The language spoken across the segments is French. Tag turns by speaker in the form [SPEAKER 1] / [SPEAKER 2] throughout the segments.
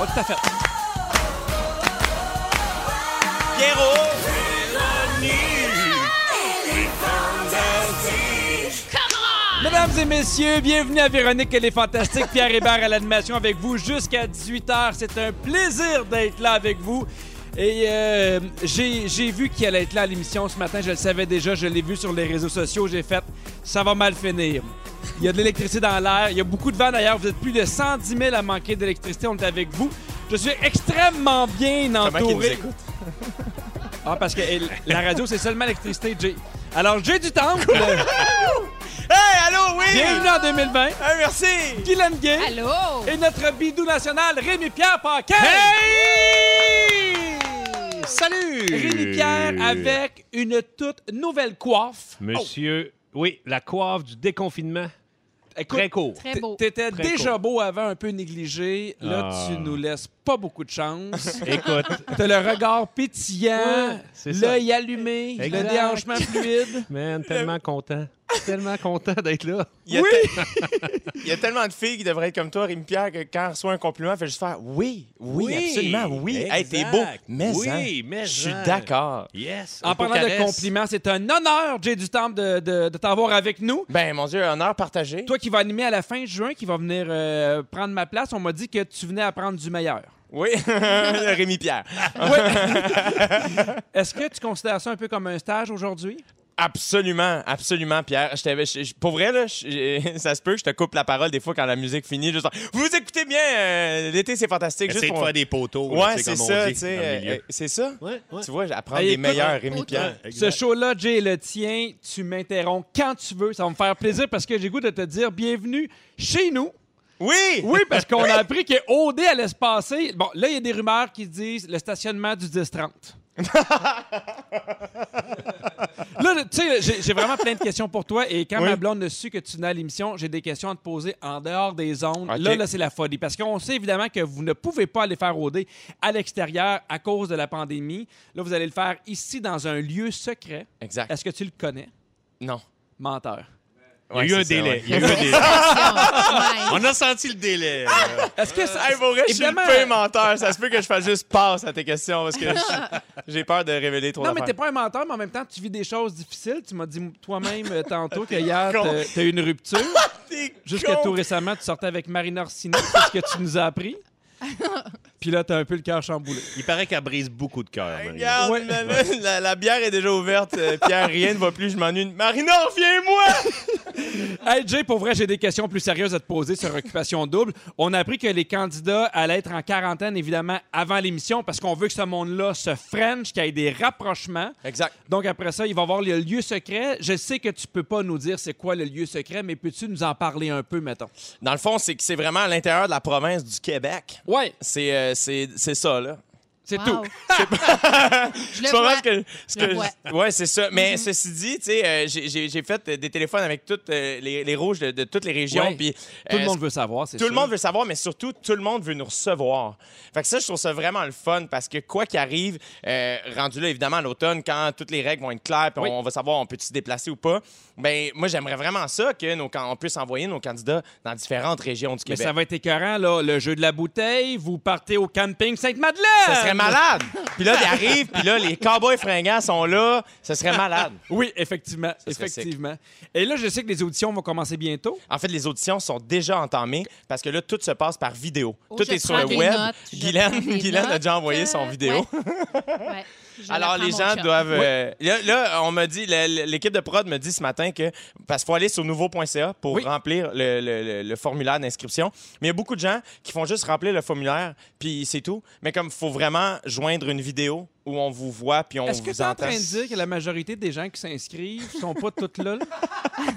[SPEAKER 1] tout à fait.
[SPEAKER 2] Pierrot!
[SPEAKER 1] Mesdames et messieurs, bienvenue à Véronique et les Fantastiques. Pierre Hébert à l'animation avec vous jusqu'à 18h. C'est un plaisir d'être là avec vous. Et euh, j'ai j'ai vu qu'il allait être là à l'émission ce matin. Je le savais déjà. Je l'ai vu sur les réseaux sociaux. J'ai fait ça va mal finir. Il y a de l'électricité dans l'air. Il y a beaucoup de vent d'ailleurs. Vous êtes plus de 110 000 à manquer d'électricité. On est avec vous. Je suis extrêmement bien
[SPEAKER 2] Comment qu'il nous
[SPEAKER 1] entouré.
[SPEAKER 2] écoute?
[SPEAKER 1] Ah, parce que eh, la radio, c'est seulement l'électricité, Jay. Alors, Jay du Temple,
[SPEAKER 2] Hey, allô, oui!
[SPEAKER 1] bienvenue en 2020.
[SPEAKER 2] Hey, merci!
[SPEAKER 1] Guylaine Gay.
[SPEAKER 3] Allô?
[SPEAKER 1] Et notre bidou national, Rémi-Pierre Paquet.
[SPEAKER 2] Hey! Salut!
[SPEAKER 1] Rémi-Pierre avec une toute nouvelle coiffe.
[SPEAKER 4] Monsieur, oui, la coiffe du déconfinement,
[SPEAKER 1] Écoute,
[SPEAKER 4] très court.
[SPEAKER 3] Très beau.
[SPEAKER 1] T'étais
[SPEAKER 4] Très
[SPEAKER 1] déjà
[SPEAKER 4] court.
[SPEAKER 1] beau avant, un peu négligé. Là,
[SPEAKER 4] Ah.
[SPEAKER 1] tu nous laisses pas beaucoup de chance.
[SPEAKER 4] Écoute,
[SPEAKER 1] T'as le regard pétillant,
[SPEAKER 4] Ouais, c'est ça.
[SPEAKER 1] l'œil allumé, le
[SPEAKER 4] Exact.
[SPEAKER 1] déhanchement fluide.
[SPEAKER 4] man, tellement content. Tellement content d'être là.
[SPEAKER 2] Il y, a te- il y a tellement de filles qui devraient être comme toi, Rémi Pierre, que quand elle reçoit un compliment, elle fait juste faire oui, oui, absolument, oui. Hey, t'es
[SPEAKER 4] exact.
[SPEAKER 2] beau, mais
[SPEAKER 4] Oui,
[SPEAKER 2] hein,
[SPEAKER 4] mais
[SPEAKER 2] Je suis
[SPEAKER 4] hein.
[SPEAKER 2] d'accord.
[SPEAKER 4] Yes.
[SPEAKER 1] En parlant de compliments, c'est un honneur, Jay du Temple, de, de- de t'avoir avec nous.
[SPEAKER 2] Ben, mon Dieu, honneur partagé.
[SPEAKER 1] Toi qui vas animer à la fin juin, qui va venir euh, prendre ma place, on m'a dit que tu venais apprendre du meilleur.
[SPEAKER 2] Oui, Rémi Pierre.
[SPEAKER 1] Oui. Est-ce que tu considères ça un peu comme un stage aujourd'hui?
[SPEAKER 2] Absolument, absolument, Pierre. Je t'avais- je- je- pour vrai, là, je- ça se peut que je te coupe la parole des fois quand la musique finit. Juste, vous écoutez bien, euh, l'été, c'est fantastique. Juste
[SPEAKER 4] Essaye de
[SPEAKER 2] pour-
[SPEAKER 4] faire des poteaux. là,
[SPEAKER 2] Ouais,
[SPEAKER 4] tu sais,
[SPEAKER 2] c'est
[SPEAKER 4] comme on
[SPEAKER 2] ça,
[SPEAKER 4] dit,
[SPEAKER 2] tu sais.
[SPEAKER 4] dans le
[SPEAKER 2] euh,
[SPEAKER 4] milieu.
[SPEAKER 2] euh, c'est ça.
[SPEAKER 4] Ouais, ouais.
[SPEAKER 2] Tu vois, j'apprends
[SPEAKER 1] Hey,
[SPEAKER 2] des
[SPEAKER 1] écoute,
[SPEAKER 2] meilleurs,
[SPEAKER 4] ouais,
[SPEAKER 2] Rémi
[SPEAKER 3] autant.
[SPEAKER 2] Pierre.
[SPEAKER 4] Exact.
[SPEAKER 1] Ce show-là, Jay, est le tien, tu m'interromps quand tu veux. Ça va me faire plaisir parce que j'ai goût de te dire bienvenue chez nous.
[SPEAKER 2] Oui!
[SPEAKER 1] Oui, parce qu'on a appris que OD allait se passer. Bon, là, il y a des rumeurs qui disent le stationnement du 10-30. là, tu sais, j'ai- j'ai vraiment plein de questions pour toi. Et quand
[SPEAKER 2] Oui.
[SPEAKER 1] ma blonde a su que tu venais à l'émission, j'ai des questions à te poser en dehors des zones.
[SPEAKER 2] OK.
[SPEAKER 1] Là, là, c'est la folie. Parce qu'on sait évidemment que vous ne pouvez pas aller faire OD à l'extérieur à cause de la pandémie. Là, vous allez le faire ici dans un lieu secret.
[SPEAKER 2] Exact.
[SPEAKER 1] Est-ce que tu le connais?
[SPEAKER 2] Non.
[SPEAKER 1] Menteur.
[SPEAKER 4] Il y a eu un délai. Il y a eu un délai.
[SPEAKER 3] Ouais.
[SPEAKER 4] On a senti le délai. euh.
[SPEAKER 1] Est-ce que ça.
[SPEAKER 2] Hey, pour vrai, je suis
[SPEAKER 1] Évidemment.
[SPEAKER 2] le peu menteur. Ça se peut que je fasse juste passe à tes questions parce que je- j'ai peur de révéler trop
[SPEAKER 1] Non, mais t'es
[SPEAKER 2] d'affaires.
[SPEAKER 1] pas un menteur, mais en même temps, tu vis des choses difficiles. Tu m'as dit toi-même euh, tantôt que hier, t'as- t'as eu une rupture.
[SPEAKER 2] T'es
[SPEAKER 1] Jusqu'à
[SPEAKER 2] con.
[SPEAKER 1] tout récemment, tu sortais avec Marina Orsini, c'est ce que tu nous as appris. Puis là, t'as un peu le cœur chamboulé.
[SPEAKER 4] Il paraît qu'elle brise beaucoup de cœur. Marie.
[SPEAKER 2] Regarde,
[SPEAKER 1] Ouais.
[SPEAKER 2] la, la- la- la bière est déjà ouverte. euh, Pierre, rien ne va plus, je m'ennuie. Marina, reviens-moi!
[SPEAKER 1] Hey Jay, pour vrai, j'ai des questions plus sérieuses à te poser sur Occupation Double. On a appris que les candidats allaient être en quarantaine, évidemment, avant l'émission, parce qu'on veut que ce monde-là se French, qu'il y ait des rapprochements.
[SPEAKER 2] Exact.
[SPEAKER 1] Donc après ça, il va y avoir le lieu secret. Je sais que tu peux pas nous dire c'est quoi le lieu secret, mais peux-tu nous en parler un peu, mettons?
[SPEAKER 2] Dans le fond, c'est que c'est vraiment à l'intérieur de la province du Québec.
[SPEAKER 1] Ouais,
[SPEAKER 2] C'est euh, c'est- c'est ça, là.
[SPEAKER 1] c'est
[SPEAKER 3] Wow.
[SPEAKER 1] tout.
[SPEAKER 3] Je le
[SPEAKER 2] C'est pas
[SPEAKER 3] vois.
[SPEAKER 2] mal que- ce
[SPEAKER 3] Je
[SPEAKER 2] que-
[SPEAKER 3] vois.
[SPEAKER 2] ouais, c'est ça. Mais
[SPEAKER 4] Mm-hmm.
[SPEAKER 2] ceci dit, tu sais, euh, j'ai- j'ai j'ai fait euh, des téléphones avec toutes euh, les, les rouges de, de toutes les régions.
[SPEAKER 1] Ouais.
[SPEAKER 2] Puis
[SPEAKER 1] Tout
[SPEAKER 2] euh,
[SPEAKER 1] le monde veut savoir, c'est
[SPEAKER 2] tout le
[SPEAKER 1] sûr.
[SPEAKER 2] monde veut savoir, mais surtout, tout le monde veut nous recevoir. Fait que ça, je trouve ça vraiment le fun parce que quoi qu'il arrive, euh, rendu là, évidemment, à l'automne, quand toutes les règles vont être claires, puis
[SPEAKER 1] Oui.
[SPEAKER 2] on va savoir on peut se déplacer ou pas, ben moi, j'aimerais vraiment ça que nos, can- on puisse envoyer nos candidats dans différentes régions du
[SPEAKER 1] Mais
[SPEAKER 2] Québec.
[SPEAKER 1] ça va être écœurant, là. Le jeu de la bouteille, vous partez au camping Sainte-Madeleine!
[SPEAKER 2] Ça serait malade! Puis là, t'arrives, puis là, les cowboys fringants sont là. Ça serait malade.
[SPEAKER 1] Oui, effectivement.
[SPEAKER 2] serait
[SPEAKER 1] effectivement. Et là, je sais que les auditions vont commencer bientôt.
[SPEAKER 2] En fait, les auditions sont déjà entamées parce que là, tout se passe par vidéo.
[SPEAKER 3] Oh,
[SPEAKER 2] tout
[SPEAKER 3] je
[SPEAKER 2] est sur
[SPEAKER 3] prends
[SPEAKER 2] le
[SPEAKER 3] des
[SPEAKER 2] web.
[SPEAKER 3] notes, je
[SPEAKER 2] Guylaine,
[SPEAKER 3] prends des
[SPEAKER 2] Guylaine a
[SPEAKER 3] notes,
[SPEAKER 2] déjà envoyé son
[SPEAKER 3] euh,
[SPEAKER 2] vidéo.
[SPEAKER 3] Ouais. Je
[SPEAKER 2] Alors,
[SPEAKER 3] la
[SPEAKER 2] les
[SPEAKER 3] prends, mon
[SPEAKER 2] gens
[SPEAKER 3] chat.
[SPEAKER 2] doivent. euh, là, là, on m'a dit, la- la- l'équipe de prod me dit ce matin que. Parce qu'il faut aller sur nouveau.ca pour
[SPEAKER 1] Oui.
[SPEAKER 2] remplir le, le- le- le formulaire d'inscription. Mais il y a beaucoup de gens qui font juste remplir le formulaire, puis c'est tout. Mais comme il faut vraiment joindre une vidéo où on vous voit, puis on
[SPEAKER 1] Est-ce que
[SPEAKER 2] vous
[SPEAKER 1] tu es en
[SPEAKER 2] entend.
[SPEAKER 1] train de dire que la majorité des gens qui s'inscrivent sont pas toutes là?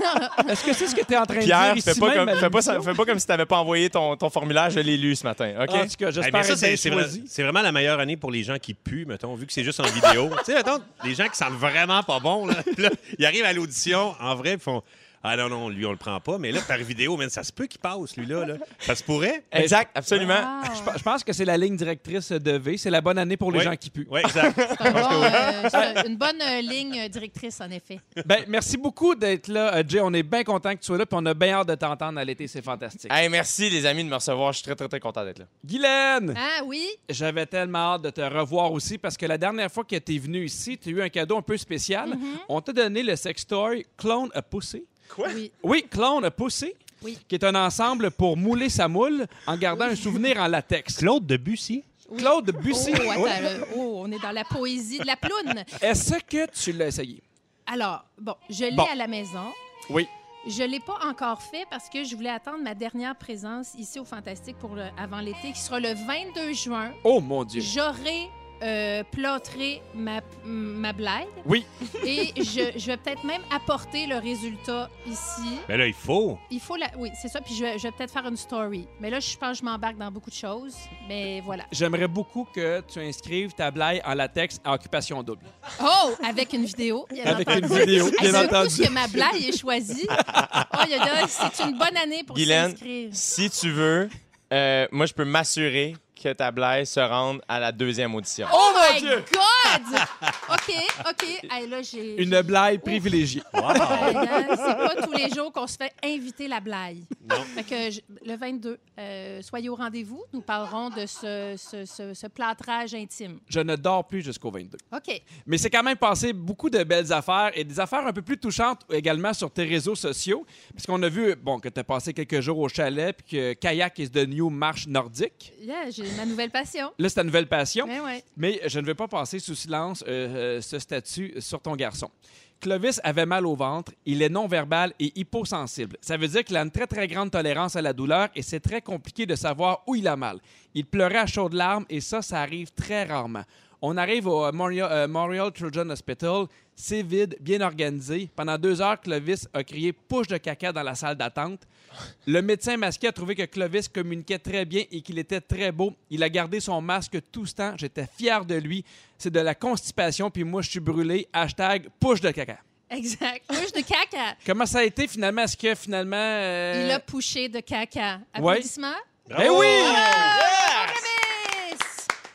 [SPEAKER 1] là? Est-ce que c'est ce que tu es en train
[SPEAKER 2] Pierre,
[SPEAKER 1] de dire?
[SPEAKER 2] fais
[SPEAKER 1] ici
[SPEAKER 2] pas,
[SPEAKER 1] même
[SPEAKER 2] comme,
[SPEAKER 1] à
[SPEAKER 2] fais, pas, ça-
[SPEAKER 1] l'émission?
[SPEAKER 2] fais pas comme si t'avais pas envoyé ton, ton formulaire, je l'ai lu ce matin. OK?
[SPEAKER 1] En tout cas,
[SPEAKER 4] Eh,
[SPEAKER 1] j'espère
[SPEAKER 4] mais ça,
[SPEAKER 1] être bien
[SPEAKER 4] c'est c'est vrai-
[SPEAKER 1] choisi.
[SPEAKER 4] c'est vraiment la meilleure année pour les gens qui puent, mettons, vu que c'est juste en vidéo. tu sais, mettons, les gens qui sentent vraiment pas bon, là, puis là, ils arrivent à l'audition en vrai, ils font Ah non, non, lui, on le prend pas. Mais là, par vidéo, man, ça se peut qu'il passe, lui-là. là. Ça se pourrait.
[SPEAKER 2] Exact, absolument.
[SPEAKER 3] Wow.
[SPEAKER 1] Je, pe- je pense que c'est la ligne directrice de V. C'est la bonne année pour les
[SPEAKER 4] Oui.
[SPEAKER 1] gens qui puent.
[SPEAKER 4] Oui, exact.
[SPEAKER 3] C'est un bon, euh, c'est une bonne euh, ligne euh, directrice, en effet.
[SPEAKER 1] Ben, merci beaucoup d'être là, euh, Jay. On est bien content que tu sois là, puis on a bien hâte de t'entendre à l'été. C'est fantastique.
[SPEAKER 2] Hey, merci, les amis, de me recevoir. Je suis très, très, très content d'être là.
[SPEAKER 1] Guylaine!
[SPEAKER 3] Ah oui?
[SPEAKER 1] J'avais tellement hâte de te revoir aussi parce que la dernière fois que tu es venu ici, tu as eu un cadeau un peu spécial.
[SPEAKER 3] Mm-hmm.
[SPEAKER 1] On t'a donné le sextoy Clone a Pussy.
[SPEAKER 2] Quoi?
[SPEAKER 3] Oui.
[SPEAKER 1] Oui, Clone a Pussy,
[SPEAKER 3] Oui.
[SPEAKER 1] qui est un ensemble pour mouler sa moule en gardant un souvenir en latex.
[SPEAKER 4] Claude Debussy.
[SPEAKER 3] oui.
[SPEAKER 1] Claude
[SPEAKER 3] Oh,
[SPEAKER 1] Bussy,
[SPEAKER 3] attends, là. oh, on est dans la poésie de la ploune.
[SPEAKER 1] est-ce que tu l'as essayé?
[SPEAKER 3] Alors, bon, je l'ai
[SPEAKER 1] Bon.
[SPEAKER 3] à la maison.
[SPEAKER 1] Oui.
[SPEAKER 3] Je ne l'ai pas encore fait parce que je voulais attendre ma dernière présence ici au Fantastique pour le- avant l'été, qui sera le 22 juin.
[SPEAKER 1] Oh mon Dieu.
[SPEAKER 3] J'aurai euh, plâtré ma, ma blague.
[SPEAKER 1] Oui.
[SPEAKER 3] Et je, je vais peut-être même apporter le résultat ici.
[SPEAKER 4] Mais Ben là, il faut.
[SPEAKER 3] Il faut la... Oui, c'est ça. Puis je vais, je vais peut-être faire une story. Mais là, je pense que je m'embarque dans beaucoup de choses. Mais voilà.
[SPEAKER 1] J'aimerais beaucoup que tu inscrives ta blague en latex à occupation double.
[SPEAKER 3] Oh! Avec une vidéo. bien
[SPEAKER 1] Avec
[SPEAKER 3] entendu.
[SPEAKER 1] une vidéo,
[SPEAKER 3] Hey,
[SPEAKER 1] bien
[SPEAKER 3] surtout
[SPEAKER 1] entendu.
[SPEAKER 3] que ma blague est choisie. Oh, yo, yo, c'est une bonne année pour
[SPEAKER 2] Guylaine,
[SPEAKER 3] s'inscrire.
[SPEAKER 2] Si tu veux, euh, moi, je peux m'assurer que ta blague se rende à la deuxième audition.
[SPEAKER 3] Oh, my
[SPEAKER 1] Dieu!
[SPEAKER 3] God! OK, OK. Hey, là, j'ai...
[SPEAKER 1] Une blague privilégiée.
[SPEAKER 3] Hey, hein, c'est pas tous les jours qu'on se fait inviter la blague. Fait que je- le 22, euh, soyez au rendez-vous. Nous parlerons de ce, ce, ce- ce plâtrage intime.
[SPEAKER 1] Je ne dors plus jusqu'au 22.
[SPEAKER 3] OK.
[SPEAKER 1] Mais c'est quand même passé beaucoup de belles affaires et des affaires un peu plus touchantes également sur tes réseaux sociaux. Parce qu'on a vu bon, que tu as passé quelques jours au chalet puis que kayak is the new marche nordique.
[SPEAKER 3] Yeah, j'ai ma nouvelle passion.
[SPEAKER 1] Là, c'est ta nouvelle passion.
[SPEAKER 3] Ouais, ouais.
[SPEAKER 1] Mais je ne vais pas passer sous silence euh, euh, ce statut sur ton garçon. Clovis avait mal au ventre, il est non-verbal et hyposensible. Ça veut dire qu'il a une très, très grande tolérance à la douleur et c'est très compliqué de savoir où il a mal. Il pleurait à chaudes larmes et ça, ça arrive très rarement. On arrive au euh, Montreal, euh, Montreal Children's Hospital, c'est vide, bien organisé. Pendant deux heures, Clovis a crié « push de caca » dans la salle d'attente. Le médecin masqué a trouvé que Clovis communiquait très bien et qu'il était très beau. Il a gardé son masque tout ce temps. J'étais fier de lui. C'est de la constipation, puis moi, je suis brûlé. Hashtag push de caca.
[SPEAKER 3] Exact. Mouche de caca.
[SPEAKER 1] Comment ça a été finalement? Est-ce que finalement. euh,
[SPEAKER 3] Il a poussé de caca.
[SPEAKER 1] Ouais.
[SPEAKER 3] Applaudissements.
[SPEAKER 1] Ben oui!
[SPEAKER 3] Ah! Yes!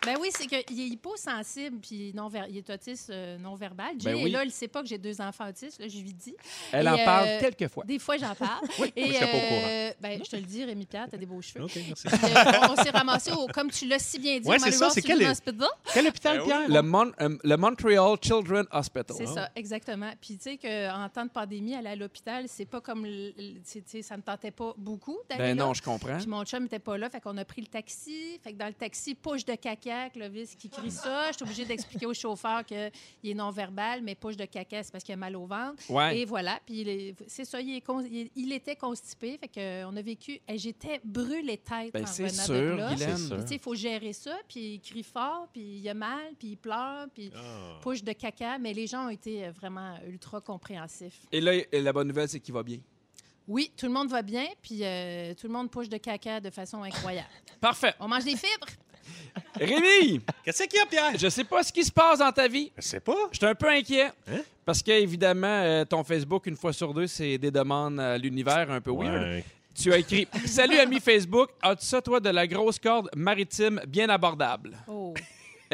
[SPEAKER 3] Ben oui, c'est qu'il est hyposensible, puis non ver- il est autiste euh, non-verbal. Jay,
[SPEAKER 1] Ben oui.
[SPEAKER 3] Et là, il sait pas que j'ai deux enfants autistes, là, je lui dis.
[SPEAKER 1] Elle
[SPEAKER 3] Et,
[SPEAKER 1] en parle
[SPEAKER 3] euh,
[SPEAKER 1] quelques fois.
[SPEAKER 3] Des fois, j'en parle. Et,
[SPEAKER 4] j'étais pas au courant.
[SPEAKER 3] euh, ben, je te le dis, Rémi-Pierre, t'as des beaux cheveux.
[SPEAKER 4] OK, merci.
[SPEAKER 3] Puis, euh, on s'est ramassé au, comme tu l'as si bien dit,
[SPEAKER 4] Ouais,
[SPEAKER 3] au
[SPEAKER 4] c'est ça,
[SPEAKER 3] Malheur
[SPEAKER 4] c'est
[SPEAKER 3] Children's
[SPEAKER 4] quel-
[SPEAKER 3] Hospital.
[SPEAKER 4] Quel hôpital,
[SPEAKER 2] Ben oui.
[SPEAKER 4] Pierre?
[SPEAKER 1] Le, Mon- euh, le Montreal Children's Hospital.
[SPEAKER 3] C'est ça, exactement. Puis tu sais qu'en temps de pandémie, aller à l'hôpital, c'est pas comme. l- l- tu sais, tu sais, ça ne tentait pas beaucoup d'aller
[SPEAKER 1] Ben
[SPEAKER 3] là.
[SPEAKER 1] non, je comprends.
[SPEAKER 3] Puis mon chum n'était pas là, fait qu'on a pris le taxi. Fait que dans le taxi, push de caca, Clovis qui crie ça. Je suis obligée d'expliquer au chauffeur qu'il est non-verbal, mais push de caca, c'est parce qu'il a mal au ventre.
[SPEAKER 1] Ouais.
[SPEAKER 3] Et voilà. Puis il est- c'est ça, il, est con- il est- il était constipé. Fait qu'on a vécu. et J'étais brûlée tête
[SPEAKER 1] Ben,
[SPEAKER 3] en
[SPEAKER 1] c'est
[SPEAKER 3] revenant
[SPEAKER 1] sûr,
[SPEAKER 3] de là.
[SPEAKER 1] Guylaine.
[SPEAKER 2] C'est sûr.
[SPEAKER 4] Hein?
[SPEAKER 3] Puis, tu sais, il faut gérer ça. Puis il crie fort, puis il a mal, puis il pleure, puis
[SPEAKER 4] Ah.
[SPEAKER 3] push de caca. Mais les gens ont été euh, vraiment ultra compréhensifs.
[SPEAKER 1] Et là, la bonne nouvelle, c'est qu'il va bien.
[SPEAKER 3] Oui, tout le monde va bien, puis euh, tout le monde push de caca de façon incroyable.
[SPEAKER 1] Parfait.
[SPEAKER 3] On mange des fibres.
[SPEAKER 1] Rémi,
[SPEAKER 4] Qu'est-ce qu'il y a, Pierre?
[SPEAKER 1] je sais pas ce qui se passe dans ta vie.
[SPEAKER 4] Je sais pas.
[SPEAKER 1] J'étais un peu inquiet.
[SPEAKER 4] Hein?
[SPEAKER 1] Parce que, évidemment, euh, ton Facebook, une fois sur deux, c'est des demandes à l'univers un peu weird.
[SPEAKER 4] Ouais.
[SPEAKER 1] Tu as écrit Salut, ami Facebook, as-tu ça, toi, de la grosse corde maritime bien abordable?
[SPEAKER 3] Oh.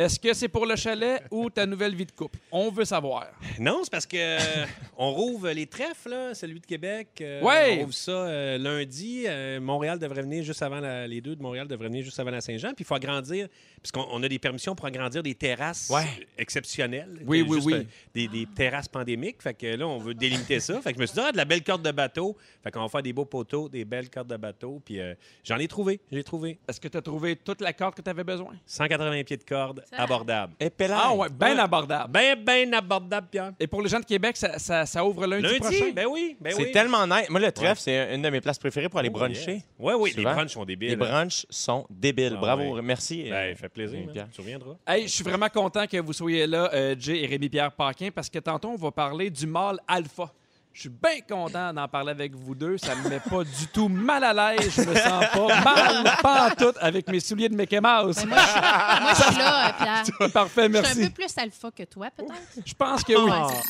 [SPEAKER 1] Est-ce que c'est pour le chalet ou ta nouvelle vie de couple? On veut savoir.
[SPEAKER 4] Non, c'est parce que euh, on rouvre les trèfles, là, celui de Québec. euh,
[SPEAKER 1] Ouais.
[SPEAKER 4] On rouvre ça euh, lundi. Euh, Montréal devrait venir juste avant la- les deux de Montréal devraient venir juste avant la Saint-Jean. Puis il faut agrandir, puisqu'on on a des permissions pour agrandir des terrasses
[SPEAKER 2] Ouais.
[SPEAKER 4] exceptionnelles.
[SPEAKER 1] Oui,
[SPEAKER 4] Euh,
[SPEAKER 1] oui, oui.
[SPEAKER 4] des, des terrasses pandémiques. Fait que là, on veut délimiter ça. Fait que je me suis dit, ah, de la belle corde de bateau. Fait qu'on va faire des beaux poteaux, des belles cordes de bateau. Puis euh, j'en ai trouvé. J'ai trouvé
[SPEAKER 1] Est-ce que tu as trouvé toute la corde que tu avais besoin?
[SPEAKER 4] 180 pieds de corde,
[SPEAKER 3] Ça-
[SPEAKER 4] abordable.
[SPEAKER 2] Et Pélin.
[SPEAKER 1] Ah, ouais, bien
[SPEAKER 4] Ouais.
[SPEAKER 1] abordable.
[SPEAKER 4] Ben, ben abordable, Pierre.
[SPEAKER 1] Et pour les gens de Québec, ça, ça- ça ouvre lundi,
[SPEAKER 4] Lundi,
[SPEAKER 1] prochain.
[SPEAKER 4] ben oui, ben
[SPEAKER 2] C'est
[SPEAKER 4] oui. Oh,
[SPEAKER 2] tellement nice. Moi, le trèfle,
[SPEAKER 4] Ouais.
[SPEAKER 2] c'est une de mes places préférées pour aller bruncher.
[SPEAKER 4] Oui, oui, les
[SPEAKER 2] Souvent.
[SPEAKER 4] brunchs sont débiles.
[SPEAKER 2] Les brunchs sont débiles.
[SPEAKER 4] Ah,
[SPEAKER 2] Bravo,
[SPEAKER 4] ouais.
[SPEAKER 2] merci.
[SPEAKER 4] Ben,
[SPEAKER 2] euh,
[SPEAKER 4] fait plaisir,
[SPEAKER 2] Pierre.
[SPEAKER 4] man. Tu reviendras.
[SPEAKER 1] Hey, je suis vraiment content que vous soyez là, euh, Jay et Rémi-Pierre Paquin, parce que tantôt, on va parler du mâle alpha. Je suis bien content d'en parler avec vous deux. Ça me met pas du tout mal à l'aise. Je me sens pas mal, pas en tout, avec mes souliers de Mickey Mouse.
[SPEAKER 3] Ben, Moi, je, moi, je suis là, euh, Pierre.
[SPEAKER 1] Parfait,
[SPEAKER 3] Je suis un
[SPEAKER 1] merci.
[SPEAKER 3] peu plus alpha que toi, peut-être.
[SPEAKER 1] Je pense que oui.
[SPEAKER 3] Ouais,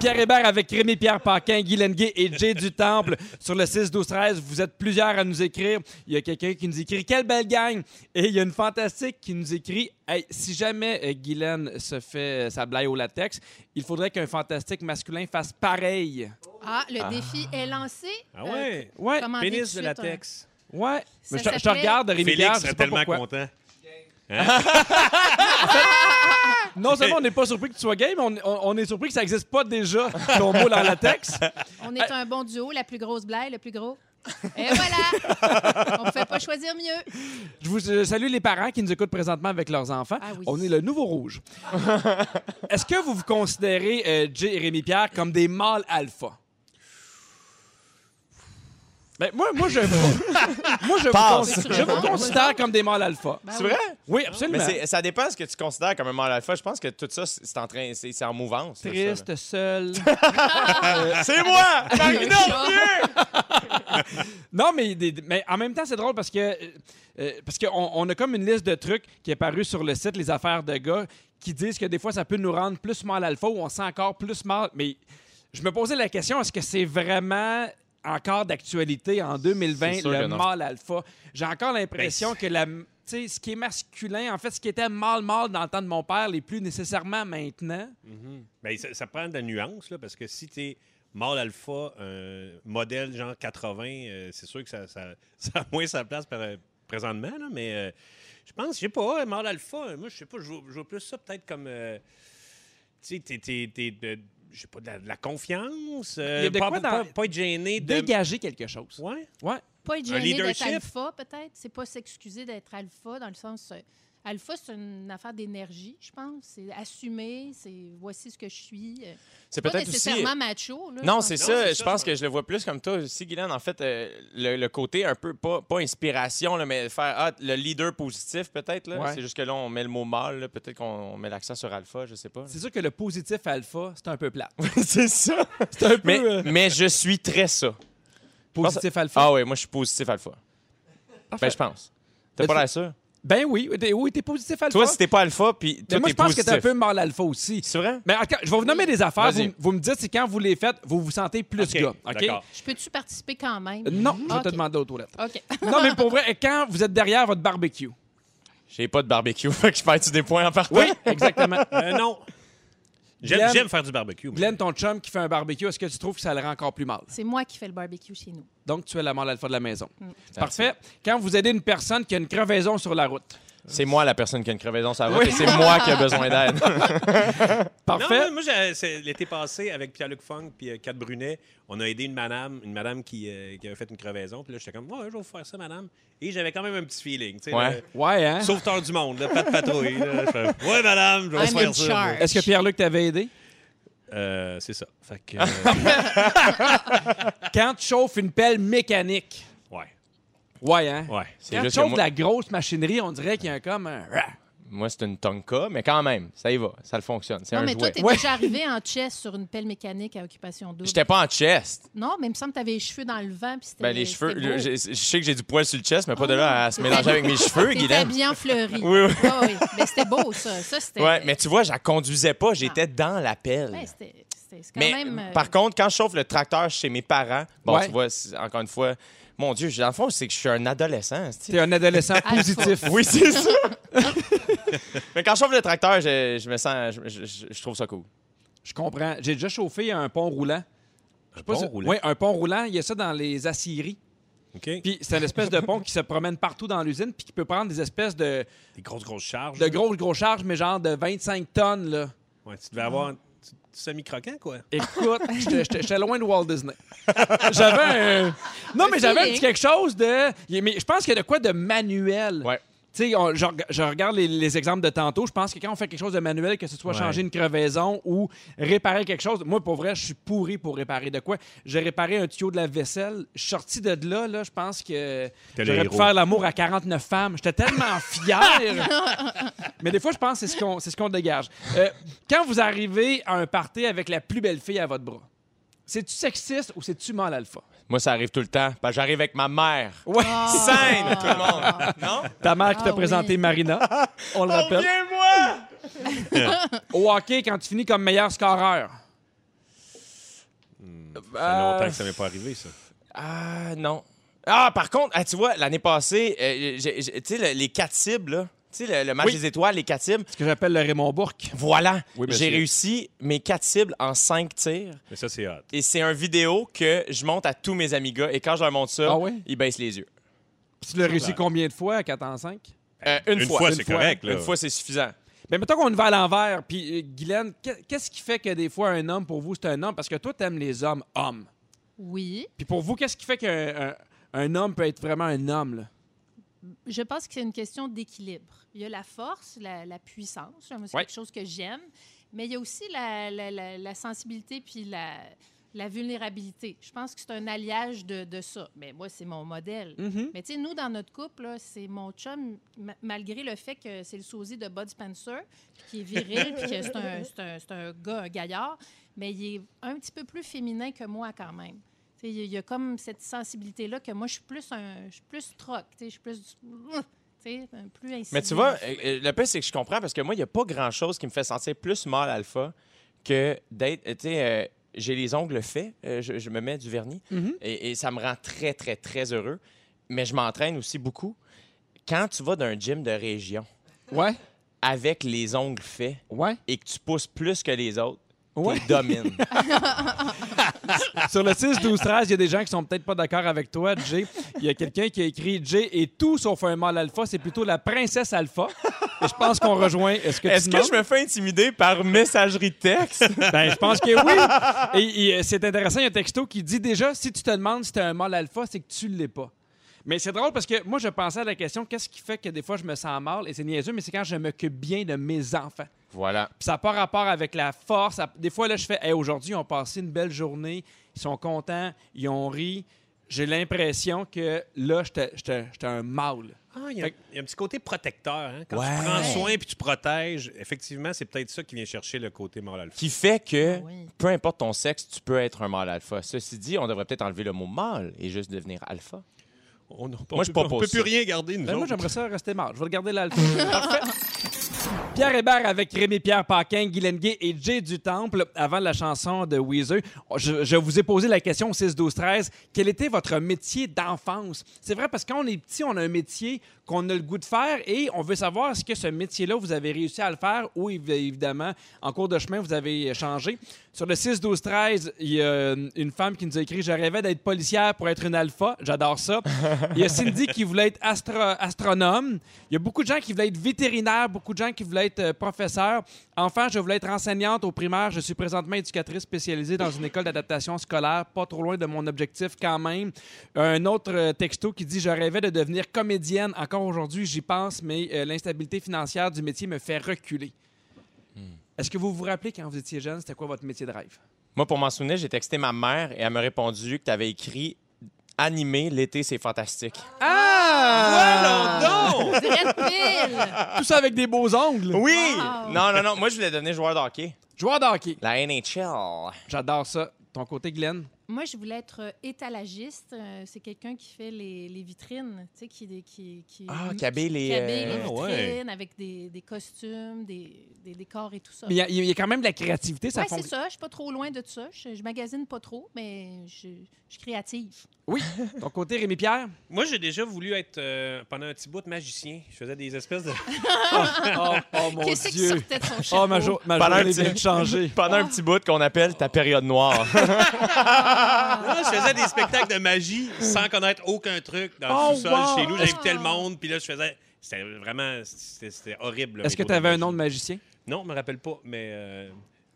[SPEAKER 1] Pierre Hébert avec Rémi Pierre Paquin, Guy Lenguet et Jay du Temple sur le 6 12 13. Vous êtes plusieurs à nous écrire. Il y a quelqu'un qui nous écrit quelle belle gang et il y a une fantastique qui nous écrit hey, si jamais euh, Guylaine se fait euh, sa blague au latex, il faudrait qu'un fantastique masculin fasse pareil.
[SPEAKER 3] Ah, le défi est lancé. Euh,
[SPEAKER 4] Ah ouais.
[SPEAKER 1] Ouais,
[SPEAKER 3] Comment
[SPEAKER 4] Pénis de latex.
[SPEAKER 1] ouais.
[SPEAKER 3] Ça
[SPEAKER 1] je, te- je te
[SPEAKER 3] s'appelait-
[SPEAKER 1] regarde Rémi Pierre,
[SPEAKER 4] Félix
[SPEAKER 1] je sais
[SPEAKER 4] serait
[SPEAKER 1] pas
[SPEAKER 4] tellement
[SPEAKER 1] pourquoi.
[SPEAKER 4] content.
[SPEAKER 1] Non seulement on n'est pas surpris que tu sois gay, mais on, on- on est surpris que ça n'existe pas déjà ton mot dans latex.
[SPEAKER 3] On est un bon duo, la plus grosse blague, le plus gros. Et voilà! On ne pouvait pas choisir mieux.
[SPEAKER 1] Je vous je salue les parents qui nous écoutent présentement avec leurs enfants.
[SPEAKER 3] Ah oui.
[SPEAKER 1] On est le nouveau rouge. Est-ce que vous vous considérez, euh, Jay et Rémi Pierre, comme des mâles alpha? Ben, moi, moi, je, moi, je, vous,
[SPEAKER 2] Passe.
[SPEAKER 1] cons- je vous considère comme des mâles alpha.
[SPEAKER 3] Ben
[SPEAKER 2] C'est
[SPEAKER 3] oui.
[SPEAKER 2] vrai?
[SPEAKER 4] Ah,
[SPEAKER 1] Oui, absolument.
[SPEAKER 2] Mais c'est- ça dépend ce que tu considères comme un mâle alpha. Je pense que tout ça, c'est c'est en train, c'est c'est en mouvance. là, ça, là.
[SPEAKER 1] Triste, seul.
[SPEAKER 2] C'est moi! Marina Ortieux!
[SPEAKER 1] Non, mais, des- des- mais en même temps, c'est drôle parce que euh, euh, parce qu'on on a comme une liste de trucs qui est parue sur le site Les Affaires de gars qui disent que des fois, ça peut nous rendre plus mal alpha ou on se sent encore plus mal. Mais je me posais la question, est-ce que c'est vraiment encore d'actualité en 2020,
[SPEAKER 2] C'est sûr
[SPEAKER 1] le
[SPEAKER 2] que non. Ben,
[SPEAKER 1] mal alpha? J'ai encore l'impression que la... tu sais, ce qui est masculin, en fait, ce qui était mal-mal dans le temps de mon père, n'est plus nécessairement maintenant.
[SPEAKER 4] Ben, ça, ça prend de la nuance, là, parce que si tu es mâle alpha, un modèle genre 80, euh, c'est sûr que ça, ça, ça a moins sa place par- euh, présentement, là, mais euh, je pense, je sais pas, mâle alpha, euh, moi, je sais pas, je vois- je vois plus ça peut-être comme. euh, tu sais, t'es- t'es- t'es de- je sais pas, de la, de la confiance, euh,
[SPEAKER 1] Il y a de
[SPEAKER 4] pas,
[SPEAKER 1] quoi
[SPEAKER 4] pas-
[SPEAKER 1] dans-
[SPEAKER 4] pas être gêné de.
[SPEAKER 1] Dégager quelque chose.
[SPEAKER 4] Ouais.
[SPEAKER 1] Ouais.
[SPEAKER 3] Pas être
[SPEAKER 4] Un
[SPEAKER 3] gêné d'être
[SPEAKER 4] leadership.
[SPEAKER 3] alpha, peut-être. C'est pas s'excuser d'être alpha, dans le sens... euh, alpha, c'est une affaire d'énergie, je pense. C'est assumer, c'est voici ce que je suis. euh,
[SPEAKER 2] C'est
[SPEAKER 3] Pas
[SPEAKER 2] peut-être aussi.
[SPEAKER 3] nécessairement macho. Là,
[SPEAKER 2] Non, c'est
[SPEAKER 4] Non,
[SPEAKER 2] ça.
[SPEAKER 4] c'est
[SPEAKER 2] Je
[SPEAKER 4] ça,
[SPEAKER 2] pense
[SPEAKER 4] je
[SPEAKER 2] que je le vois plus comme toi aussi, Guylaine. En fait, euh, le, le côté un peu, pas, pas inspiration, là, mais faire ah, le leader positif, peut-être. là.
[SPEAKER 1] Ouais.
[SPEAKER 2] C'est juste que là, on met le mot mâle. là. Peut-être qu'on met l'accent sur alpha, je sais pas.
[SPEAKER 1] C'est sûr que le positif alpha, c'est un peu plat.
[SPEAKER 2] C'est ça.
[SPEAKER 1] C'est un peu
[SPEAKER 2] Mais,
[SPEAKER 1] euh,
[SPEAKER 2] mais je suis très ça. pense-
[SPEAKER 1] positif alpha.
[SPEAKER 2] Ah oui, moi, je suis positif alpha. Ben, je pense. T'as
[SPEAKER 1] Mais
[SPEAKER 2] pas
[SPEAKER 1] tu-
[SPEAKER 2] l'air sûr?
[SPEAKER 1] Ben oui, t'es, oui, t'es positif alpha.
[SPEAKER 2] Toi, si t'es pas alpha, puis
[SPEAKER 1] Mais
[SPEAKER 2] toi,
[SPEAKER 1] moi,
[SPEAKER 2] t'es
[SPEAKER 1] je pense que
[SPEAKER 2] positif.
[SPEAKER 1] t'es un peu mal alpha aussi.
[SPEAKER 2] C'est vrai?
[SPEAKER 1] Mais attends, je vais vous nommer des affaires. Vous,
[SPEAKER 2] Vas-y.
[SPEAKER 1] m- vous me dites, c'est quand vous les faites, vous vous sentez plus
[SPEAKER 4] OK,
[SPEAKER 1] gars. OK?
[SPEAKER 4] d'accord.
[SPEAKER 3] Je peux-tu participer quand même?
[SPEAKER 1] Euh, Non, je vais te
[SPEAKER 3] Ok.
[SPEAKER 1] demander aux toilettes.
[SPEAKER 3] OK.
[SPEAKER 1] Non, mais pour vrai, quand vous êtes derrière votre barbecue.
[SPEAKER 2] J'ai pas de barbecue, fait que je perds-tu des points en partant?
[SPEAKER 1] Oui, exactement.
[SPEAKER 4] Euh, non. J'aime
[SPEAKER 1] Glenn-
[SPEAKER 4] j'aime faire du barbecue. mais-
[SPEAKER 1] Glenn, ton chum qui fait un barbecue, est-ce que tu trouves que ça le rend encore plus mal?
[SPEAKER 3] C'est moi qui fais le barbecue chez nous.
[SPEAKER 1] Donc, tu es la mort alpha de la maison. Parfait. Quand vous aidez une personne qui a une crevaison sur la route.
[SPEAKER 2] C'est moi la personne qui a une crevaison sur la route et c'est moi qui a besoin d'aide.
[SPEAKER 4] Non,
[SPEAKER 1] Parfait.
[SPEAKER 4] moi, moi, j'ai- c'est l'été passé, avec Pierre-Luc Funk puis euh, Kat Brunet, on a aidé une madame, une madame qui, euh, qui avait fait une crevaison. Puis là, j'étais comme, ouais, je vais vous faire ça, madame. Et j'avais quand même un petit feeling. tu sais,
[SPEAKER 2] Ouais.
[SPEAKER 4] le-
[SPEAKER 1] Ouais, hein?
[SPEAKER 4] Sauveteur du monde, là, pas de patrouille. là. Je fais, ouais, madame, je vais vous
[SPEAKER 3] I'm in
[SPEAKER 4] faire ça. moi.
[SPEAKER 3] charge.
[SPEAKER 1] Est-ce que Pierre-Luc t'avait aidé?
[SPEAKER 4] Euh, c'est ça. Fait que.
[SPEAKER 2] Ah.
[SPEAKER 1] Quand tu chauffes une pelle mécanique.
[SPEAKER 4] euh, ouais.
[SPEAKER 1] Ouais, hein?
[SPEAKER 4] Ouais.
[SPEAKER 2] C'est
[SPEAKER 1] Quand tu
[SPEAKER 2] juste que
[SPEAKER 1] chauffes
[SPEAKER 2] moi,
[SPEAKER 1] de la grosse machinerie, on dirait qu'il y a un comme un... Ah,
[SPEAKER 2] moi, c'est une Tonka, mais quand même, ça y va, ça le fonctionne. C'est
[SPEAKER 3] Non,
[SPEAKER 2] un
[SPEAKER 3] mais toi,
[SPEAKER 2] jouet.
[SPEAKER 3] t'es
[SPEAKER 1] Ouais.
[SPEAKER 3] déjà arrivé en chest sur une pelle mécanique à occupation double.
[SPEAKER 2] J'étais pas en chest.
[SPEAKER 3] Non, mais il me semble que t'avais les cheveux dans le vent. Puis c'était-
[SPEAKER 2] Ben, les cheveux,
[SPEAKER 3] c'était beau.
[SPEAKER 2] le- j'ai- je sais que j'ai du poil sur le chest, mais pas de
[SPEAKER 3] Oh.
[SPEAKER 2] là à se mélanger avec mes cheveux,
[SPEAKER 3] T'étais
[SPEAKER 2] Guylaine.
[SPEAKER 3] habillé en fleuri.
[SPEAKER 2] Oui, oui.
[SPEAKER 3] Ah oui. Mais c'était beau, ça. Ça, c'était...
[SPEAKER 2] Ouais, mais tu vois, je la conduisais pas, j'étais dans la pelle.
[SPEAKER 3] Ah. Ouais, c'était... c'était- c'est quand
[SPEAKER 2] mais
[SPEAKER 3] même... euh,
[SPEAKER 2] par contre, quand je chauffe le tracteur chez mes parents, bon,
[SPEAKER 1] Ouais.
[SPEAKER 2] tu vois, c'est- encore une fois, mon Dieu, dans le fond, c'est que je suis un adolescent. c'est-tu.
[SPEAKER 1] T'es un adolescent
[SPEAKER 3] Alpha.
[SPEAKER 1] positif.
[SPEAKER 2] Oui, c'est ça. mais quand je chauffe le tracteur, je, je me sens, je, je- je- je trouve ça cool.
[SPEAKER 1] Je comprends. J'ai déjà chauffé un pont roulant.
[SPEAKER 4] Un
[SPEAKER 1] Pas
[SPEAKER 4] bon
[SPEAKER 1] si-
[SPEAKER 4] roulant.
[SPEAKER 1] Oui, un pont roulant. Il y a ça dans les aciéries.
[SPEAKER 4] OK.
[SPEAKER 1] Puis c'est une espèce de pont qui se promène partout dans l'usine puis qui peut prendre des espèces de,
[SPEAKER 4] Des grosses, grosses charges.
[SPEAKER 1] de grosses, grosses charges, mais genre de 25 tonnes, là.
[SPEAKER 4] Ouais, tu devais avoir. un petit- petit Semi-croquant, quoi.
[SPEAKER 1] Écoute, j'étais- j'étais j'étais loin de Walt Disney. J'avais un... Non, mais j'avais un petit quelque chose de... Mais je pense qu'il y a de quoi de manuel.
[SPEAKER 2] Ouais.
[SPEAKER 1] Tu sais, on- je, reg- je regarde les, les exemples de tantôt. Je pense que quand on fait quelque chose de manuel, que ce soit
[SPEAKER 4] Ouais.
[SPEAKER 1] changer une crevaison ou réparer quelque chose, moi, pour vrai, je suis pourri pour réparer de quoi. J'ai réparé un tuyau de la vaisselle. Je suis sorti de là, là, je pense que
[SPEAKER 4] T'es le
[SPEAKER 1] j'aurais pu
[SPEAKER 4] héros.
[SPEAKER 1] faire l'amour à 49 femmes. J'étais tellement fier. Mais des fois, je pense que c'est ce qu'on c'est ce qu'on dégage. Euh, quand vous arrivez à un party avec la plus belle fille à votre bras, c'est-tu sexiste ou c'est-tu mal alpha?
[SPEAKER 2] Moi, ça arrive tout le temps. parce que J'arrive avec ma mère.
[SPEAKER 1] Ouais.
[SPEAKER 3] ah.
[SPEAKER 2] Scène, tout le monde. Non?
[SPEAKER 1] Ta mère qui
[SPEAKER 3] Ah
[SPEAKER 1] t'a
[SPEAKER 3] oui. Ah
[SPEAKER 1] présenté Marina, on le rappelle.
[SPEAKER 2] Reviens-moi!
[SPEAKER 1] Au hockey, quand tu finis comme meilleur scoreur,
[SPEAKER 4] Ça fait
[SPEAKER 2] Euh,
[SPEAKER 4] longtemps que ça m'est pas arrivé, ça.
[SPEAKER 2] Ah, non. Ah, par contre, ah, tu vois, l'année passée, euh, j'ai- j'ai- tu sais, le- les quatre cibles, là. Tu sais, le, le match
[SPEAKER 1] Oui.
[SPEAKER 2] des étoiles, les quatre cibles.
[SPEAKER 1] Ce que j'appelle le Raymond Bourque.
[SPEAKER 2] Voilà,
[SPEAKER 4] Oui, monsieur.
[SPEAKER 2] j'ai réussi mes quatre cibles en cinq tirs.
[SPEAKER 4] Mais ça, c'est hot.
[SPEAKER 2] Et c'est un vidéo que je monte à tous mes amis gars. Et quand je leur montre ça,
[SPEAKER 1] Ah oui?
[SPEAKER 2] ils baissent les yeux.
[SPEAKER 1] Puis tu l'as réussi combien de fois à 4 en 5?
[SPEAKER 2] Euh, une,
[SPEAKER 4] Une
[SPEAKER 2] fois.
[SPEAKER 4] fois,
[SPEAKER 2] Une
[SPEAKER 4] c'est
[SPEAKER 2] fois.
[SPEAKER 4] correct, là.
[SPEAKER 2] Une fois, c'est suffisant.
[SPEAKER 1] Mais mettons qu'on y va à l'envers. Puis, euh, Guylaine, qu'est- qu'est-ce qui fait que des fois, un homme, pour vous, c'est un homme? Parce que toi, t'aimes les hommes hommes.
[SPEAKER 3] Oui.
[SPEAKER 1] Puis pour vous, qu'est-ce qui fait qu'un un- un homme peut être vraiment un homme? Là?
[SPEAKER 3] Je pense que c'est une question d'équilibre. Il y a la force, la, la puissance, Moi, c'est
[SPEAKER 2] Ouais.
[SPEAKER 3] quelque chose que j'aime, mais il y a aussi la, la- la- la sensibilité puis la, la vulnérabilité. Je pense que c'est un alliage de, de ça. Mais moi, c'est mon modèle. Mais tu sais, nous, dans notre couple, là, c'est mon chum, ma- malgré le fait que c'est le sosie de Bud Spencer, qui est viril, puis que c'est un, c'est un- c'est un gars, un gaillard, mais il est un petit peu plus féminin que moi quand même. Tu sais, Il y a- il y a comme cette sensibilité-là que moi, je suis plus un, je suis plus troc, tu sais, je suis plus, du- tu sais, un plus insidieux.
[SPEAKER 2] Mais tu vois, euh, euh, le pire, c'est que je comprends parce que moi, il n'y a pas grand-chose qui me fait sentir plus mal alpha que d'être. euh, Tu sais, euh, j'ai les ongles faits, euh, je, je me mets du vernis
[SPEAKER 1] Mhm.
[SPEAKER 2] et, et ça me rend très, très, très heureux. Mais je m'entraîne aussi beaucoup. Quand tu vas d'un gym de région
[SPEAKER 1] Ouais,
[SPEAKER 2] avec les ongles faits
[SPEAKER 1] ouais,
[SPEAKER 2] et que tu pousses plus que les autres,
[SPEAKER 1] ouais.
[SPEAKER 2] tu domines.
[SPEAKER 1] Sur le 6, 12, 13, il y a des gens qui sont peut-être pas d'accord avec toi, Jay. Il y a quelqu'un qui a écrit Jay et tout sauf un mâle alpha, c'est plutôt la princesse alpha. Et je pense qu'on rejoint. Est-ce que, tu
[SPEAKER 2] Est-ce que
[SPEAKER 1] demandes?
[SPEAKER 2] je me fais intimider par messagerie texte?
[SPEAKER 1] Ben, je pense que oui. Et, et, euh, c'est intéressant, il y a un texto qui dit déjà si tu te demandes si tu un mâle alpha, c'est que tu l'es pas. Mais c'est drôle parce que moi, je pensais à la question qu'est-ce qui fait que des fois je me sens mal Et c'est niaiseux, mais c'est quand je m'occupe bien de mes enfants.
[SPEAKER 2] voilà.
[SPEAKER 1] Puis ça n'a pas rapport avec la force. Ça- Des fois, là, je fais Hey, aujourd'hui, on ont passé une belle journée, ils sont contents, ils ont ri. J'ai l'impression que là, j'étais- j'étais j'étais un mâle.
[SPEAKER 4] Ah, il y, a,
[SPEAKER 1] Fait que-
[SPEAKER 4] il y a un petit côté protecteur. Hein? Quand
[SPEAKER 2] Ouais.
[SPEAKER 4] tu prends soin puis tu protèges, effectivement, c'est peut-être ça qui vient chercher le côté moral alpha.
[SPEAKER 2] Qui fait que,
[SPEAKER 3] Ah oui.
[SPEAKER 2] peu importe ton sexe, tu peux être un mâle alpha. Ceci dit, on devrait peut-être enlever le mot mâle et juste devenir alpha.
[SPEAKER 4] On ne
[SPEAKER 2] Moi, je propose
[SPEAKER 4] peut
[SPEAKER 2] ça.
[SPEAKER 4] plus rien garder, nous
[SPEAKER 1] Ben, moi,
[SPEAKER 4] autres.
[SPEAKER 1] j'aimerais ça rester mort. Je vais regarder l'alpha. Parfait. Pierre Hébert avec Rémi-Pierre Paquin, Guylaine Gay et Jay du Temple avant la chanson de Weezer. Je, je vous ai posé la question au 6-12-13. Quel était votre métier d'enfance? C'est vrai parce que quand on est petit, on a un métier qu'on a le goût de faire et on veut savoir est-ce que ce métier-là, vous avez réussi à le faire ou évi- évidemment, en cours de chemin, vous avez changé. Sur le 6-12-13, il y a euh, une femme qui nous a écrit « Je rêvais d'être policière pour être une alpha. » J'adore ça. Il y a Cindy qui voulait être astro- astronome. Il y a beaucoup de gens qui voulaient être vétérinaires, beaucoup de gens qui voulaient être euh, professeurs. Enfin, je voulais être enseignante au primaire. Je suis présentement éducatrice spécialisée dans une école d'adaptation scolaire, pas trop loin de mon objectif quand même. Un autre euh, texto qui dit Je rêvais de devenir comédienne. Encore aujourd'hui, j'y pense, mais euh, l'instabilité financière du métier me fait reculer. Est-ce que vous vous rappelez quand vous étiez jeune, c'était quoi votre métier de rêve?
[SPEAKER 2] Moi, pour m'en souvenir, j'ai texté ma mère et elle m'a répondu que tu avais écrit animé l'été, c'est fantastique.
[SPEAKER 1] Ah!
[SPEAKER 4] non!
[SPEAKER 3] Brett Pill!
[SPEAKER 1] Tout ça avec des beaux ongles.
[SPEAKER 2] Oui!
[SPEAKER 3] Wow!
[SPEAKER 2] Non, non, non. Moi, je voulais devenir joueur de hockey.
[SPEAKER 1] Joueur de hockey.
[SPEAKER 2] La NHL.
[SPEAKER 1] J'adore ça. Ton côté, Glenn?
[SPEAKER 3] Moi, je voulais être euh, étalagiste. Euh, C'est quelqu'un qui fait les, les vitrines, tu sais, qui, qui, qui...
[SPEAKER 2] Ah, Cabé, les.
[SPEAKER 3] Cabine, Mm, les
[SPEAKER 2] euh,
[SPEAKER 4] Ah,
[SPEAKER 3] vitrines,
[SPEAKER 4] ouais.
[SPEAKER 3] avec des, des costumes, des, des décors et tout ça.
[SPEAKER 1] Mais il y a- il y, a quand même de la créativité, ça
[SPEAKER 3] Ouais, c'est
[SPEAKER 1] fonctionne.
[SPEAKER 3] ça. Je suis pas trop loin de ça. Je, je magasine pas trop, mais je, je suis créative.
[SPEAKER 1] Ton côté, Rémi Pierre?
[SPEAKER 4] Moi, j'ai déjà voulu être, euh, pendant un petit bout, magicien. Je faisais des espèces de...
[SPEAKER 1] Oh, mon
[SPEAKER 3] Ah, Qu'est-ce qui sortait de son chapeau?
[SPEAKER 1] Oh, ma, jo- ma
[SPEAKER 2] Pendant un
[SPEAKER 1] journée
[SPEAKER 2] petit-
[SPEAKER 1] vient de changer.
[SPEAKER 2] Pendant un petit bout qu'on appelle ta période noire.
[SPEAKER 4] Ah, je faisais des spectacles de magie sans connaître aucun truc dans
[SPEAKER 1] Oh,
[SPEAKER 4] le sous-sol
[SPEAKER 1] wow!
[SPEAKER 4] chez nous. J'invitais le monde, puis là, je faisais... C'était vraiment... C'était c'était horrible. le
[SPEAKER 1] Est-ce que
[SPEAKER 4] métro
[SPEAKER 1] tu avais un nom de
[SPEAKER 4] magie.
[SPEAKER 1] magicien?
[SPEAKER 4] Non, je me rappelle pas, mais... euh,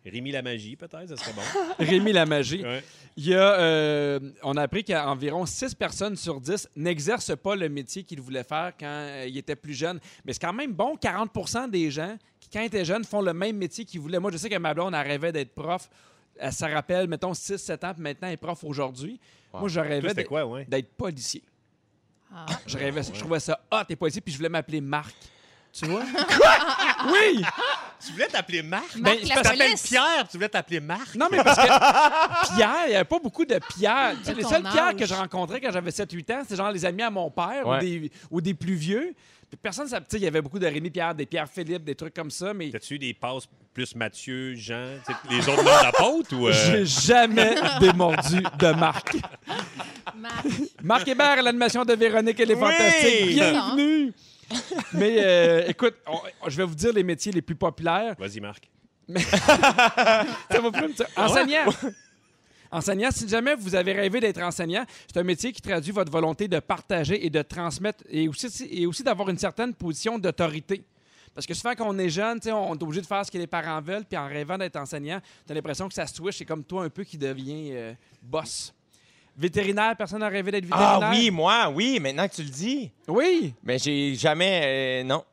[SPEAKER 4] Rémi la magie, peut-être, ça serait bon.
[SPEAKER 1] Rémi la magie.
[SPEAKER 4] Ouais.
[SPEAKER 1] Il y a, euh, on a appris qu'environ 6 personnes sur 10 n'exercent pas le métier qu'ils voulaient faire quand euh, ils étaient plus jeunes. Mais c'est quand même bon, 40 des gens qui, quand ils étaient jeunes, font le même métier qu'ils voulaient. Moi, je sais que ma blonde, elle rêvait d'être prof. Elle se rappelle, mettons, 6-7 ans, puis maintenant, elle est prof aujourd'hui.
[SPEAKER 2] Wow.
[SPEAKER 1] Moi, je
[SPEAKER 4] Toi,
[SPEAKER 1] rêvais
[SPEAKER 4] c'était
[SPEAKER 1] d'être
[SPEAKER 4] quoi, ouais?
[SPEAKER 1] d'être policier.
[SPEAKER 3] Ah.
[SPEAKER 1] Je rêvais, je trouvais ça hot et policier, puis je voulais m'appeler Marc. Tu vois? Oui!
[SPEAKER 4] Tu voulais t'appeler Marc?
[SPEAKER 1] Ben,
[SPEAKER 3] Marc
[SPEAKER 1] je
[SPEAKER 3] la
[SPEAKER 1] pense-
[SPEAKER 4] T'appelles
[SPEAKER 3] police.
[SPEAKER 4] Pierre, tu voulais t'appeler Marc?
[SPEAKER 1] Non, mais parce que Pierre, il n'y avait pas beaucoup de Pierre. Tu sais, les
[SPEAKER 3] ton
[SPEAKER 1] seuls Pierre
[SPEAKER 3] âge.
[SPEAKER 1] que je rencontrais quand j'avais 7-8 ans, c'est genre les amis à mon père ou,
[SPEAKER 2] Ouais.
[SPEAKER 1] des, ou des plus vieux. Puis personne, ça, tu sais, il y avait beaucoup de Rémi Pierre, des Pierre Philippe, des trucs comme ça, mais
[SPEAKER 4] T'as-tu eu des passes plus Mathieu, Jean, tu sais, les autres membres d'apôtre ou. euh,
[SPEAKER 1] J'ai jamais démordu de Marc.
[SPEAKER 3] Marc,
[SPEAKER 1] Marc Hébert à l'animation de Véronique, elle est
[SPEAKER 2] Oui!
[SPEAKER 1] fantastique. Bienvenue! Mais euh, écoute, on- je vais vous dire les métiers les plus populaires.
[SPEAKER 4] Vas-y, Marc.
[SPEAKER 1] Ça va plus me dire- Enseignant! Ah Enseignant, si jamais vous avez rêvé d'être enseignant, c'est un métier qui traduit votre volonté de partager et de transmettre et aussi, et aussi d'avoir une certaine position d'autorité. Parce que souvent, quand on est jeune, tu sais, on est obligé de faire ce que les parents veulent, puis en rêvant d'être enseignant, tu as l'impression que ça se twitch. C'est comme toi un peu qui devient euh, boss. Vétérinaire, personne n'a rêvé d'être vétérinaire?
[SPEAKER 2] Ah oui, moi, oui, maintenant que tu le dis.
[SPEAKER 1] Oui!
[SPEAKER 2] Mais j'ai jamais. euh, non.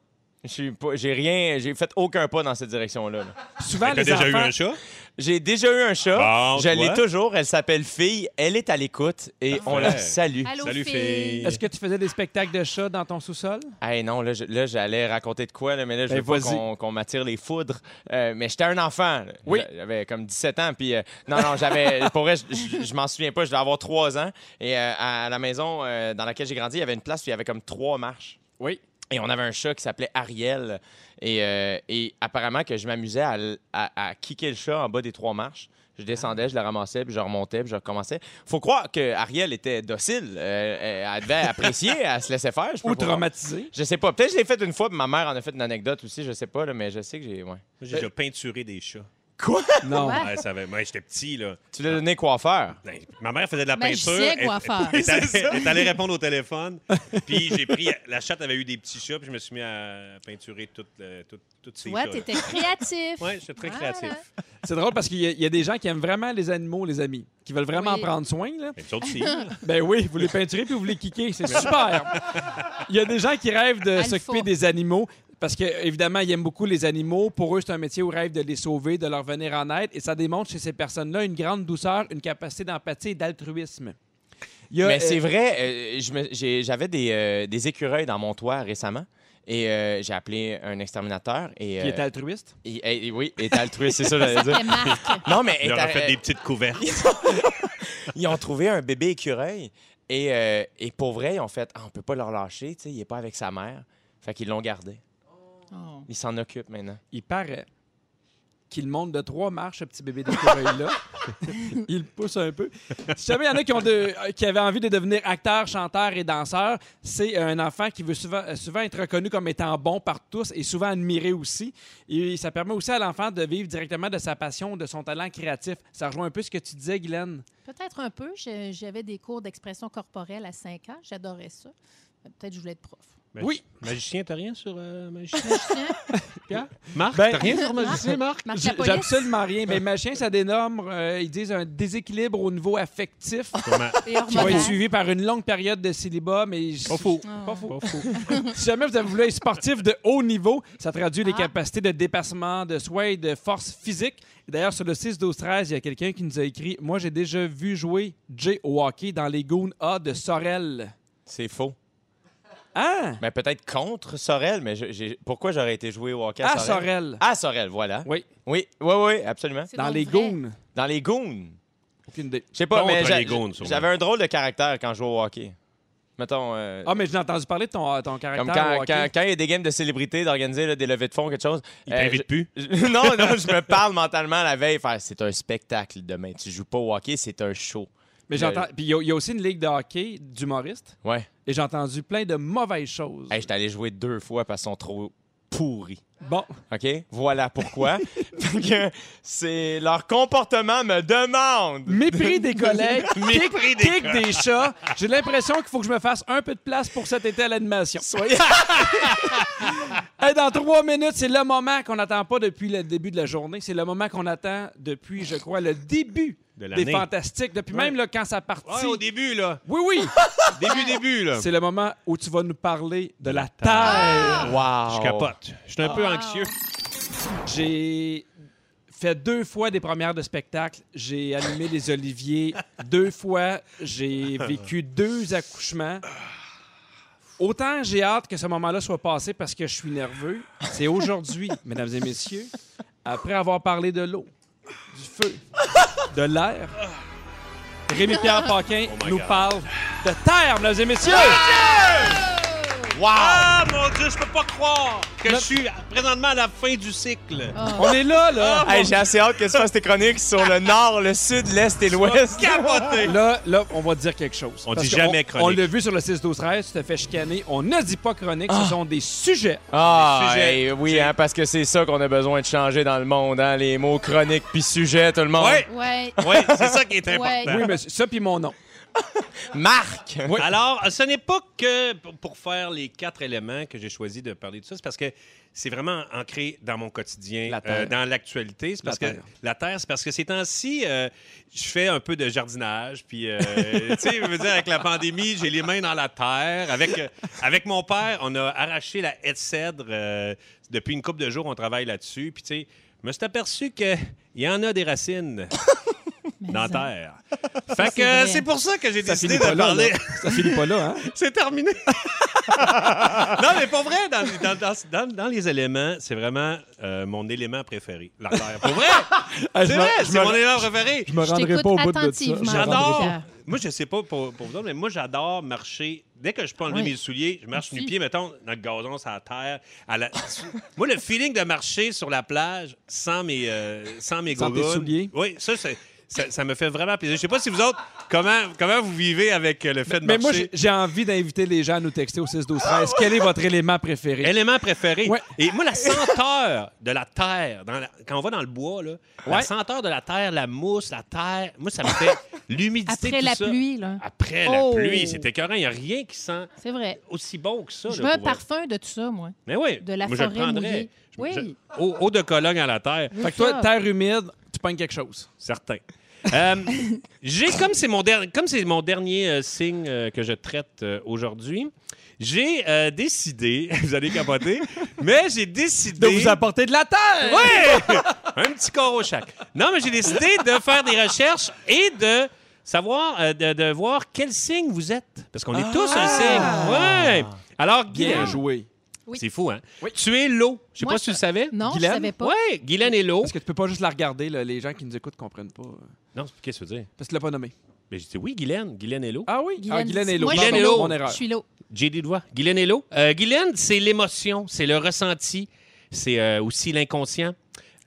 [SPEAKER 2] Je suis pas- J'ai rien. J'ai fait aucun pas dans cette direction-là. là.
[SPEAKER 1] Souvent,
[SPEAKER 4] T'as
[SPEAKER 1] Ah, les
[SPEAKER 4] déjà eu
[SPEAKER 1] enfants-
[SPEAKER 4] un chat?
[SPEAKER 2] J'ai déjà eu un chat.
[SPEAKER 4] Bon,
[SPEAKER 2] je
[SPEAKER 4] tu
[SPEAKER 2] l'ai
[SPEAKER 4] vois.
[SPEAKER 2] toujours. Elle s'appelle Fille. Elle est à l'écoute et on la
[SPEAKER 4] Parfait.
[SPEAKER 2] salue.
[SPEAKER 3] allô,
[SPEAKER 4] Salut,
[SPEAKER 3] fille.
[SPEAKER 4] fille.
[SPEAKER 1] Est-ce que tu faisais des spectacles de chats dans ton sous-sol?
[SPEAKER 2] Hey, non, là, je- là, j'allais raconter de quoi, là, mais là, je
[SPEAKER 1] Ben,
[SPEAKER 2] veux pas
[SPEAKER 1] vas-y.
[SPEAKER 2] qu'on qu'on m'attire les foudres. Euh, mais j'étais un enfant. là.
[SPEAKER 1] Oui.
[SPEAKER 2] J'a- J'avais comme 17 ans. Puis, euh, non, non, j'avais. pour vrai, je- je je m'en souviens pas. Je devais avoir 3 ans. Et euh, à la maison euh, dans laquelle j'ai grandi, il y avait une place où il y avait comme trois marches.
[SPEAKER 1] Oui.
[SPEAKER 2] Et on avait un chat qui s'appelait Ariel. Et, euh, et apparemment que je m'amusais à, l- à, à kicker le chat en bas des trois marches. Je descendais, je le ramassais, puis je remontais, puis je recommençais. Faut croire que Ariel était docile. Euh, elle devait apprécier, elle se laissait faire. je peux
[SPEAKER 1] Ou
[SPEAKER 2] pas-
[SPEAKER 1] traumatisé?
[SPEAKER 2] je sais pas. Peut-être que je l'ai fait une fois, puis ma mère en a fait une anecdote aussi, je sais pas, là, mais je sais que j'ai. Ouais.
[SPEAKER 4] Moi, J'ai déjà peinturé des chats.
[SPEAKER 2] Quoi?
[SPEAKER 1] Non.
[SPEAKER 3] Ouais.
[SPEAKER 4] Ouais, ça avait... ouais, j'étais petit, là.
[SPEAKER 2] Tu l'as donné coiffeur.
[SPEAKER 4] Ben, Ma mère faisait de la
[SPEAKER 3] Magicien,
[SPEAKER 4] peinture. Elle-
[SPEAKER 3] coiffeur.
[SPEAKER 4] Elle, est allée- elle est allée répondre au téléphone. Puis j'ai pris. La chatte avait eu des petits chats, puis je me suis mis à peinturer toutes le- tout- toutes ces
[SPEAKER 3] Tu vois,
[SPEAKER 4] chats.
[SPEAKER 3] t'étais créatif.
[SPEAKER 4] Oui, j'étais très
[SPEAKER 3] Voilà.
[SPEAKER 4] créatif.
[SPEAKER 1] C'est drôle parce qu'il y, a- il y a des gens qui aiment vraiment les animaux, les amis, qui veulent vraiment
[SPEAKER 3] Oui.
[SPEAKER 1] en prendre soin. Là.
[SPEAKER 4] Mais autres aussi.
[SPEAKER 1] Ben oui, vous les peinturez puis vous les kickez. C'est super. Il y a des gens qui rêvent de
[SPEAKER 3] Ben Alpha.
[SPEAKER 1] s'occuper des animaux parce que évidemment ils aiment beaucoup les animaux. Pour eux, c'est un métier où ils rêvent de les sauver, de leur venir en aide. Et ça démontre chez ces personnes-là une grande douceur, une capacité d'empathie et d'altruisme. Il y a,
[SPEAKER 2] Mais
[SPEAKER 1] euh,
[SPEAKER 2] c'est vrai, euh, je me- j'ai- j'avais des, euh, des écureuils dans mon toit récemment. Et euh, j'ai appelé un exterminateur. Et,
[SPEAKER 1] Qui est
[SPEAKER 2] euh,
[SPEAKER 1] altruiste.
[SPEAKER 2] et- et- et oui, est altruiste, c'est ça, j'allais dire.
[SPEAKER 3] C'était Marc.
[SPEAKER 2] Non, mais
[SPEAKER 4] Il leur
[SPEAKER 2] est-
[SPEAKER 4] a fait
[SPEAKER 2] euh,
[SPEAKER 4] des petites couvertes.
[SPEAKER 2] ils ont trouvé un bébé écureuil. Et, euh, et pour vrai, ils ont fait ah, on peut pas leur lâcher, tu sais, il est pas avec sa mère. Fait qu'ils l'ont gardé.
[SPEAKER 3] Oh.
[SPEAKER 2] Ils s'en occupent maintenant.
[SPEAKER 1] il paraît qu'il monte de trois marches, ce petit bébé d'écureuil-là. il pousse un peu. Si jamais il y en a qui, ont de- euh, qui avaient envie de devenir acteur, chanteur et danseur, c'est un enfant qui veut souvent, euh, souvent être reconnu comme étant bon par tous et souvent admiré aussi. Et ça permet aussi à l'enfant de vivre directement de sa passion, de son talent créatif. Ça rejoint un peu ce que tu disais, Guylaine.
[SPEAKER 3] Peut-être un peu. J'ai- J'avais des cours d'expression corporelle à 5 ans. J'adorais ça. Peut-être que je voulais être prof.
[SPEAKER 1] Oui.
[SPEAKER 4] Magicien, t'as rien sur euh, magicien?
[SPEAKER 3] Magicien,
[SPEAKER 4] Marc,
[SPEAKER 1] Ben-
[SPEAKER 4] t'as rien sur magicien, Marc?
[SPEAKER 3] Marc
[SPEAKER 1] J'ai j'ai
[SPEAKER 3] Lapolis.
[SPEAKER 1] absolument rien. Mais machin, ça dénomme, euh, ils disent un déséquilibre au niveau affectif
[SPEAKER 4] Comment?
[SPEAKER 1] qui
[SPEAKER 3] et
[SPEAKER 1] va
[SPEAKER 3] hormonal.
[SPEAKER 1] être suivi par une longue période de célibat. Mais je-
[SPEAKER 4] Pas faux.
[SPEAKER 3] Ah.
[SPEAKER 1] Pas faux.
[SPEAKER 4] Pas faux.
[SPEAKER 1] Si jamais vous avez voulu être sportif de haut niveau, ça traduit les
[SPEAKER 3] Ah.
[SPEAKER 1] capacités de dépassement, de soin et de force physique. D'ailleurs, sur le 6-12-13, il y a quelqu'un qui nous a écrit « Moi, j'ai déjà vu jouer Jay au hockey dans les Goons A de Sorel.
[SPEAKER 2] C'est faux. »
[SPEAKER 1] Hein?
[SPEAKER 2] Mais peut-être contre Sorel, mais je- j'ai- pourquoi j'aurais été joué au hockey à
[SPEAKER 1] À
[SPEAKER 2] Sorel?
[SPEAKER 1] Ah, Sorel.
[SPEAKER 2] À Sorel, voilà.
[SPEAKER 1] Oui,
[SPEAKER 2] Oui, oui, oui, absolument.
[SPEAKER 3] C'est
[SPEAKER 1] dans
[SPEAKER 3] donc
[SPEAKER 1] les
[SPEAKER 3] vrai.
[SPEAKER 1] Goons.
[SPEAKER 2] Dans les goons.
[SPEAKER 1] Aucune idée.
[SPEAKER 2] Je sais pas,
[SPEAKER 4] Contre
[SPEAKER 2] mais j'a-
[SPEAKER 4] les goons, sûrement.
[SPEAKER 2] j'avais un drôle de caractère quand je jouais au hockey. Mettons, euh,
[SPEAKER 1] Ah, mais j'ai entendu parler de ton, ton caractère
[SPEAKER 2] comme quand,
[SPEAKER 1] au hockey.
[SPEAKER 2] quand- quand il y a des games de célébrités, d'organiser là, des levées de fonds, quelque chose.
[SPEAKER 4] Il
[SPEAKER 2] euh,
[SPEAKER 4] t'invite plus.
[SPEAKER 2] je- je- non, non, je me parle mentalement la veille. Faire, c'est un spectacle demain. Tu joues pas au hockey, c'est un show.
[SPEAKER 1] Mais j'entends...
[SPEAKER 2] euh,
[SPEAKER 1] Puis il y, a- il y a aussi une ligue de hockey d'humoristes.
[SPEAKER 2] Ouais.
[SPEAKER 1] Et j'ai entendu plein de mauvaises choses.
[SPEAKER 2] Hey, j'étais allé jouer deux fois parce qu'ils sont trop pourris.
[SPEAKER 1] Bon,
[SPEAKER 2] OK? Voilà pourquoi. Fait que c'est leur comportement me demande.
[SPEAKER 1] mépris des collègues, kick,
[SPEAKER 4] Mépris des
[SPEAKER 1] kick des chats. J'ai l'impression qu'il faut que je me fasse un peu de place pour cet été à l'animation.
[SPEAKER 2] Soyez-
[SPEAKER 1] Hey, dans trois minutes, c'est le moment qu'on n'attend pas depuis le début de la journée. C'est le moment qu'on attend depuis, je crois, le début
[SPEAKER 4] De l'année.
[SPEAKER 1] des Fantastiques. Depuis même là, quand ça partit.
[SPEAKER 4] Ouais, au début, là.
[SPEAKER 1] oui, oui.
[SPEAKER 4] Début, début, là.
[SPEAKER 1] c'est le moment où tu vas nous parler de la Terre.
[SPEAKER 2] Wow.
[SPEAKER 4] Je capote. Je suis un
[SPEAKER 3] ah.
[SPEAKER 4] peu anxieux.
[SPEAKER 1] J'ai fait deux fois des premières de spectacle. J'ai animé les Oliviers deux fois. J'ai vécu deux accouchements. Autant j'ai hâte que ce moment-là soit passé parce que je suis nerveux. C'est aujourd'hui, mesdames et messieurs, après avoir parlé de l'eau, du feu, de l'air, Rémi-Pierre Paquin
[SPEAKER 4] Oh my
[SPEAKER 1] nous
[SPEAKER 4] God.
[SPEAKER 1] parle de terre, mesdames et messieurs.
[SPEAKER 2] Wow!
[SPEAKER 4] Ah, mon Dieu, je peux pas croire que
[SPEAKER 1] Notre-
[SPEAKER 4] je suis présentement à la fin du cycle.
[SPEAKER 3] Ah.
[SPEAKER 1] On est là, là.
[SPEAKER 2] Hey, j'ai assez hâte que tu fasses tes chroniques sur le nord, le sud, l'est et l'ouest.
[SPEAKER 4] Capoté!
[SPEAKER 1] Là, là, on va dire quelque chose.
[SPEAKER 4] On
[SPEAKER 1] Parce
[SPEAKER 4] dit
[SPEAKER 1] que
[SPEAKER 4] jamais
[SPEAKER 1] on-
[SPEAKER 4] chronique.
[SPEAKER 1] On l'a vu sur le 6-12-13, tu te fais chicaner. On ne dit pas chronique, ce sont des sujets.
[SPEAKER 2] Ah,
[SPEAKER 4] Les sujets.
[SPEAKER 2] hey, oui, hein, parce que c'est ça qu'on a besoin de changer dans le monde, hein, les mots chroniques puis sujets, tout le monde.
[SPEAKER 4] Ouais.
[SPEAKER 3] Ouais.
[SPEAKER 4] Oui, c'est ça qui est
[SPEAKER 3] Ouais.
[SPEAKER 4] important.
[SPEAKER 1] Oui, monsieur, ça puis mon nom.
[SPEAKER 2] Marc!
[SPEAKER 4] Alors, ce n'est pas que p- pour faire les quatre éléments que j'ai choisi de parler de ça, c'est parce que c'est vraiment ancré dans mon quotidien, euh,
[SPEAKER 1] La terre.
[SPEAKER 4] dans l'actualité. C'est parce
[SPEAKER 1] La
[SPEAKER 4] que
[SPEAKER 1] terre.
[SPEAKER 4] la terre, c'est parce que ces temps-ci, euh, je fais un peu de jardinage, puis euh, tu sais, je veux dire avec la pandémie, j'ai les mains dans la terre. Avec euh, avec mon père, on a arraché la haie de cèdre euh, depuis une couple de jours, on travaille là-dessus, puis tu sais, je me suis aperçu que il y en a des racines
[SPEAKER 3] Mais
[SPEAKER 4] dans la
[SPEAKER 3] ça-
[SPEAKER 4] terre. Fait
[SPEAKER 3] c'est
[SPEAKER 4] que euh,
[SPEAKER 3] vrai.
[SPEAKER 4] c'est pour ça que j'ai
[SPEAKER 1] Ça
[SPEAKER 4] décidé
[SPEAKER 1] finit pas
[SPEAKER 4] de
[SPEAKER 1] là,
[SPEAKER 4] parler.
[SPEAKER 1] là. Ça finit pas là, hein?
[SPEAKER 4] C'est terminé. non, mais pour vrai, dans, dans- dans- dans- dans les éléments, c'est vraiment euh, mon élément préféré, l'artère. Pour vrai,
[SPEAKER 1] Ah,
[SPEAKER 4] c'est vrai, c'est mon élément préféré.
[SPEAKER 1] Je me
[SPEAKER 3] Je
[SPEAKER 1] rendrai
[SPEAKER 3] t'écoute
[SPEAKER 1] pas au bout de ça.
[SPEAKER 3] attentivement.
[SPEAKER 1] Je me
[SPEAKER 4] J'adore.
[SPEAKER 1] rendrai pas.
[SPEAKER 3] Pierre.
[SPEAKER 4] Moi, je sais pas pour, pour vous autres, mais moi, j'adore marcher. Dès que je peux enlever
[SPEAKER 3] Oui.
[SPEAKER 4] mes souliers, je marche
[SPEAKER 3] Aussi.
[SPEAKER 4] du pied, mettons, dans le gazon, sur la terre. à la- moi, le feeling de marcher sur la plage sans mes, euh, sans mes
[SPEAKER 1] Sans tes
[SPEAKER 4] gogoons,
[SPEAKER 1] souliers.
[SPEAKER 4] Oui, ça, c'est- Ça, ça me fait vraiment plaisir. Je sais pas si vous autres, comment, comment vous vivez avec euh, le fait de
[SPEAKER 1] Mais
[SPEAKER 4] marcher.
[SPEAKER 1] moi, j'ai- j'ai envie d'inviter les gens à nous texter au 6-12-13. Quel est votre élément préféré?
[SPEAKER 4] Élément préféré.
[SPEAKER 1] Ouais.
[SPEAKER 4] Et moi, la senteur de la terre, dans la- quand on va dans le bois, là,
[SPEAKER 1] Ouais.
[SPEAKER 4] la senteur de la terre, la mousse, la terre, moi, ça me fait l'humidité.
[SPEAKER 3] Après
[SPEAKER 4] tout
[SPEAKER 3] la
[SPEAKER 4] ça. Ah.
[SPEAKER 3] pluie, là.
[SPEAKER 4] Après
[SPEAKER 3] Oh.
[SPEAKER 4] la pluie, c'est écœurant. Il n'y a rien qui sent
[SPEAKER 3] C'est vrai.
[SPEAKER 4] aussi bon que ça.
[SPEAKER 3] Je
[SPEAKER 4] là,
[SPEAKER 3] veux un
[SPEAKER 4] pour vrai.
[SPEAKER 3] parfum de tout ça, moi.
[SPEAKER 4] Mais oui,
[SPEAKER 3] de la
[SPEAKER 4] moi, je
[SPEAKER 3] forêt
[SPEAKER 4] le prendrais.
[SPEAKER 3] mouillée.
[SPEAKER 4] Je-
[SPEAKER 3] Oui.
[SPEAKER 4] je- eau, eau de Cologne à la terre,
[SPEAKER 1] Fait que toi, terre humide, tu pognes quelque chose.
[SPEAKER 4] certain. Euh, j'ai comme c'est mon der- comme c'est mon dernier euh, signe euh, que je traite euh, aujourd'hui, j'ai euh, décidé, vous allez capoter, mais j'ai décidé
[SPEAKER 1] De vous apporter de la terre!
[SPEAKER 4] Ouais! Un petit corps au chac. Non, mais j'ai décidé de faire des recherches et de savoir, euh, de, de voir quel signe vous êtes. Parce qu'on
[SPEAKER 3] Ah!
[SPEAKER 4] est tous un signe. Ouais! Alors,
[SPEAKER 1] Bien
[SPEAKER 4] Guylaine,
[SPEAKER 1] joué.
[SPEAKER 3] Oui.
[SPEAKER 4] c'est fou, hein?
[SPEAKER 1] Oui.
[SPEAKER 4] Tu es l'eau. Je sais
[SPEAKER 3] Moi,
[SPEAKER 4] pas si tu
[SPEAKER 3] je-
[SPEAKER 4] le savais.
[SPEAKER 3] Non,
[SPEAKER 1] Guylaine?
[SPEAKER 3] je savais pas.
[SPEAKER 4] Oui, Guylaine est l'eau.
[SPEAKER 1] Parce que tu peux pas juste la regarder, là, les gens qui nous écoutent comprennent pas.
[SPEAKER 4] Non, qu'est-ce que tu veux dire?
[SPEAKER 1] Parce que tu l'as pas nommé.
[SPEAKER 4] Mais j'ai dit oui, Guylaine. Guylaine est l'eau.
[SPEAKER 1] Ah oui? ah, Guylaine est l'eau.
[SPEAKER 3] Moi, je
[SPEAKER 1] Pardon,
[SPEAKER 3] suis
[SPEAKER 4] Guylaine Hello.
[SPEAKER 1] Mon
[SPEAKER 3] l'eau.
[SPEAKER 1] erreur.
[SPEAKER 3] Je suis l'eau.
[SPEAKER 4] J'ai des doigts. Guylaine est l'eau. Euh, Guylaine, c'est l'émotion, c'est le ressenti, c'est euh, aussi l'inconscient.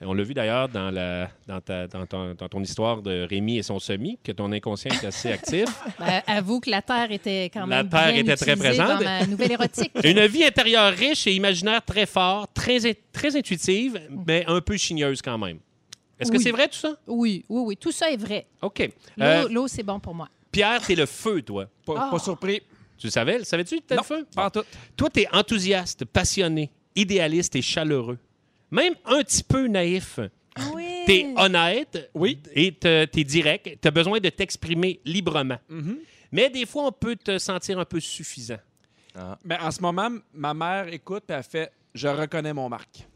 [SPEAKER 4] Euh, On l'a vu d'ailleurs dans, la- dans, ta- dans ton, dans ton histoire de Rémi et son semi, que ton inconscient est assez actif.
[SPEAKER 3] Ben, avoue que la terre était quand
[SPEAKER 4] La
[SPEAKER 3] même
[SPEAKER 4] terre
[SPEAKER 3] bien
[SPEAKER 4] était très
[SPEAKER 3] utilisée
[SPEAKER 4] présente.
[SPEAKER 3] dans ma nouvelle érotique.
[SPEAKER 4] Une vie intérieure riche et imaginaire très fort, très, in- très intuitive, mais un peu chigneuse quand même. Est-ce que
[SPEAKER 3] Oui.
[SPEAKER 4] c'est vrai tout ça?
[SPEAKER 3] Oui, oui, oui. Tout ça est vrai.
[SPEAKER 4] OK.
[SPEAKER 3] L'eau,
[SPEAKER 4] Euh,
[SPEAKER 3] l'eau, c'est bon pour moi.
[SPEAKER 4] Pierre, t'es le feu, toi.
[SPEAKER 1] Pas, pas
[SPEAKER 3] Ah.
[SPEAKER 1] surpris.
[SPEAKER 4] Tu le savais? Le savais-tu que t'es
[SPEAKER 1] Non,
[SPEAKER 4] le feu?
[SPEAKER 1] pas en tout.
[SPEAKER 4] Toi, t'es enthousiaste, passionné, idéaliste et chaleureux. Même un petit peu naïf.
[SPEAKER 3] Oui.
[SPEAKER 4] T'es honnête
[SPEAKER 1] Oui.
[SPEAKER 4] et te- t'es direct. T'as besoin de t'exprimer librement.
[SPEAKER 1] Mhm.
[SPEAKER 4] Mais des fois, on peut te sentir un peu suffisant.
[SPEAKER 1] Mais en ce moment, ma mère écoute et elle fait Je reconnais mon Marc.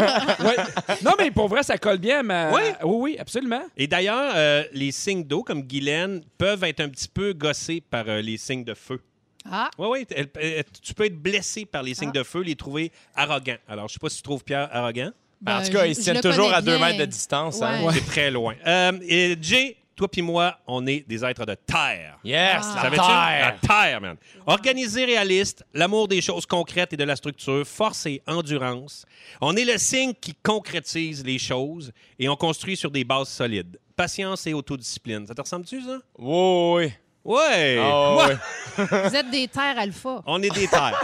[SPEAKER 1] Ouais. Non, mais pour vrai, ça colle bien. Mais...
[SPEAKER 4] Oui?
[SPEAKER 1] oui, oui, absolument.
[SPEAKER 4] Et d'ailleurs, euh, les signes d'eau, comme Guylaine, peuvent être un petit peu gossés par euh, les signes de feu.
[SPEAKER 3] Ah,
[SPEAKER 4] Oui, oui. elle- elle- Tu peux être blessé par les signes
[SPEAKER 3] Ah.
[SPEAKER 4] de feu, les trouver arrogants. Alors, je sais pas si tu trouves Pierre arrogant.
[SPEAKER 2] Ben, en
[SPEAKER 3] ben,
[SPEAKER 2] tout cas,
[SPEAKER 3] je-
[SPEAKER 2] ils se
[SPEAKER 3] je
[SPEAKER 2] tiennent
[SPEAKER 3] le
[SPEAKER 2] toujours
[SPEAKER 3] connais
[SPEAKER 2] à deux
[SPEAKER 3] bien.
[SPEAKER 2] mètres de distance. hein.
[SPEAKER 3] Ouais.
[SPEAKER 4] C'est très loin. Euh, et Jay, toi puis moi, on est des êtres de terre.
[SPEAKER 2] Yes,
[SPEAKER 3] Ah.
[SPEAKER 2] la
[SPEAKER 4] Savais-tu?
[SPEAKER 2] terre!
[SPEAKER 4] La terre, man. Organisé, réaliste, l'amour des choses concrètes et de la structure, force et endurance. On est le signe qui concrétise les choses et on construit sur des bases solides. Patience et autodiscipline. Ça te ressemble-tu, ça?
[SPEAKER 2] Oui, oui.
[SPEAKER 4] Ouais.
[SPEAKER 2] Ah,
[SPEAKER 4] Moi,
[SPEAKER 2] oui.
[SPEAKER 3] Vous êtes des terres alpha.
[SPEAKER 4] On est des terres.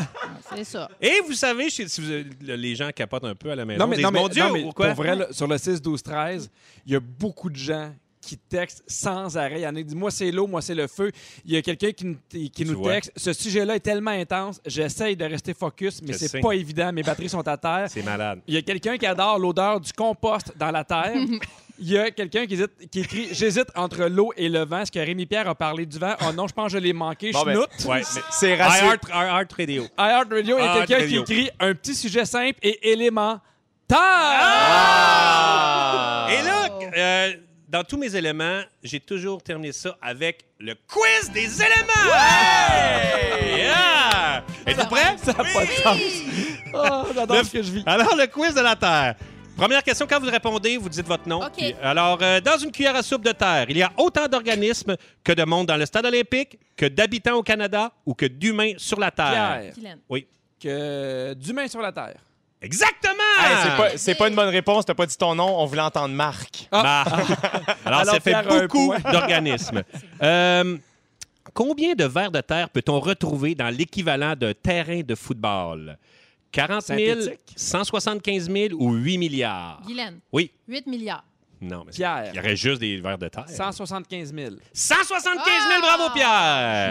[SPEAKER 3] C'est ça.
[SPEAKER 4] et vous savez, je sais- si vous- les gens capotent un peu à la maison.
[SPEAKER 1] Non, mais,
[SPEAKER 4] ils disent,
[SPEAKER 1] non, mais,
[SPEAKER 4] mon Dieu,
[SPEAKER 1] non, mais
[SPEAKER 4] pourquoi?
[SPEAKER 1] pour vrai, là, sur le 6, 12, 13, il y a beaucoup de gens qui textent sans arrêt. Il y en a qui disent Moi, c'est l'eau, moi, c'est le feu. Il y a quelqu'un qui, nous- qui nous
[SPEAKER 4] vois.
[SPEAKER 1] texte Ce sujet-là est tellement intense, j'essaye de rester focus, mais
[SPEAKER 4] Je
[SPEAKER 1] c'est
[SPEAKER 4] sais.
[SPEAKER 1] pas évident. Mes batteries sont à terre.
[SPEAKER 4] C'est malade.
[SPEAKER 1] Il y a quelqu'un qui adore l'odeur du compost dans la terre. Il y a quelqu'un qui, hésite- qui écrit J'hésite entre l'eau et le vent. Est-ce que Rémi Pierre a parlé du vent Oh non, je pense que je l'ai manqué.
[SPEAKER 2] Bon,
[SPEAKER 1] je
[SPEAKER 2] ben,
[SPEAKER 1] note.
[SPEAKER 4] Ouais,
[SPEAKER 2] C'est
[SPEAKER 4] mais... I
[SPEAKER 2] rassurant.
[SPEAKER 4] Heart- I Heart Radio.
[SPEAKER 1] iHeartRadio, il y a
[SPEAKER 4] Ah,
[SPEAKER 1] quelqu'un
[SPEAKER 4] très
[SPEAKER 1] qui
[SPEAKER 4] bien.
[SPEAKER 1] écrit un petit sujet simple et élémentaire.
[SPEAKER 2] Ah!
[SPEAKER 4] Et là, euh, dans tous mes éléments, j'ai toujours terminé ça avec le quiz des éléments. Yeah! Êtes-vous prêts?
[SPEAKER 1] Ça n'a pas de sens. Oh, j'adore
[SPEAKER 4] Le-
[SPEAKER 1] ce que je vis.
[SPEAKER 4] Alors, le quiz de la Terre. Première question, quand vous répondez, vous dites votre nom.
[SPEAKER 3] OK.
[SPEAKER 4] Puis, alors, euh, dans une cuillère à soupe de terre, il y a autant d'organismes que de monde dans le stade olympique, que d'habitants au Canada ou que d'humains sur la Terre.
[SPEAKER 1] Pierre,
[SPEAKER 3] Guylaine.
[SPEAKER 4] Oui.
[SPEAKER 1] que d'humains sur la Terre.
[SPEAKER 4] Exactement!
[SPEAKER 2] Hey, c'est pas- c'est pas, une bonne réponse, t'as pas dit ton nom, on voulait entendre Marc.
[SPEAKER 4] Bah. Alors,
[SPEAKER 1] Ah. Alors,
[SPEAKER 4] ça fait
[SPEAKER 1] Pierre a un
[SPEAKER 4] beaucoup
[SPEAKER 1] point.
[SPEAKER 4] d'organismes. Euh, combien de vers de terre peut-on retrouver dans l'équivalent d'un terrain de football? 40 000,
[SPEAKER 1] Synthétique.
[SPEAKER 4] 175 000 ou 8 milliards?
[SPEAKER 3] Guylaine,
[SPEAKER 4] Oui.
[SPEAKER 3] 8 milliards.
[SPEAKER 4] Non, mais c'est-
[SPEAKER 1] Pierre.
[SPEAKER 4] il y aurait juste des vers de terre.
[SPEAKER 1] 175 000.
[SPEAKER 4] 175 000,
[SPEAKER 3] Ah!
[SPEAKER 4] bravo
[SPEAKER 1] On va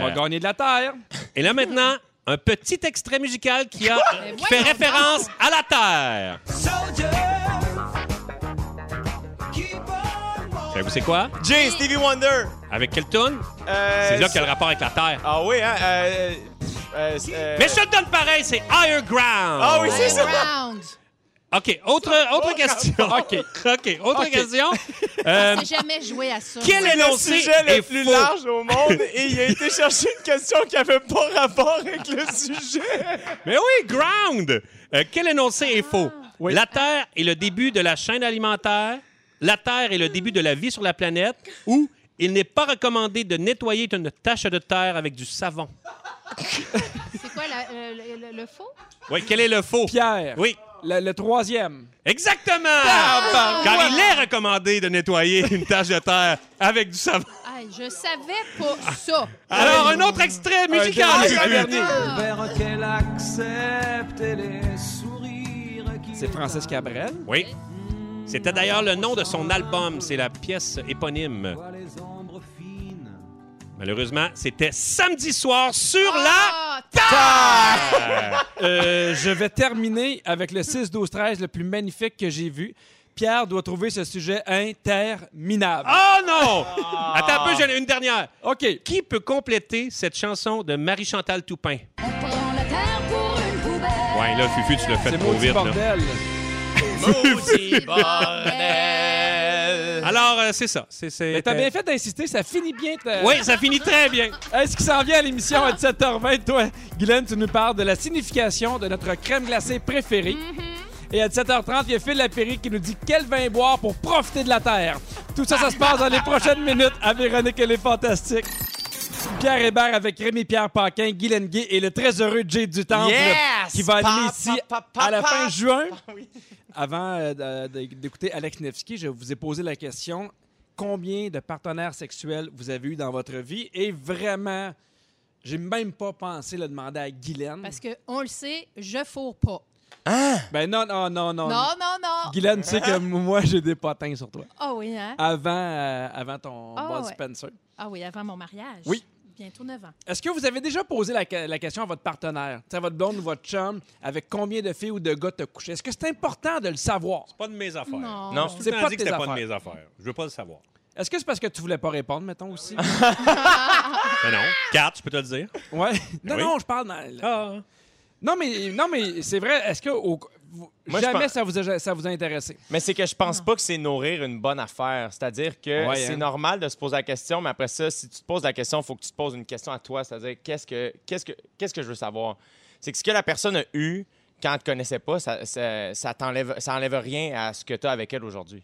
[SPEAKER 4] Pierre!
[SPEAKER 1] gagner de la Terre.
[SPEAKER 4] Et là maintenant, un petit extrait musical qui, a,
[SPEAKER 3] Mais
[SPEAKER 4] qui fait
[SPEAKER 3] voyons
[SPEAKER 4] référence à la terre. Savez-vous c'est quoi?
[SPEAKER 2] Jay, Stevie Wonder!
[SPEAKER 4] Avec quel tune?
[SPEAKER 2] Euh,
[SPEAKER 4] C'est là qu'il y a le rapport avec la terre.
[SPEAKER 2] Ah oui, hein? euh, pff, euh, c'est- euh,
[SPEAKER 4] Mais je te le donne pareil, c'est Higher Ground.
[SPEAKER 2] Ah oui, c'est ça.
[SPEAKER 3] Round.
[SPEAKER 4] OK, autre, autre question. OK, OK, autre
[SPEAKER 1] OK.
[SPEAKER 4] question. Euh,
[SPEAKER 3] J'ai jamais joué à ça.
[SPEAKER 4] quel
[SPEAKER 3] moi.
[SPEAKER 2] le
[SPEAKER 4] énoncé
[SPEAKER 2] sujet
[SPEAKER 4] est
[SPEAKER 2] le plus
[SPEAKER 4] faux?
[SPEAKER 2] large au monde et il a été chercher une question qui avait pas rapport avec le sujet.
[SPEAKER 4] Mais oui, Ground. Euh, quel énoncé est faux?
[SPEAKER 2] Ah.
[SPEAKER 1] Oui.
[SPEAKER 4] La Terre est le début de la chaîne alimentaire. La Terre est le début de la vie sur la planète. Ou il n'est pas recommandé de nettoyer une tache de terre avec du savon.
[SPEAKER 3] C'est quoi la- le, le- le- le faux?
[SPEAKER 4] Oui, quel est le faux?
[SPEAKER 1] Pierre.
[SPEAKER 4] Oui,
[SPEAKER 1] Le, le troisième.
[SPEAKER 4] exactement. Car il est recommandé de nettoyer une tache de terre avec du savon.
[SPEAKER 3] Ah, je savais pas ça.
[SPEAKER 4] Alors, un autre extrait musical.
[SPEAKER 2] dernier, Ah un
[SPEAKER 4] Dupuis.
[SPEAKER 2] dernier.
[SPEAKER 1] C'est Francis Cabrel.
[SPEAKER 4] Oui. C'était d'ailleurs le nom de son album. C'est la pièce éponyme. Malheureusement, c'était samedi soir sur la.
[SPEAKER 3] Ah,
[SPEAKER 1] Euh, je vais terminer avec le 6-12-13 le plus magnifique que j'ai vu. Pierre doit trouver ce sujet interminable.
[SPEAKER 4] Oh non! Attends un peu, j'en ai une dernière.
[SPEAKER 1] OK.
[SPEAKER 4] Qui peut compléter cette chanson de Marie-Chantal Toupin?
[SPEAKER 5] On prend la terre pour une poubelle.
[SPEAKER 4] Ouais, là, Fufu, tu le fais
[SPEAKER 1] C'est maudit bordel.
[SPEAKER 2] Maudit
[SPEAKER 3] bordel.
[SPEAKER 4] Alors, euh, c'est ça. C'est, c'est-
[SPEAKER 1] Mais t'as bien fait euh, d'insister, ça finit bien. ta-
[SPEAKER 4] Oui, ça finit très bien.
[SPEAKER 1] Est-ce qu'il s'en vient à l'émission à 17h20? Toi, Guylaine, tu nous parles de la signification de notre crème glacée préférée.
[SPEAKER 2] Mm-hmm.
[SPEAKER 1] Et à 17h30, il y a Phil Lapéry qui nous dit quel vin boire pour profiter de la terre. Tout ça, ça se passe dans les prochaines minutes à Véronique et les Fantastiques. Pierre Hébert avec Rémi-Pierre Paquin, Guylaine Gay et le très heureux Jay Dutemple
[SPEAKER 2] Yes!
[SPEAKER 1] qui va animer
[SPEAKER 2] Pa,
[SPEAKER 1] ici
[SPEAKER 2] pa, pa, pa,
[SPEAKER 1] à la
[SPEAKER 2] pa. Ah
[SPEAKER 1] fin juin. Avant euh, d'a- d'écouter Alex Nevsky, je vous ai posé la question combien de partenaires sexuels vous avez eu dans votre vie? Et vraiment, j'ai même pas pensé le demander à Guylaine.
[SPEAKER 3] Parce qu'on le sait, je fourre pas.
[SPEAKER 1] Ben non, non, non, non.
[SPEAKER 3] Non, non, non.
[SPEAKER 1] Guylaine, tu sais que moi, j'ai des potins sur toi.
[SPEAKER 3] Ah oui, hein?
[SPEAKER 1] Avant, euh, avant ton
[SPEAKER 3] Ah,
[SPEAKER 1] Bud
[SPEAKER 3] ouais.
[SPEAKER 1] Spencer.
[SPEAKER 3] Ah oui, avant mon mariage.
[SPEAKER 1] Oui.
[SPEAKER 3] Bientôt 9 ans.
[SPEAKER 1] Est-ce que vous avez déjà posé la, que- la question à votre partenaire, Tu sais, à votre blonde ou votre chum, avec combien de filles ou de gars t'as couché? Est-ce que c'est important de le savoir?
[SPEAKER 4] Pas de mes affaires.
[SPEAKER 3] Non.
[SPEAKER 2] Non,
[SPEAKER 4] Je
[SPEAKER 1] C'est
[SPEAKER 4] t'ai
[SPEAKER 1] pas
[SPEAKER 4] dit
[SPEAKER 1] tes
[SPEAKER 4] que c'était pas de
[SPEAKER 1] affaires.
[SPEAKER 4] mes affaires. Je veux pas le savoir.
[SPEAKER 1] Est-ce que c'est parce que tu voulais pas répondre, mettons, aussi?
[SPEAKER 4] Mais non. Quatre, je peux te le dire.
[SPEAKER 1] Ouais. hein. Non,
[SPEAKER 4] oui.
[SPEAKER 1] non, je parle dans-
[SPEAKER 4] Ah.
[SPEAKER 1] Non, mais, non, mais c'est vrai. Est-ce que au- vous-
[SPEAKER 2] Moi, je
[SPEAKER 1] jamais
[SPEAKER 2] pense-
[SPEAKER 1] ça, vous a, ça vous a intéressé?
[SPEAKER 2] Mais c'est que je pense pas que c'est nourrir une bonne affaire. C'est-à-dire que
[SPEAKER 1] Ouais,
[SPEAKER 2] c'est
[SPEAKER 1] hein.
[SPEAKER 2] normal de se poser la question, mais après ça, si tu te poses la question, il faut que tu te poses une question à toi. C'est-à-dire, qu'est-ce que, qu'est-ce que, qu'est-ce que je veux savoir? C'est que ce que la personne a eu quand elle te connaissait pas, ça, ça, ça t'enlève, ça enlève rien à ce que tu as avec elle aujourd'hui.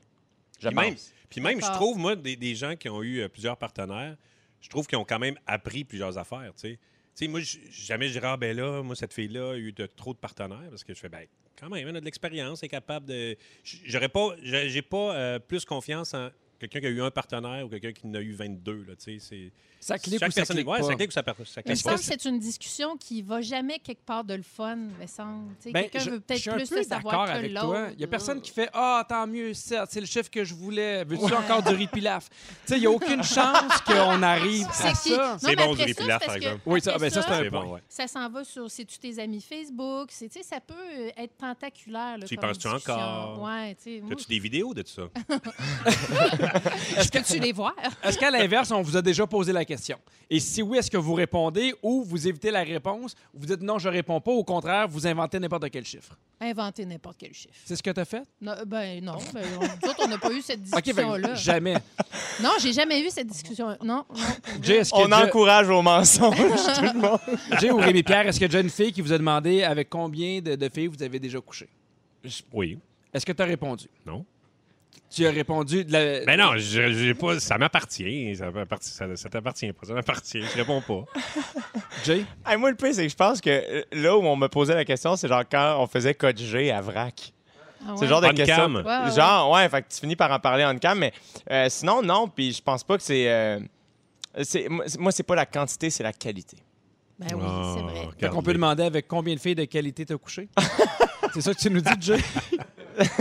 [SPEAKER 2] Je
[SPEAKER 4] Puis même,
[SPEAKER 2] pense.
[SPEAKER 4] puis même je
[SPEAKER 3] D'accord.
[SPEAKER 4] trouve, moi, des, des gens qui ont eu euh, plusieurs partenaires, je trouve qu'ils ont quand même appris plusieurs affaires, tu sais. Tu sais, moi, j- jamais je dirais, ah, ben là, moi, cette fille-là a eu de, trop de partenaires, parce que je fais, ben, quand même, elle a de l'expérience, elle est capable de... j- J'aurais pas... j'a- J'ai pas euh, plus confiance en quelqu'un qui a eu un partenaire ou quelqu'un qui en a eu 22, là, tu sais, c'est...
[SPEAKER 1] Ça clique
[SPEAKER 4] Chaque
[SPEAKER 1] ou ça
[SPEAKER 4] personne-
[SPEAKER 1] clique
[SPEAKER 4] ouais,
[SPEAKER 1] pas?
[SPEAKER 4] ça clique ou ça, per- ça
[SPEAKER 3] Il me
[SPEAKER 4] clique pas.
[SPEAKER 3] semble que c'est une discussion qui va jamais quelque part de le fun, me semble. Tu sais,
[SPEAKER 1] Ben,
[SPEAKER 3] Quelqu'un
[SPEAKER 1] je-
[SPEAKER 3] veut
[SPEAKER 1] je suis
[SPEAKER 3] peut-être
[SPEAKER 1] un
[SPEAKER 3] plus
[SPEAKER 1] peu
[SPEAKER 3] le
[SPEAKER 1] d'accord
[SPEAKER 3] savoir que
[SPEAKER 1] avec
[SPEAKER 3] l'autre.
[SPEAKER 1] toi. Il n'y a personne qui fait Ah, tant mieux, certes, c'est le chiffre que je voulais. Veux-tu encore du riz pilaf? Tu sais, il n'y a aucune chance qu'on arrive à
[SPEAKER 3] C'est qui?
[SPEAKER 1] ça.
[SPEAKER 4] C'est
[SPEAKER 3] Non, mais
[SPEAKER 4] bon,
[SPEAKER 3] après
[SPEAKER 4] du riz
[SPEAKER 3] ça,
[SPEAKER 4] pilaf,
[SPEAKER 3] c'est
[SPEAKER 4] par
[SPEAKER 3] parce que
[SPEAKER 4] exemple.
[SPEAKER 1] Oui, ça,
[SPEAKER 3] après
[SPEAKER 1] ben, ça, c'est un
[SPEAKER 4] C'est
[SPEAKER 1] point.
[SPEAKER 4] bon, ouais.
[SPEAKER 3] ça s'en va sur c'est tu tes amis Facebook, c'est tu sais, ça peut euh, être tentaculaire là,
[SPEAKER 4] Tu y
[SPEAKER 3] comme
[SPEAKER 4] penses-tu
[SPEAKER 3] discussion.
[SPEAKER 4] encore?
[SPEAKER 3] Ouais, tu sais, moi,
[SPEAKER 4] As-tu des vidéos de tout ça?
[SPEAKER 3] je peux-tu les voir
[SPEAKER 1] Est-ce qu'à l'inverse, on vous a déjà posé la question? Et si oui, est-ce que vous répondez ou vous évitez la réponse ou vous dites non, je réponds pas? Au contraire, vous inventez n'importe quel chiffre.
[SPEAKER 3] inventer n'importe quel chiffre.
[SPEAKER 1] C'est ce que tu as fait?
[SPEAKER 3] Non, ben non, ben, on, nous autres, on n'a pas eu cette
[SPEAKER 1] OK, ben,
[SPEAKER 3] discussion là.
[SPEAKER 1] jamais.
[SPEAKER 3] Non, j'ai jamais eu cette discussion. Non, non.
[SPEAKER 1] Jay, est-ce que
[SPEAKER 2] On
[SPEAKER 1] déjà-
[SPEAKER 2] encourage au mensonge, tout le monde.
[SPEAKER 1] Jay ou Rémi Pierre, est-ce que déjà une fille qui vous a demandé avec combien de, de filles vous avez déjà couché?
[SPEAKER 4] Oui.
[SPEAKER 1] Est-ce que tu as répondu?
[SPEAKER 4] Non.
[SPEAKER 1] Tu as répondu de la.
[SPEAKER 4] Ben non, je- j'ai pas, ça m'appartient. Ça m'appartient- ça- ça t'appartient pas. Ça m'appartient. Je réponds pas.
[SPEAKER 1] Jay?
[SPEAKER 2] Hey, moi, le pire, c'est que je pense que euh, là où on me posait la question, c'est genre quand on faisait code G à VRAC.
[SPEAKER 3] Ah
[SPEAKER 2] C'est
[SPEAKER 3] ouais.
[SPEAKER 2] le genre de
[SPEAKER 4] On
[SPEAKER 2] question.
[SPEAKER 4] cam.
[SPEAKER 3] Ouais, ouais,
[SPEAKER 2] Genre, ouais, fait que tu finis par en parler en cam, mais euh, sinon, non, puis je pense pas que c'est. euh, c'est- moi- moi, c'est pas la quantité, c'est la qualité.
[SPEAKER 3] Ben oui,
[SPEAKER 2] Ah,
[SPEAKER 3] c'est
[SPEAKER 4] Ah,
[SPEAKER 3] vrai.
[SPEAKER 1] Fait qu'on peut demander avec combien de filles de qualité t'as couché? c'est ça que tu nous dis, Jay?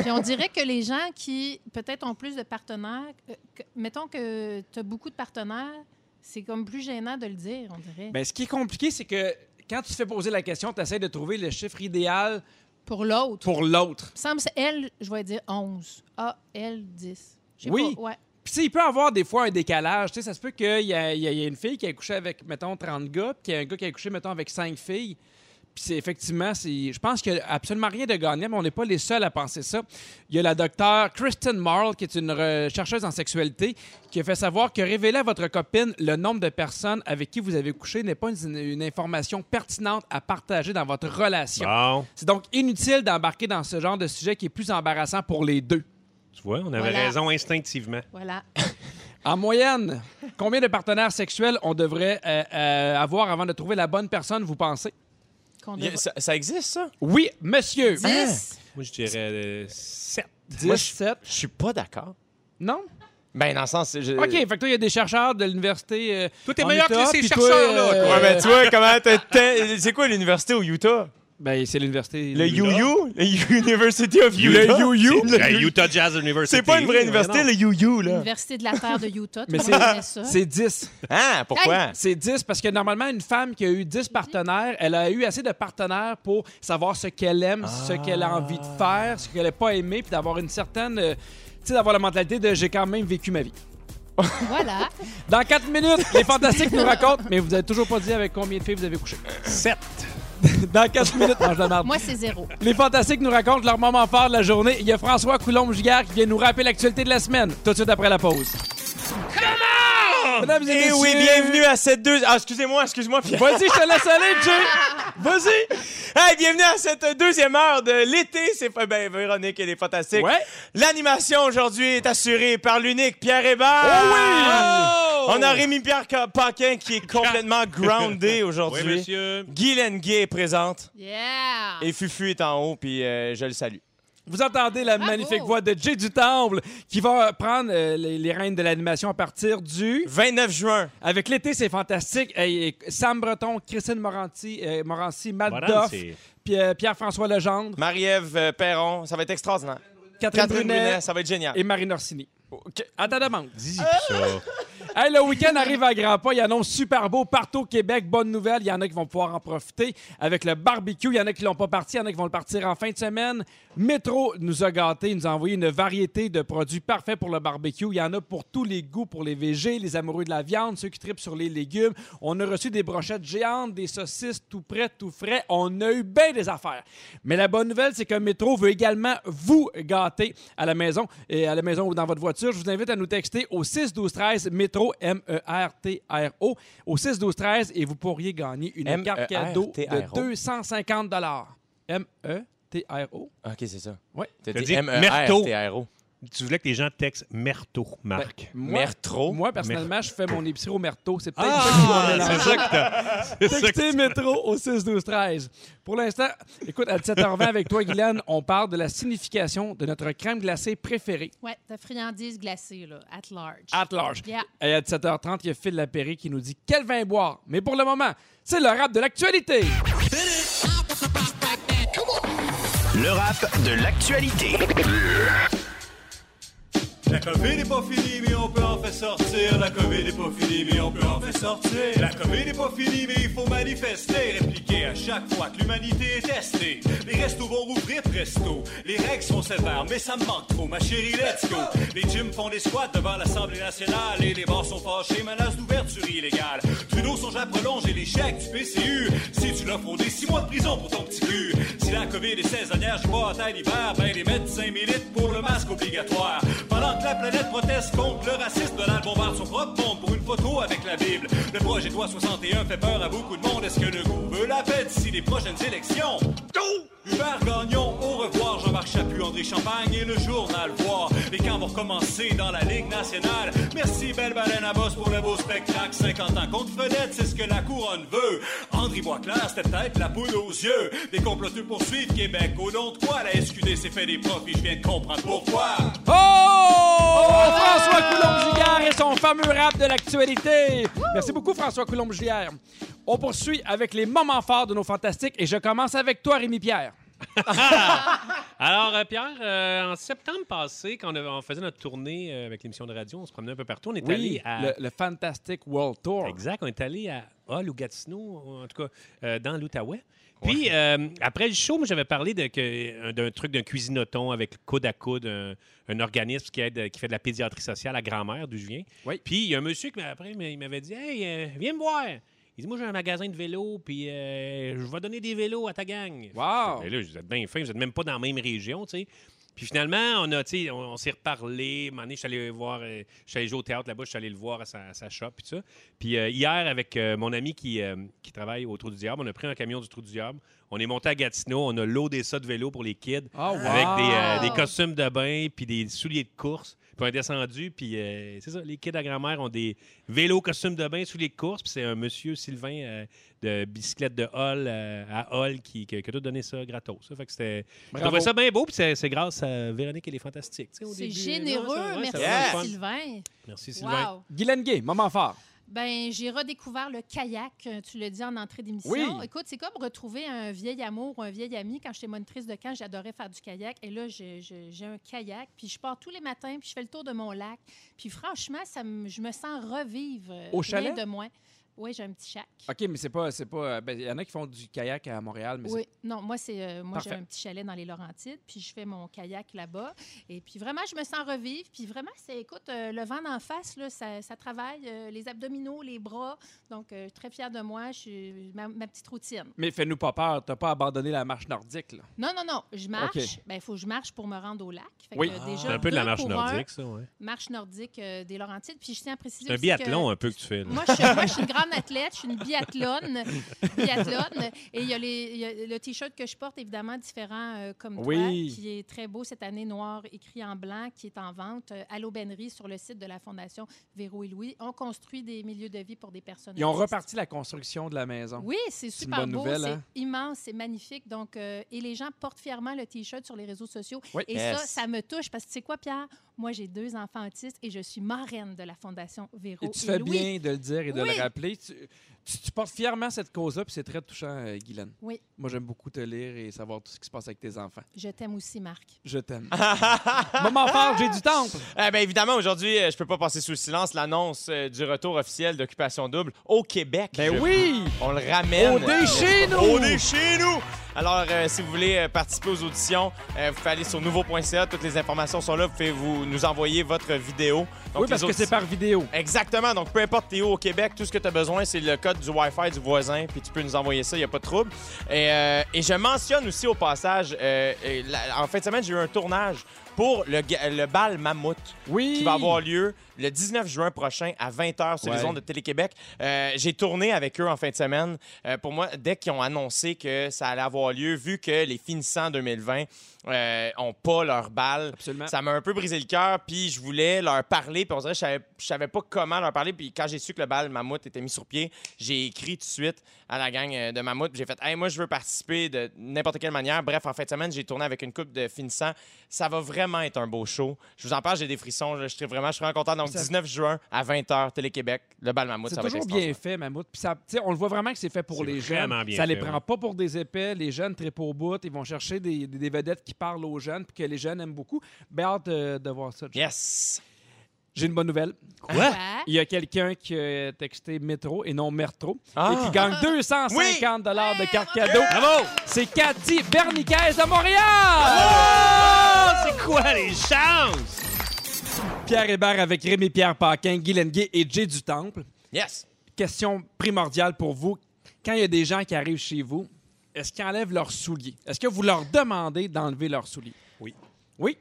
[SPEAKER 3] Puis on dirait que les gens qui, peut-être, ont plus de partenaires, euh, que- mettons que tu as beaucoup de partenaires, c'est comme plus gênant de le dire, on dirait.
[SPEAKER 1] Ben, ce qui est compliqué, c'est que quand tu te fais poser la question, tu essaies de trouver le chiffre idéal
[SPEAKER 3] Pour l'autre.
[SPEAKER 1] pour l'autre.
[SPEAKER 3] Il me semble que c'est elle, je vais dire 11. Ah, elle, 10. Je sais
[SPEAKER 1] Oui.
[SPEAKER 3] pas, ouais.
[SPEAKER 1] Puis, tu sais, il peut avoir des fois un décalage. Tu sais, ça se peut qu'il y, a- il y a il y a une fille qui a couché avec, mettons, 30 gars, puis qu'il y a un gars qui a couché, mettons, avec 5 filles. Puis, c'est effectivement, c'est- je pense qu'il n'y a absolument rien de gagnant, mais on n'est pas les seuls à penser ça. Il y a la docteure Kristen Marl, qui est une re- chercheuse en sexualité, qui a fait savoir que révéler à votre copine le nombre de personnes avec qui vous avez couché n'est pas une, une information pertinente à partager dans votre relation.
[SPEAKER 4] Bon,
[SPEAKER 1] C'est donc inutile d'embarquer dans ce genre de sujet qui est plus embarrassant pour les deux.
[SPEAKER 4] tu vois, on avait
[SPEAKER 3] Voilà.
[SPEAKER 4] raison instinctivement.
[SPEAKER 3] Voilà.
[SPEAKER 1] En moyenne, combien de partenaires sexuels on devrait euh, euh, avoir avant de trouver la bonne personne, vous pensez?
[SPEAKER 2] Y
[SPEAKER 3] Qu'on
[SPEAKER 2] a-
[SPEAKER 3] devrait-
[SPEAKER 2] ça, ça existe, ça?
[SPEAKER 1] Oui, monsieur. Hein?
[SPEAKER 3] 10.
[SPEAKER 4] Moi, je dirais 7.
[SPEAKER 1] 17.
[SPEAKER 2] Je suis pas d'accord.
[SPEAKER 1] Non?
[SPEAKER 2] Ben, dans le sens. je-
[SPEAKER 1] OK, fait que toi, il y a des chercheurs de l'université. euh,
[SPEAKER 4] Euh. Toi, t'es
[SPEAKER 1] en
[SPEAKER 4] meilleur
[SPEAKER 1] Utah,
[SPEAKER 4] que ces
[SPEAKER 1] puis toi,
[SPEAKER 4] chercheurs-là,
[SPEAKER 1] euh,
[SPEAKER 4] toi.
[SPEAKER 2] Ouais, ben, tu vois, comment. t'as- t'as- C'est quoi l'université au Utah?
[SPEAKER 1] Ben, c'est l'université.
[SPEAKER 2] Le UU? Le University of Utah?
[SPEAKER 4] Le
[SPEAKER 2] Le
[SPEAKER 4] La
[SPEAKER 2] U-
[SPEAKER 4] Utah Jazz University.
[SPEAKER 2] C'est pas une vraie
[SPEAKER 1] non.
[SPEAKER 2] université, le UU, là.
[SPEAKER 3] Université de la Terre de Utah, tu
[SPEAKER 1] Mais c'est-
[SPEAKER 3] connais ça.
[SPEAKER 1] C'est 10.
[SPEAKER 2] Ah, pourquoi?
[SPEAKER 1] C'est 10 parce que normalement, une femme qui a eu 10 partenaires, elle a eu assez de partenaires pour savoir ce qu'elle aime, ce qu'elle
[SPEAKER 4] Ah.
[SPEAKER 1] a envie de faire, ce qu'elle n'a pas aimé, puis d'avoir une certaine. euh, tu sais, d'avoir la mentalité de j'ai quand même vécu ma vie.
[SPEAKER 3] Voilà.
[SPEAKER 1] Dans 4 minutes, les fantastiques nous racontent, mais vous avez toujours pas dit avec combien de filles vous avez couché.
[SPEAKER 4] 7.
[SPEAKER 1] Dans 4 minutes, mange la marde.
[SPEAKER 3] Moi, c'est zéro.
[SPEAKER 1] Les fantastiques nous racontent leur moment fort de la journée. Il y a François Coulombe-Giguère qui vient nous rappeler l'actualité de la semaine, tout de suite après la pause. Mesdames et
[SPEAKER 2] Eh oui,
[SPEAKER 1] messieurs.
[SPEAKER 2] bienvenue à cette deux... Ah, excusez-moi, excuse-moi, Pierre.
[SPEAKER 1] Vas-y, je te laisse aller, Jay.
[SPEAKER 2] Vas-y! Hey, bienvenue à cette deuxième heure de l'été. C'est fa- ben, Véronique, elle est fantastique.
[SPEAKER 1] Ouais.
[SPEAKER 2] L'animation aujourd'hui est assurée par l'unique Pierre Hébert.
[SPEAKER 1] Oh oui!
[SPEAKER 2] On a Rémi-Pierre Ca- Paquin qui est complètement groundé aujourd'hui.
[SPEAKER 4] Oui, monsieur.
[SPEAKER 2] Guy Lenguet est présente
[SPEAKER 3] Yeah!
[SPEAKER 2] et Fufu est en haut, puis euh, je le salue.
[SPEAKER 1] Vous entendez la
[SPEAKER 3] Bravo.
[SPEAKER 1] magnifique voix de Jay du Temple qui va prendre euh, les, les rênes de l'animation à partir du...
[SPEAKER 2] 29 juin.
[SPEAKER 1] Avec l'été, c'est fantastique. Hey, et Sam Breton, Christine Moranti, euh, Morancy, Matt Doff,
[SPEAKER 4] c'est-
[SPEAKER 1] puis, euh, Pierre-François Legendre,
[SPEAKER 2] Marie-Ève euh, Perron, ça va être extraordinaire.
[SPEAKER 1] Catherine,
[SPEAKER 2] Catherine
[SPEAKER 1] Brunet,
[SPEAKER 2] Brunet, ça va être génial.
[SPEAKER 1] et Marine Orsini.
[SPEAKER 2] Ok.
[SPEAKER 1] À ta demande.
[SPEAKER 4] Dis pis ça.
[SPEAKER 1] Hey, le week-end arrive à grands pas. Il annonce super beau partout au Québec. Bonne nouvelle. Il y en a qui vont pouvoir en profiter avec le barbecue. Il y en a qui l'ont pas parti. Il y en a qui vont le partir en fin de semaine. Métro nous a gâtés. Il nous a envoyé une variété de produits parfaits pour le barbecue. Il y en a pour tous les goûts, pour les végés, les amoureux de la viande, ceux qui tripent sur les légumes. On a reçu des brochettes géantes, des saucisses tout prêts, tout frais. On a eu bien des affaires. Mais la bonne nouvelle, c'est que Métro veut également vous gâter à la maison et à la maison ou dans votre voiture. Je vous invite à nous texter au 6 12 13 Métro M E R T R O au 6 12 13 et vous pourriez gagner une
[SPEAKER 2] M E R
[SPEAKER 1] carte
[SPEAKER 2] T R O.
[SPEAKER 1] cadeau de 250 dollars. M E T R O.
[SPEAKER 2] Ok, c'est ça.
[SPEAKER 1] Ouais.
[SPEAKER 2] T'as
[SPEAKER 4] T'as
[SPEAKER 2] dit, E
[SPEAKER 4] dit Merto.
[SPEAKER 2] M-E-R-T-R-O.
[SPEAKER 4] Tu voulais que les gens textent Merto, Marc.
[SPEAKER 1] Moi,
[SPEAKER 2] Mertro.
[SPEAKER 1] moi, personnellement, je fais mon épicerie au Merto. C'est peut-être ça qui m'a
[SPEAKER 4] Ah,
[SPEAKER 1] mélangé.
[SPEAKER 4] c'est ça que t'as. c'est ça que
[SPEAKER 1] Textez métro au 6 12 13. Pour l'instant, écoute, à 17h20 avec toi, Guylaine, on parle de la signification de notre crème glacée préférée,
[SPEAKER 3] Ouais, ta friandise glacée, là, at large.
[SPEAKER 1] at large.
[SPEAKER 3] Yeah.
[SPEAKER 1] Et à 17h30, il y a Phil Lapéry qui nous dit quel vin boire. Mais pour le moment, c'est le rap de l'actualité.
[SPEAKER 6] Le rap de l'actualité.
[SPEAKER 7] La COVID est pas finie, mais on peut en faire sortir. La COVID est pas finie, mais on peut en faire sortir. La COVID est pas finie, mais il faut manifester. Répliquer à chaque fois que l'humanité est testée. Les restos vont rouvrir presto. Les règles sont sévères, mais ça me manque trop. Ma chérie, let's go. Les gyms font des squats devant l'Assemblée nationale. Et les bars sont fâchés, menacent d'ouverture illégale. Trudeau songe à prolonger l'échec du PCU. Si tu l'as fraudé, six mois de prison pour ton petit cul. Si la COVID est saisonnière, je vois à taille l'hiver, ben les médecins militent pour le masque obligatoire. Pendant que la planète proteste contre le racisme, Donald bombarde son propre monde pour une photo avec la Bible. Le projet de loi 61 fait peur à beaucoup de monde. Est-ce que le goût veut la paix d'ici les prochaines élections? Go! Hubert Gagnon, au revoir Jean-Marc Marc Chaput, André Champagne et le journal Voir. Les camps vont recommencer dans la Ligue nationale. Merci, belle baleine à bosse pour le beau spectacle. 50 ans contre vedette, c'est ce que la couronne veut. André Boisclair, c'était peut-être la poule aux yeux. Des comploteux poursuivent Québec. Au nom de quoi la SQD s'est fait des profits? Je viens de comprendre pourquoi.
[SPEAKER 1] Oh! François Coulombe-Giguère et son fameux rap de l'actualité. Merci beaucoup, François Coulombe-Giguère. On poursuit avec les moments forts de nos fantastiques et je commence avec toi, Rémi-Pierre.
[SPEAKER 4] Alors, euh, Pierre, euh, en septembre passé, quand on, avait- on faisait notre tournée euh, avec l'émission de radio, on se promenait un peu partout. On est allé à.
[SPEAKER 1] le, le Fantastic World Tour.
[SPEAKER 4] Exact, on est allé à Hall ou Gatineau, en tout cas, euh, dans l'Outaouais. Puis, euh, après le show, moi, j'avais parlé de que- euh, d'un truc d'un cuisinoton avec coude à coude, un, un organisme qui, aide, qui fait de la pédiatrie sociale à grand-mère, d'où je viens.
[SPEAKER 1] Oui.
[SPEAKER 4] Puis, il y a un monsieur qui, m'a- après, il m'avait dit Hey, euh, viens me voir. Il dit Moi, j'ai un magasin de vélos, puis euh, je vais donner des vélos à ta gang.
[SPEAKER 1] Wow!
[SPEAKER 4] Et là, vous êtes bien fin, vous êtes même pas dans la même région, tu sais. Puis finalement, on, a, tu sais, on, on s'est reparlé. Un moment donné, je suis allé voir, euh, je suis allé jouer au théâtre là-bas, je suis allé le voir à sa, à sa shop, puis tout ça. Puis euh, hier, avec euh, mon ami qui, euh, qui travaille au Trou du Diable, on a pris un camion du Trou du Diable. On est monté à Gatineau, on a loadé ça de vélo pour les kids,
[SPEAKER 1] Oh, wow!
[SPEAKER 4] avec des, euh, des
[SPEAKER 3] Wow!
[SPEAKER 4] costumes de bain, puis des souliers de course. Puis on est descendu, puis euh, c'est ça, les kids à grand-mère ont des vélos, costumes de bain, souliers de course. Puis c'est un monsieur, Sylvain, euh, de bicyclette de Hall euh, à Hall qui, qui, qui a tout donné ça gratos. Ça fait que c'était.
[SPEAKER 1] Ben,
[SPEAKER 4] Je
[SPEAKER 1] Bravo.
[SPEAKER 4] trouvais ça bien beau, puis c'est c'est grâce à Véronique et les Fantastiques. tu sais, au
[SPEAKER 3] C'est
[SPEAKER 4] début.
[SPEAKER 3] généreux.
[SPEAKER 4] Non, ça- ouais,
[SPEAKER 3] Merci,
[SPEAKER 4] ça va être le fun.
[SPEAKER 3] Sylvain.
[SPEAKER 4] Merci, Sylvain.
[SPEAKER 3] Wow.
[SPEAKER 1] Guylaine Gay, moment fort.
[SPEAKER 3] Ben, j'ai redécouvert le kayak, euh, tu le dis en entrée d'émission.
[SPEAKER 1] Oui.
[SPEAKER 3] Écoute, c'est comme retrouver un vieil amour ou un vieil ami. Quand j'étais monitrice de camp, j'adorais faire du kayak. Et là, j'ai- j'ai j'ai un kayak, puis je pars tous les matins, puis je fais le tour de mon lac. Puis franchement, ça me- je me sens revivre. euh,
[SPEAKER 1] Au
[SPEAKER 3] rien
[SPEAKER 1] chalet?
[SPEAKER 3] de moins. Oui, j'ai un petit shack.
[SPEAKER 1] OK, mais c'est pas... c'est pas ben, il y en a qui font du kayak à Montréal, mais
[SPEAKER 3] Oui, non, moi, c'est, euh, moi j'ai
[SPEAKER 1] Parfait.
[SPEAKER 3] un petit chalet dans les Laurentides, puis je fais mon kayak là-bas. Et puis vraiment, je me sens revivre. Puis vraiment, c'est, écoute, euh, le vent d'en face, là, ça, ça travaille euh, les abdominaux, les bras. Donc, euh, très fière de moi. Je suis ma, ma petite routine.
[SPEAKER 1] c'est- Mais fais-nous pas peur, t'as pas abandonné la marche nordique, là.
[SPEAKER 3] Non, non, non, je marche.
[SPEAKER 1] OK.
[SPEAKER 3] Ben, il faut que je marche pour me rendre au lac. Fait
[SPEAKER 1] Oui.
[SPEAKER 3] que,
[SPEAKER 1] Ah.
[SPEAKER 3] déjà,
[SPEAKER 4] C'est un peu de la
[SPEAKER 3] deux
[SPEAKER 4] marche
[SPEAKER 3] pour un,
[SPEAKER 4] nordique, ça, ouais.
[SPEAKER 3] marche nordique euh, des Laurentides. Puis je tiens à préciser
[SPEAKER 4] C'est un
[SPEAKER 3] aussi que-
[SPEAKER 4] biathlon un peu que tu fais. là.
[SPEAKER 3] Moi je, suis, moi, je suis une grande athlète, je suis une biathlone. biathlone. Et il y a, les- il y a le T-shirt que je porte, évidemment, différent euh, comme
[SPEAKER 1] Oui.
[SPEAKER 3] toi, qui est très beau cette année, noir, écrit en blanc, qui est en vente euh, à l'aubainerie sur le site de la Fondation Véro et Louis. On construit des milieux de vie pour des personnes.
[SPEAKER 1] Ils ont
[SPEAKER 3] autistes.
[SPEAKER 1] reparti la construction de la maison.
[SPEAKER 3] Oui, c'est
[SPEAKER 1] C'est une
[SPEAKER 3] super
[SPEAKER 1] bonne
[SPEAKER 3] beau,
[SPEAKER 1] nouvelle,
[SPEAKER 3] c'est
[SPEAKER 1] hein?
[SPEAKER 3] immense, c'est magnifique. Donc, euh, et les gens portent fièrement le T-shirt sur les réseaux sociaux.
[SPEAKER 1] Oui.
[SPEAKER 3] Et
[SPEAKER 2] Yes.
[SPEAKER 3] ça, ça me touche parce que tu sais quoi, Pierre? Moi, j'ai deux enfants autistes et je suis marraine de la Fondation Véro
[SPEAKER 1] Et
[SPEAKER 3] Oh, et,
[SPEAKER 1] tu fais
[SPEAKER 3] Louis.
[SPEAKER 1] bien de le dire et de
[SPEAKER 3] Oui.
[SPEAKER 1] le rappeler. Tu, tu- tu portes fièrement cette cause-là, puis c'est très touchant, euh, Guylaine.
[SPEAKER 3] Oui.
[SPEAKER 1] Moi, j'aime beaucoup te lire et savoir tout ce qui se passe avec tes enfants.
[SPEAKER 3] Je t'aime aussi, Marc.
[SPEAKER 1] Je t'aime. Moment fort, j'ai du temple.
[SPEAKER 2] Eh bien, évidemment, aujourd'hui, euh, je peux pas passer sous silence l'annonce euh, du retour officiel d'Occupation Double au Québec.
[SPEAKER 1] Ben
[SPEAKER 2] Je-
[SPEAKER 1] oui!
[SPEAKER 2] On le ramène.
[SPEAKER 1] Au dé chez nous!
[SPEAKER 2] Au dé chez nous! Alors, euh, si vous voulez euh, participer aux auditions, euh, vous pouvez aller sur nouveau.ca. Toutes les informations sont là. Vous pouvez vous, nous envoyer votre vidéo. Donc,
[SPEAKER 1] oui, parce
[SPEAKER 2] les
[SPEAKER 1] que c'est
[SPEAKER 2] auditions-
[SPEAKER 1] par vidéo.
[SPEAKER 2] Exactement. Donc, peu importe t'es où au Québec, tout ce que tu as besoin, c'est le code du Wi-Fi du voisin, puis tu peux nous envoyer ça, il n'y a pas de trouble. Et, euh, et je mentionne aussi au passage, euh, et la- en fin de semaine, j'ai eu un tournage pour le, ga- le bal Mammouth
[SPEAKER 1] Oui!
[SPEAKER 2] qui va avoir lieu le 19 juin prochain à 20h sur
[SPEAKER 1] Ouais.
[SPEAKER 2] les ondes de Télé-Québec. Euh, J'ai tourné avec eux en fin de semaine. Euh, pour moi, dès qu'ils ont annoncé que ça allait avoir lieu, vu que les finissants 2020 euh, ont pas leur balle,
[SPEAKER 1] Absolument.
[SPEAKER 2] ça m'a un peu brisé le cœur. Puis je voulais leur parler, puis on dirait que je savais, je savais pas comment leur parler. Puis quand j'ai su que le bal Mammouth était mis sur pied, j'ai écrit tout de suite à la gang euh, de Mammouth. J'ai fait Hey, moi, je veux participer de n'importe quelle manière. Bref, en fin de semaine, j'ai tourné avec une coupe de finissants. Ça va vraiment être un beau show. Je vous en parle, j'ai des frissons. là. Je suis vraiment, je suis vraiment content. Donc,
[SPEAKER 1] Ça-
[SPEAKER 2] 19 juin à 20h, Télé-Québec, le bal Mammouth,
[SPEAKER 1] C'est
[SPEAKER 2] ça va être
[SPEAKER 1] toujours bien
[SPEAKER 2] extraordinaire.
[SPEAKER 1] fait, Mammouth. Puis ça, tu sais, on le voit vraiment que c'est fait pour
[SPEAKER 4] C'est
[SPEAKER 1] les jeunes.
[SPEAKER 4] vraiment bien
[SPEAKER 1] ça les
[SPEAKER 4] fait,
[SPEAKER 1] prend
[SPEAKER 4] ouais.
[SPEAKER 1] pas pour des épais. Les jeunes très au bout. Ils vont chercher des, des- des vedettes qui parlent aux jeunes puis que les jeunes aiment beaucoup. Ben hâte euh, de voir ça.
[SPEAKER 2] Yes!
[SPEAKER 1] J'ai une bonne nouvelle.
[SPEAKER 4] Quoi?
[SPEAKER 3] Ouais.
[SPEAKER 1] Il y a quelqu'un qui a texté métro et non mertro
[SPEAKER 2] Ah.
[SPEAKER 1] et qui gagne 250
[SPEAKER 2] Oui.
[SPEAKER 1] dollars de carte
[SPEAKER 3] bravo.
[SPEAKER 1] cadeau. C'est Cathy Berniquez de Montréal.
[SPEAKER 4] C'est quoi les chances?
[SPEAKER 1] Pierre Hébert avec Rémi Pierre Paquin, Guy Lenguet et Jay du Temple.
[SPEAKER 2] Yes!
[SPEAKER 1] Question primordiale pour vous. Quand il y a des gens qui arrivent chez vous, est-ce qu'ils enlèvent leurs souliers? Est-ce que vous leur demandez d'enlever leurs souliers?
[SPEAKER 4] Oui.
[SPEAKER 1] Oui?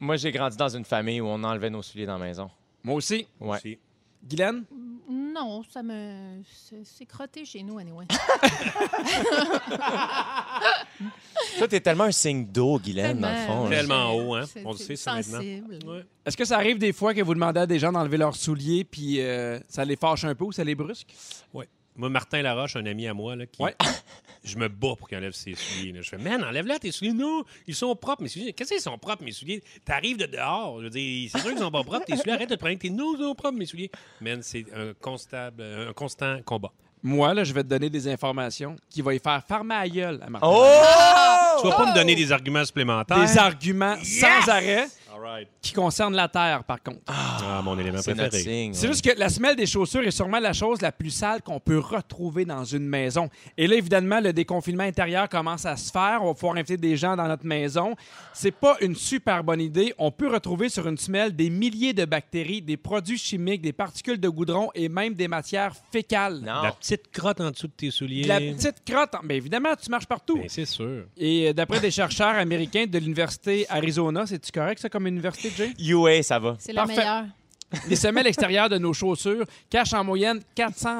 [SPEAKER 2] Moi, j'ai grandi dans une famille où on enlevait nos souliers dans la maison.
[SPEAKER 1] Moi aussi.
[SPEAKER 2] Ouais.
[SPEAKER 4] Si.
[SPEAKER 1] Guylaine?
[SPEAKER 3] Mm, Non, ça me. c'est- C'est crotté chez nous, anyway.
[SPEAKER 2] Toi, t'es tellement un signe d'eau, Guylaine, dans le fond. là.
[SPEAKER 4] Tellement haut, hein?
[SPEAKER 3] C'est-
[SPEAKER 4] On le
[SPEAKER 3] c'est
[SPEAKER 4] sait, ça, maintenant.
[SPEAKER 3] sensible.
[SPEAKER 4] Ouais.
[SPEAKER 1] Est-ce que ça arrive des fois que vous demandez à des gens d'enlever leurs souliers, puis euh, ça les fâche un peu ou ça les brusque?
[SPEAKER 4] Moi, Martin Laroche, un ami à moi, là, qui...
[SPEAKER 1] Ouais.
[SPEAKER 4] je me bats pour qu'il enlève ses souliers. là. Je fais, man, enlève-la tes souliers. Non, ils sont propres, mes souliers. Qu'est-ce qu'ils sont propres, mes souliers? T'arrives de dehors. Je veux dire, c'est sûr qu'ils sont pas propres, tes souliers. Arrête de te prendre tes non, ils sont propres, mes souliers. Man, c'est un, constable, un constant combat.
[SPEAKER 1] Moi, là, je vais te donner des informations qui vont y faire farmer à gueule à Martin.
[SPEAKER 2] Oh!
[SPEAKER 4] Tu vas pas me donner des arguments supplémentaires.
[SPEAKER 1] Des arguments sans arrêt
[SPEAKER 4] All right.
[SPEAKER 1] qui concernent la Terre, par contre.
[SPEAKER 4] Ah, mon élément
[SPEAKER 2] C'est notre
[SPEAKER 4] préféré.
[SPEAKER 2] signe.
[SPEAKER 1] C'est
[SPEAKER 2] ouais.
[SPEAKER 1] juste que la semelle des chaussures est sûrement la chose la plus sale qu'on peut retrouver dans une maison. Et là, évidemment, le déconfinement intérieur commence à se faire. On va pouvoir inviter des gens dans notre maison. C'est pas une super bonne idée. On peut retrouver sur une semelle des milliers de bactéries, des produits chimiques, des particules de goudron et même des matières fécales.
[SPEAKER 2] Non.
[SPEAKER 4] La petite crotte en dessous de tes souliers.
[SPEAKER 1] La petite crotte, mais évidemment, tu marches partout.
[SPEAKER 4] Ben, c'est sûr.
[SPEAKER 1] Et euh, d'après des chercheurs américains de l'université Arizona, c'est-tu correct ça comme université, Jay?
[SPEAKER 2] UA, ça va.
[SPEAKER 3] C'est la
[SPEAKER 1] Parfait.
[SPEAKER 3] meilleure.
[SPEAKER 1] Les semelles extérieures de nos chaussures cachent en moyenne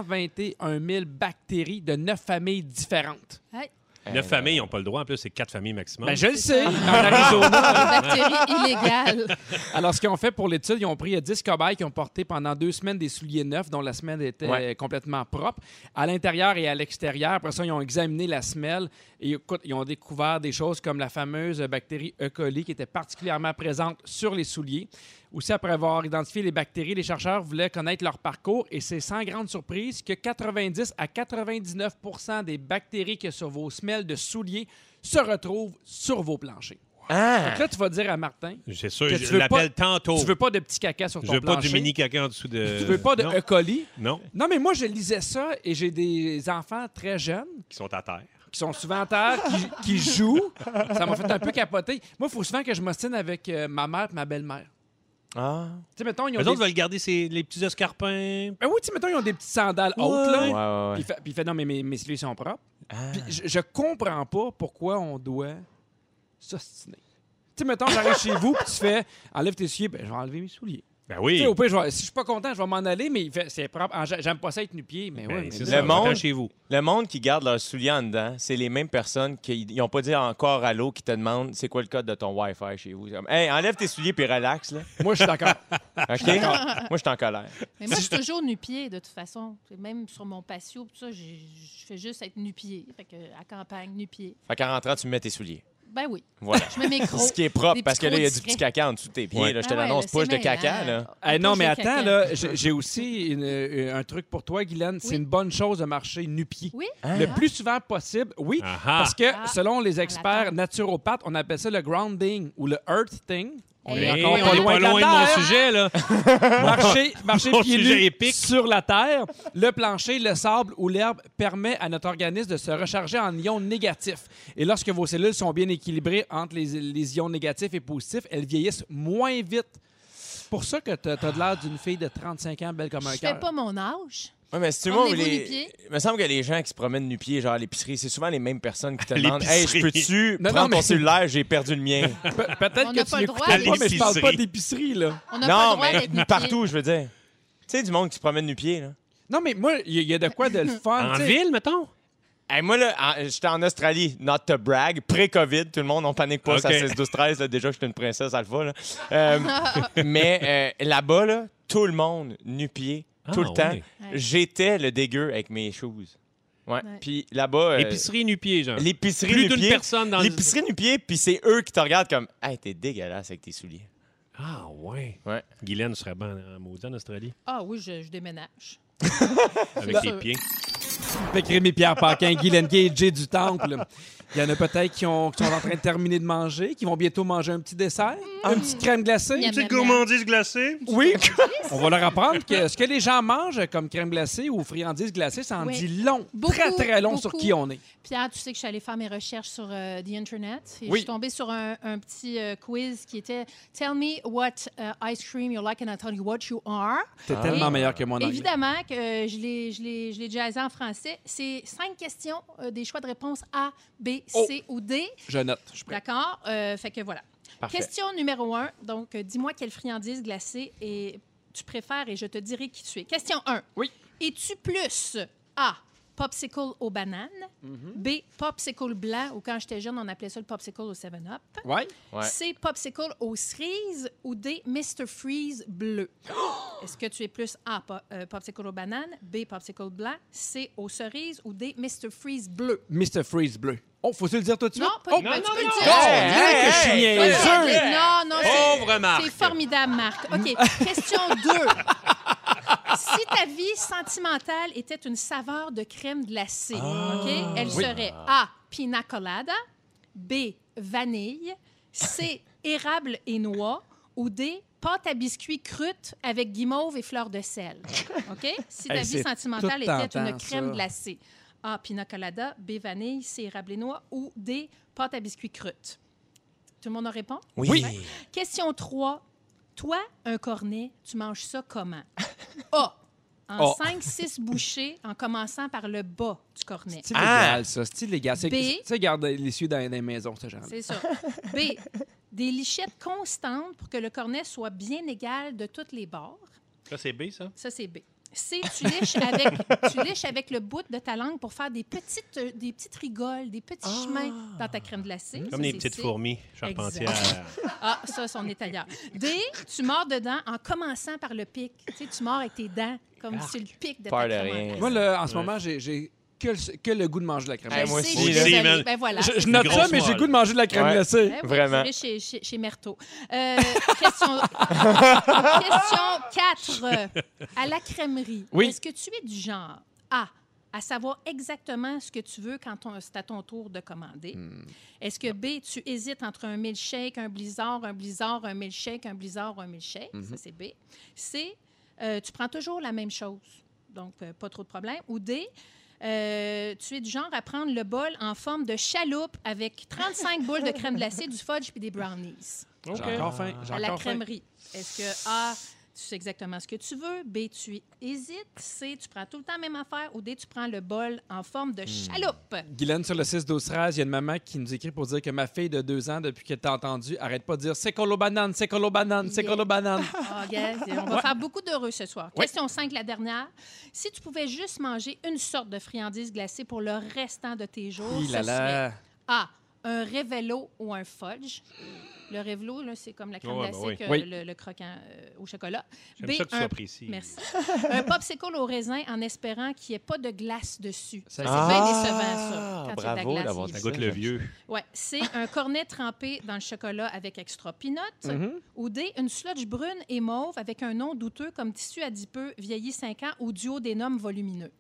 [SPEAKER 1] 421 000 bactéries de neuf familles différentes.
[SPEAKER 3] Hey,
[SPEAKER 4] Neuf familles n'ont pas le droit. En plus, c'est quatre familles maximum.
[SPEAKER 1] Ben, je le sais, en Arizona.
[SPEAKER 3] des bactéries illégales.
[SPEAKER 1] Alors, ce qu'ils ont fait pour l'étude, ils ont pris euh, 10 cobayes qui ont porté pendant deux semaines des souliers neufs, dont la semelle était
[SPEAKER 2] Ouais.
[SPEAKER 1] euh, complètement propre, à l'intérieur et à l'extérieur. Après ça, ils ont examiné la semelle et écoute, ils ont découvert des choses comme la fameuse bactérie E. coli qui était particulièrement présente sur les souliers. Aussi, après avoir identifié les bactéries, les chercheurs voulaient connaître leur parcours et c'est sans grande surprise que 90 à 99 des bactéries qui sont sur vos semelles de souliers se retrouvent sur vos planchers.
[SPEAKER 2] Ah!
[SPEAKER 1] Donc là, tu vas dire à Martin
[SPEAKER 4] C'est sûr,
[SPEAKER 1] Que tu
[SPEAKER 4] je
[SPEAKER 1] veux
[SPEAKER 4] l'appelle tantôt.
[SPEAKER 1] tu veux pas de petit caca sur
[SPEAKER 4] Je
[SPEAKER 1] ton
[SPEAKER 4] veux pas
[SPEAKER 1] plancher.
[SPEAKER 4] du mini caca en dessous de.
[SPEAKER 1] Tu veux pas de
[SPEAKER 4] Non.
[SPEAKER 1] E. coli.
[SPEAKER 4] non,
[SPEAKER 1] Non, mais moi, je lisais ça et j'ai des enfants très jeunes
[SPEAKER 4] qui sont à terre.
[SPEAKER 1] qui sont souvent à terre, qui, qui jouent. Ça m'a fait un peu capoter. Moi, il faut souvent que je m'ostine avec euh, ma mère et ma belle-mère.
[SPEAKER 2] Ah!
[SPEAKER 1] Tu sais, mettons, ils
[SPEAKER 4] Les
[SPEAKER 1] ont
[SPEAKER 4] autres
[SPEAKER 1] des...
[SPEAKER 4] veulent garder ses- les petits escarpins.
[SPEAKER 1] Ben oui, tu sais, mettons, ils ont des petites sandales hautes,
[SPEAKER 2] Ouais,
[SPEAKER 1] là.
[SPEAKER 2] ouais, ouais.
[SPEAKER 1] Puis il fait- puis il fait, non, mais mes, mes souliers sont propres.
[SPEAKER 4] Ah.
[SPEAKER 1] Puis je, je comprends pas pourquoi on doit s'ostiner. Tu sais, mettons, j'arrive chez vous, puis tu fais, enlève tes souliers, ben je vais enlever mes souliers.
[SPEAKER 4] Ben
[SPEAKER 1] Tu
[SPEAKER 4] oui.
[SPEAKER 1] sais, au pire, je vais- si je suis pas content, je vais m'en aller, mais il fait- c'est propre. Ah, j'a- J'aime pas ça être nu-pied, mais
[SPEAKER 4] Ben,
[SPEAKER 1] ouais.
[SPEAKER 4] c'est
[SPEAKER 1] mais
[SPEAKER 4] ça,
[SPEAKER 2] Le
[SPEAKER 4] va-t'en
[SPEAKER 2] monde-
[SPEAKER 4] chez vous.
[SPEAKER 2] Le monde qui garde leurs souliers en dedans, c'est les mêmes personnes qui n'ont pas dit encore allô, qui te demandent c'est quoi le code de ton Wi-Fi chez vous. C'est comme, Hey, enlève tes souliers puis relax, là.
[SPEAKER 1] Moi, je suis d'accord.
[SPEAKER 2] OK? Moi, je suis en colère.
[SPEAKER 3] Mais moi, je suis toujours nu-pied, de toute façon. Même sur mon patio, tout ça, j'ai- je fais juste être nu-pied. Fait que, à campagne, nu-pied.
[SPEAKER 2] Fait qu'en rentrant, tu mets tes souliers.
[SPEAKER 3] Ben oui.
[SPEAKER 2] Voilà.
[SPEAKER 3] Je mets mes crocs.
[SPEAKER 2] Ce qui est propre,
[SPEAKER 3] Des
[SPEAKER 2] parce que
[SPEAKER 3] petits
[SPEAKER 2] là, il y a
[SPEAKER 3] crocs
[SPEAKER 2] du petit
[SPEAKER 3] discrets.
[SPEAKER 2] caca en dessous de tes pieds.
[SPEAKER 4] Ouais.
[SPEAKER 2] là, je te
[SPEAKER 3] Ah ouais, hein.
[SPEAKER 2] l'annonce,
[SPEAKER 3] là, c'est
[SPEAKER 2] push de
[SPEAKER 3] mêlant.
[SPEAKER 2] caca, là.
[SPEAKER 1] Eh, non,
[SPEAKER 3] Push
[SPEAKER 1] mais
[SPEAKER 3] de
[SPEAKER 1] attends,
[SPEAKER 3] caca.
[SPEAKER 1] là, j'ai j'ai aussi une- euh, un truc pour toi, Guylaine. C'est
[SPEAKER 3] Oui.
[SPEAKER 1] une bonne chose de marcher nu-pied.
[SPEAKER 3] Oui?
[SPEAKER 1] Le plus souvent possible, oui.
[SPEAKER 4] Ah ah.
[SPEAKER 1] Parce que,
[SPEAKER 3] Ah.
[SPEAKER 1] selon les
[SPEAKER 3] On
[SPEAKER 1] experts
[SPEAKER 3] l'attend.
[SPEAKER 1] naturopathes, on appelle ça le grounding ou le earthing. On
[SPEAKER 3] Eh,
[SPEAKER 1] est
[SPEAKER 4] Hey,
[SPEAKER 1] encore
[SPEAKER 4] Ben, on
[SPEAKER 1] pas
[SPEAKER 4] est
[SPEAKER 1] loin,
[SPEAKER 4] pas
[SPEAKER 1] de la
[SPEAKER 4] loin de
[SPEAKER 1] Terre.
[SPEAKER 4] mon sujet, là.
[SPEAKER 1] Marcher, marcher
[SPEAKER 4] Mon
[SPEAKER 1] pieds
[SPEAKER 4] sujet
[SPEAKER 1] nus
[SPEAKER 4] épique.
[SPEAKER 1] sur la terre, le plancher, le sable ou l'herbe permet à notre organisme de se recharger en ions négatifs. Et lorsque vos cellules sont bien équilibrées entre les, les ions négatifs et positifs, elles vieillissent moins vite. C'est pour ça que tu as, de l'air d'une fille de 35 ans belle comme un
[SPEAKER 3] Je fais
[SPEAKER 1] cœur.
[SPEAKER 3] pas mon âge.
[SPEAKER 2] Ouais, mais si tu vois,
[SPEAKER 3] Promenez-vous
[SPEAKER 2] les...
[SPEAKER 3] nu-pied.
[SPEAKER 2] il me semble que les gens qui se promènent du pied, genre à l'épicerie, c'est souvent les mêmes personnes qui te
[SPEAKER 4] À
[SPEAKER 2] demandent Hey, je
[SPEAKER 4] l'épicerie.
[SPEAKER 2] peux-tu
[SPEAKER 1] Non, non,
[SPEAKER 2] prendre ton
[SPEAKER 1] mais-
[SPEAKER 2] cellulaire J'ai perdu le mien.
[SPEAKER 1] Pe- Peut-être
[SPEAKER 3] On
[SPEAKER 1] que
[SPEAKER 3] n'a
[SPEAKER 1] tu
[SPEAKER 3] pas le droit
[SPEAKER 1] l'écoutais
[SPEAKER 3] à
[SPEAKER 1] pas, mais je parle pas
[SPEAKER 4] l'épicerie.
[SPEAKER 1] d'épicerie, là.
[SPEAKER 3] On n'a pas le
[SPEAKER 2] Non,
[SPEAKER 3] droit d'être
[SPEAKER 2] mais
[SPEAKER 3] nu-pied.
[SPEAKER 2] partout, je veux dire. Tu sais, du monde qui se promène du pied, là.
[SPEAKER 1] Non, mais moi, il y, a- il y a de quoi de le fun.
[SPEAKER 4] En
[SPEAKER 1] Ah, tu sais.
[SPEAKER 4] ville, mettons?
[SPEAKER 2] Hey, moi, là, en- j'étais en Australie, not to brag, pré-COVID, tout le monde, on panique pas, ça
[SPEAKER 4] Ok.
[SPEAKER 2] 16, 12, 13, là, déjà que j'étais une princesse alpha. Là. Euh, mais euh, là-bas, là, tout le monde, nu-pied,
[SPEAKER 4] Ah,
[SPEAKER 2] tout le
[SPEAKER 4] ouais.
[SPEAKER 2] temps.
[SPEAKER 4] Ouais.
[SPEAKER 2] J'étais le dégueu avec mes shoes. Ouais.
[SPEAKER 3] Ouais.
[SPEAKER 2] Puis là-bas, euh,
[SPEAKER 4] Épicerie nu-pied, genre.
[SPEAKER 2] l'épicerie
[SPEAKER 4] Plus d'une
[SPEAKER 2] nu-pied.
[SPEAKER 4] personne dans le-
[SPEAKER 2] L'épicerie nu-pied, puis c'est eux qui te regardent comme Hey, t'es dégueulasse avec tes souliers.
[SPEAKER 4] Ah, ouais.
[SPEAKER 2] Ouais.
[SPEAKER 4] Guylaine serait bien en, en maudit en Australie.
[SPEAKER 3] Ah oui, je, je déménage.
[SPEAKER 4] Avec les
[SPEAKER 3] sûr.
[SPEAKER 4] pieds.
[SPEAKER 1] Fait que Rémi Pierre Paquin, Guy Lenguet et Jay du Temple. Il y en a peut-être qui, ont- qui sont en train de terminer de manger, qui vont bientôt manger un petit dessert, une petite crème glacée.
[SPEAKER 3] Miam, miam,
[SPEAKER 4] glacée.
[SPEAKER 1] Oui, on va leur apprendre que ce que les gens mangent comme crème glacée ou friandises glacées, ça en
[SPEAKER 3] Oui.
[SPEAKER 1] dit long,
[SPEAKER 3] Beaucoup,
[SPEAKER 1] très très long sur
[SPEAKER 3] beaucoup.
[SPEAKER 1] qui on est.
[SPEAKER 3] Pierre, tu sais que je suis allée faire mes recherches sur euh, The Internet. Et
[SPEAKER 2] Oui.
[SPEAKER 3] Je suis tombée sur un, un petit euh, quiz qui était Tell me what uh, ice cream you like and I'll tell you what you are.
[SPEAKER 1] T'es tellement meilleur que moi en anglais.
[SPEAKER 3] Ah. Évidemment que euh, je l'ai- je l'ai je l'ai jazzé en français. C'est cinq questions, euh, des choix de réponse A, B, C
[SPEAKER 1] Oh.
[SPEAKER 3] ou D.
[SPEAKER 1] Je note, je suis prêt.
[SPEAKER 3] D'accord? Euh, fait que voilà.
[SPEAKER 2] Parfait.
[SPEAKER 3] Question numéro un. Donc, euh, dis-moi quelle friandise glacée est tu préfères et je te dirai qui tu es. Question 1.
[SPEAKER 1] Oui.
[SPEAKER 3] Es-tu plus A, popsicle aux bananes,
[SPEAKER 2] Mhm.
[SPEAKER 3] B, popsicle blanc, ou quand j'étais jeune, on appelait ça le popsicle au 7-Up,
[SPEAKER 1] Ouais.
[SPEAKER 2] Ouais.
[SPEAKER 3] C, popsicle aux cerises, ou D, Mr. Freeze bleu? Est-ce que tu es plus A, po- euh, popsicle aux bananes, B, popsicle blanc, C, aux cerises, ou D, Mr. Freeze bleu?
[SPEAKER 1] Mr. Freeze bleu. Oh, faut-tu le dire tout de suite?
[SPEAKER 3] Non, pas
[SPEAKER 1] oh,
[SPEAKER 3] ben, tu peux le dire.
[SPEAKER 1] Oh,
[SPEAKER 2] Hey,
[SPEAKER 1] là
[SPEAKER 2] hey,
[SPEAKER 1] que je suis
[SPEAKER 2] hey,
[SPEAKER 3] Ouais,
[SPEAKER 1] niaiseux!
[SPEAKER 3] ouais, Non, non, c'est-
[SPEAKER 4] Pauvre Marc.
[SPEAKER 3] C'est formidable, Marc. OK, question 2. Si ta vie sentimentale était une saveur de crème glacée,
[SPEAKER 2] Ah.
[SPEAKER 3] OK, elle serait A, pina colada, B, vanille, C, érable et noix, ou D, pâte à biscuits crute avec guimauve et fleurs de sel. OK? Si ta
[SPEAKER 1] Hey,
[SPEAKER 3] vie
[SPEAKER 1] c'est
[SPEAKER 3] sentimentale
[SPEAKER 1] tout
[SPEAKER 3] était
[SPEAKER 1] tentant,
[SPEAKER 3] une crème
[SPEAKER 1] ça.
[SPEAKER 3] glacée, A, pina colada, B, vanille, C, érable et noix, ou D, pâte à biscuits crute. Tout le monde en répond?
[SPEAKER 2] Oui.
[SPEAKER 3] Question 3. Toi, un cornet, tu manges ça comment? A. En
[SPEAKER 1] Oh.
[SPEAKER 3] 5-6 bouchées, en commençant par le bas du cornet.
[SPEAKER 1] C'est
[SPEAKER 2] Ah!
[SPEAKER 1] illégal, ça. C'est illégal. C'est-
[SPEAKER 3] B.
[SPEAKER 1] Tu sais, garde l'issue dans les maisons, ce genre-là.
[SPEAKER 3] C'est ça. B. Des lichettes constantes pour que le cornet soit bien égal de toutes les bords.
[SPEAKER 4] Ça, c'est B, ça?
[SPEAKER 3] Ça, c'est B. C. Tu liches, avec, tu liches avec le bout de ta langue pour faire des petites, euh, des petites rigoles, des petits chemins dans ta crème glacée. Ça,
[SPEAKER 4] Comme les
[SPEAKER 3] c'est
[SPEAKER 4] petites
[SPEAKER 3] C.
[SPEAKER 4] fourmis charpentières.
[SPEAKER 3] Ah, ça, c'en est ailleurs. D, tu mords dedans en commençant par le pic. Tu sais, tu mords avec tes dents, comme c'est le pic de
[SPEAKER 2] Peur
[SPEAKER 3] ta
[SPEAKER 2] de
[SPEAKER 3] crème
[SPEAKER 2] rien.
[SPEAKER 3] anglaise.
[SPEAKER 1] Moi, là, en ce moment, j'ai- j'ai que, le- que le goût de manger de la crème
[SPEAKER 3] Je
[SPEAKER 2] Hey,
[SPEAKER 1] glacée.
[SPEAKER 2] moi
[SPEAKER 3] sais,
[SPEAKER 2] aussi,
[SPEAKER 3] je suis
[SPEAKER 4] là.
[SPEAKER 3] désolée.
[SPEAKER 4] Steven.
[SPEAKER 3] Ben voilà.
[SPEAKER 1] Je, je note
[SPEAKER 4] Grosse
[SPEAKER 1] ça, mais j'ai
[SPEAKER 4] molle.
[SPEAKER 1] le goût de manger de la crème
[SPEAKER 2] Ouais.
[SPEAKER 1] glacée.
[SPEAKER 3] Ben oui,
[SPEAKER 2] Vraiment.
[SPEAKER 3] c'est vrai, Chez, chez, chez Merto. Euh, question... question 4. À la crèmerie,
[SPEAKER 1] Oui.
[SPEAKER 3] est-ce que tu es du genre A, à savoir exactement ce que tu veux quand on- c'est à ton tour de commander?
[SPEAKER 2] Hmm.
[SPEAKER 3] Est-ce que B, tu hésites entre un milkshake, un blizzard, un blizzard, un milkshake, un blizzard, un milkshake?
[SPEAKER 2] Mhm.
[SPEAKER 3] Ça, c'est B. C, euh, tu prends toujours la même chose. Donc, euh, pas trop de problème. Ou D, euh, tu es du genre à prendre le bol en forme de chaloupe avec 35 boules de crème glacée, du fudge puis des brownies.
[SPEAKER 1] J'ai encore faim. J'ai
[SPEAKER 3] À la
[SPEAKER 1] encore faim.
[SPEAKER 3] crèmerie. Est-ce que A, tu sais exactement ce que tu veux, B, tu hésites, C, tu prends tout le temps la même affaire, ou D, tu prends le bol en forme
[SPEAKER 1] Hmm.
[SPEAKER 3] de chaloupe.
[SPEAKER 1] Guylaine, sur le 6 12 13 il y a une maman qui nous écrit pour dire que ma fille de deux ans, depuis qu'elle t'a entendu, arrête pas de dire c'est colo banane, c'est colo banane, c'est
[SPEAKER 3] Yeah.
[SPEAKER 1] colo banane.
[SPEAKER 3] Ah, regarde, on va faire beaucoup d'heureux ce soir.
[SPEAKER 1] Ouais.
[SPEAKER 3] Question 5, la dernière. Si tu pouvais juste manger une sorte de friandise glacée pour le restant de tes jours,
[SPEAKER 1] Hi
[SPEAKER 3] ce
[SPEAKER 1] là
[SPEAKER 3] Oh, serait
[SPEAKER 1] là.
[SPEAKER 3] A, Ah, un révélo ou un fudge. Le révélo, là, c'est comme la crème
[SPEAKER 4] Ouais, ben
[SPEAKER 3] glacée
[SPEAKER 4] oui.
[SPEAKER 3] que
[SPEAKER 1] Oui.
[SPEAKER 3] le, le croquant euh, au chocolat.
[SPEAKER 4] J'aime ça que tu
[SPEAKER 3] un-
[SPEAKER 4] sois précis.
[SPEAKER 3] Merci. un popsicle au raisin en espérant qu'il n'y ait pas de glace dessus.
[SPEAKER 1] Ça,
[SPEAKER 3] Ça, c'est
[SPEAKER 1] c'est-
[SPEAKER 3] bien décevant, ça. Quand il y a de la
[SPEAKER 2] bravo
[SPEAKER 3] glace,
[SPEAKER 2] d'avoir
[SPEAKER 3] il
[SPEAKER 2] ta
[SPEAKER 4] Ça
[SPEAKER 3] est
[SPEAKER 4] goûte le vieux.
[SPEAKER 3] Ouais, c'est un cornet trempé dans le chocolat avec extra peanut.
[SPEAKER 1] Mhm.
[SPEAKER 3] Ou D, une sludge brune et mauve avec un nom douteux comme tissu adipeux vieilli 5 ans ou duo des noms volumineux.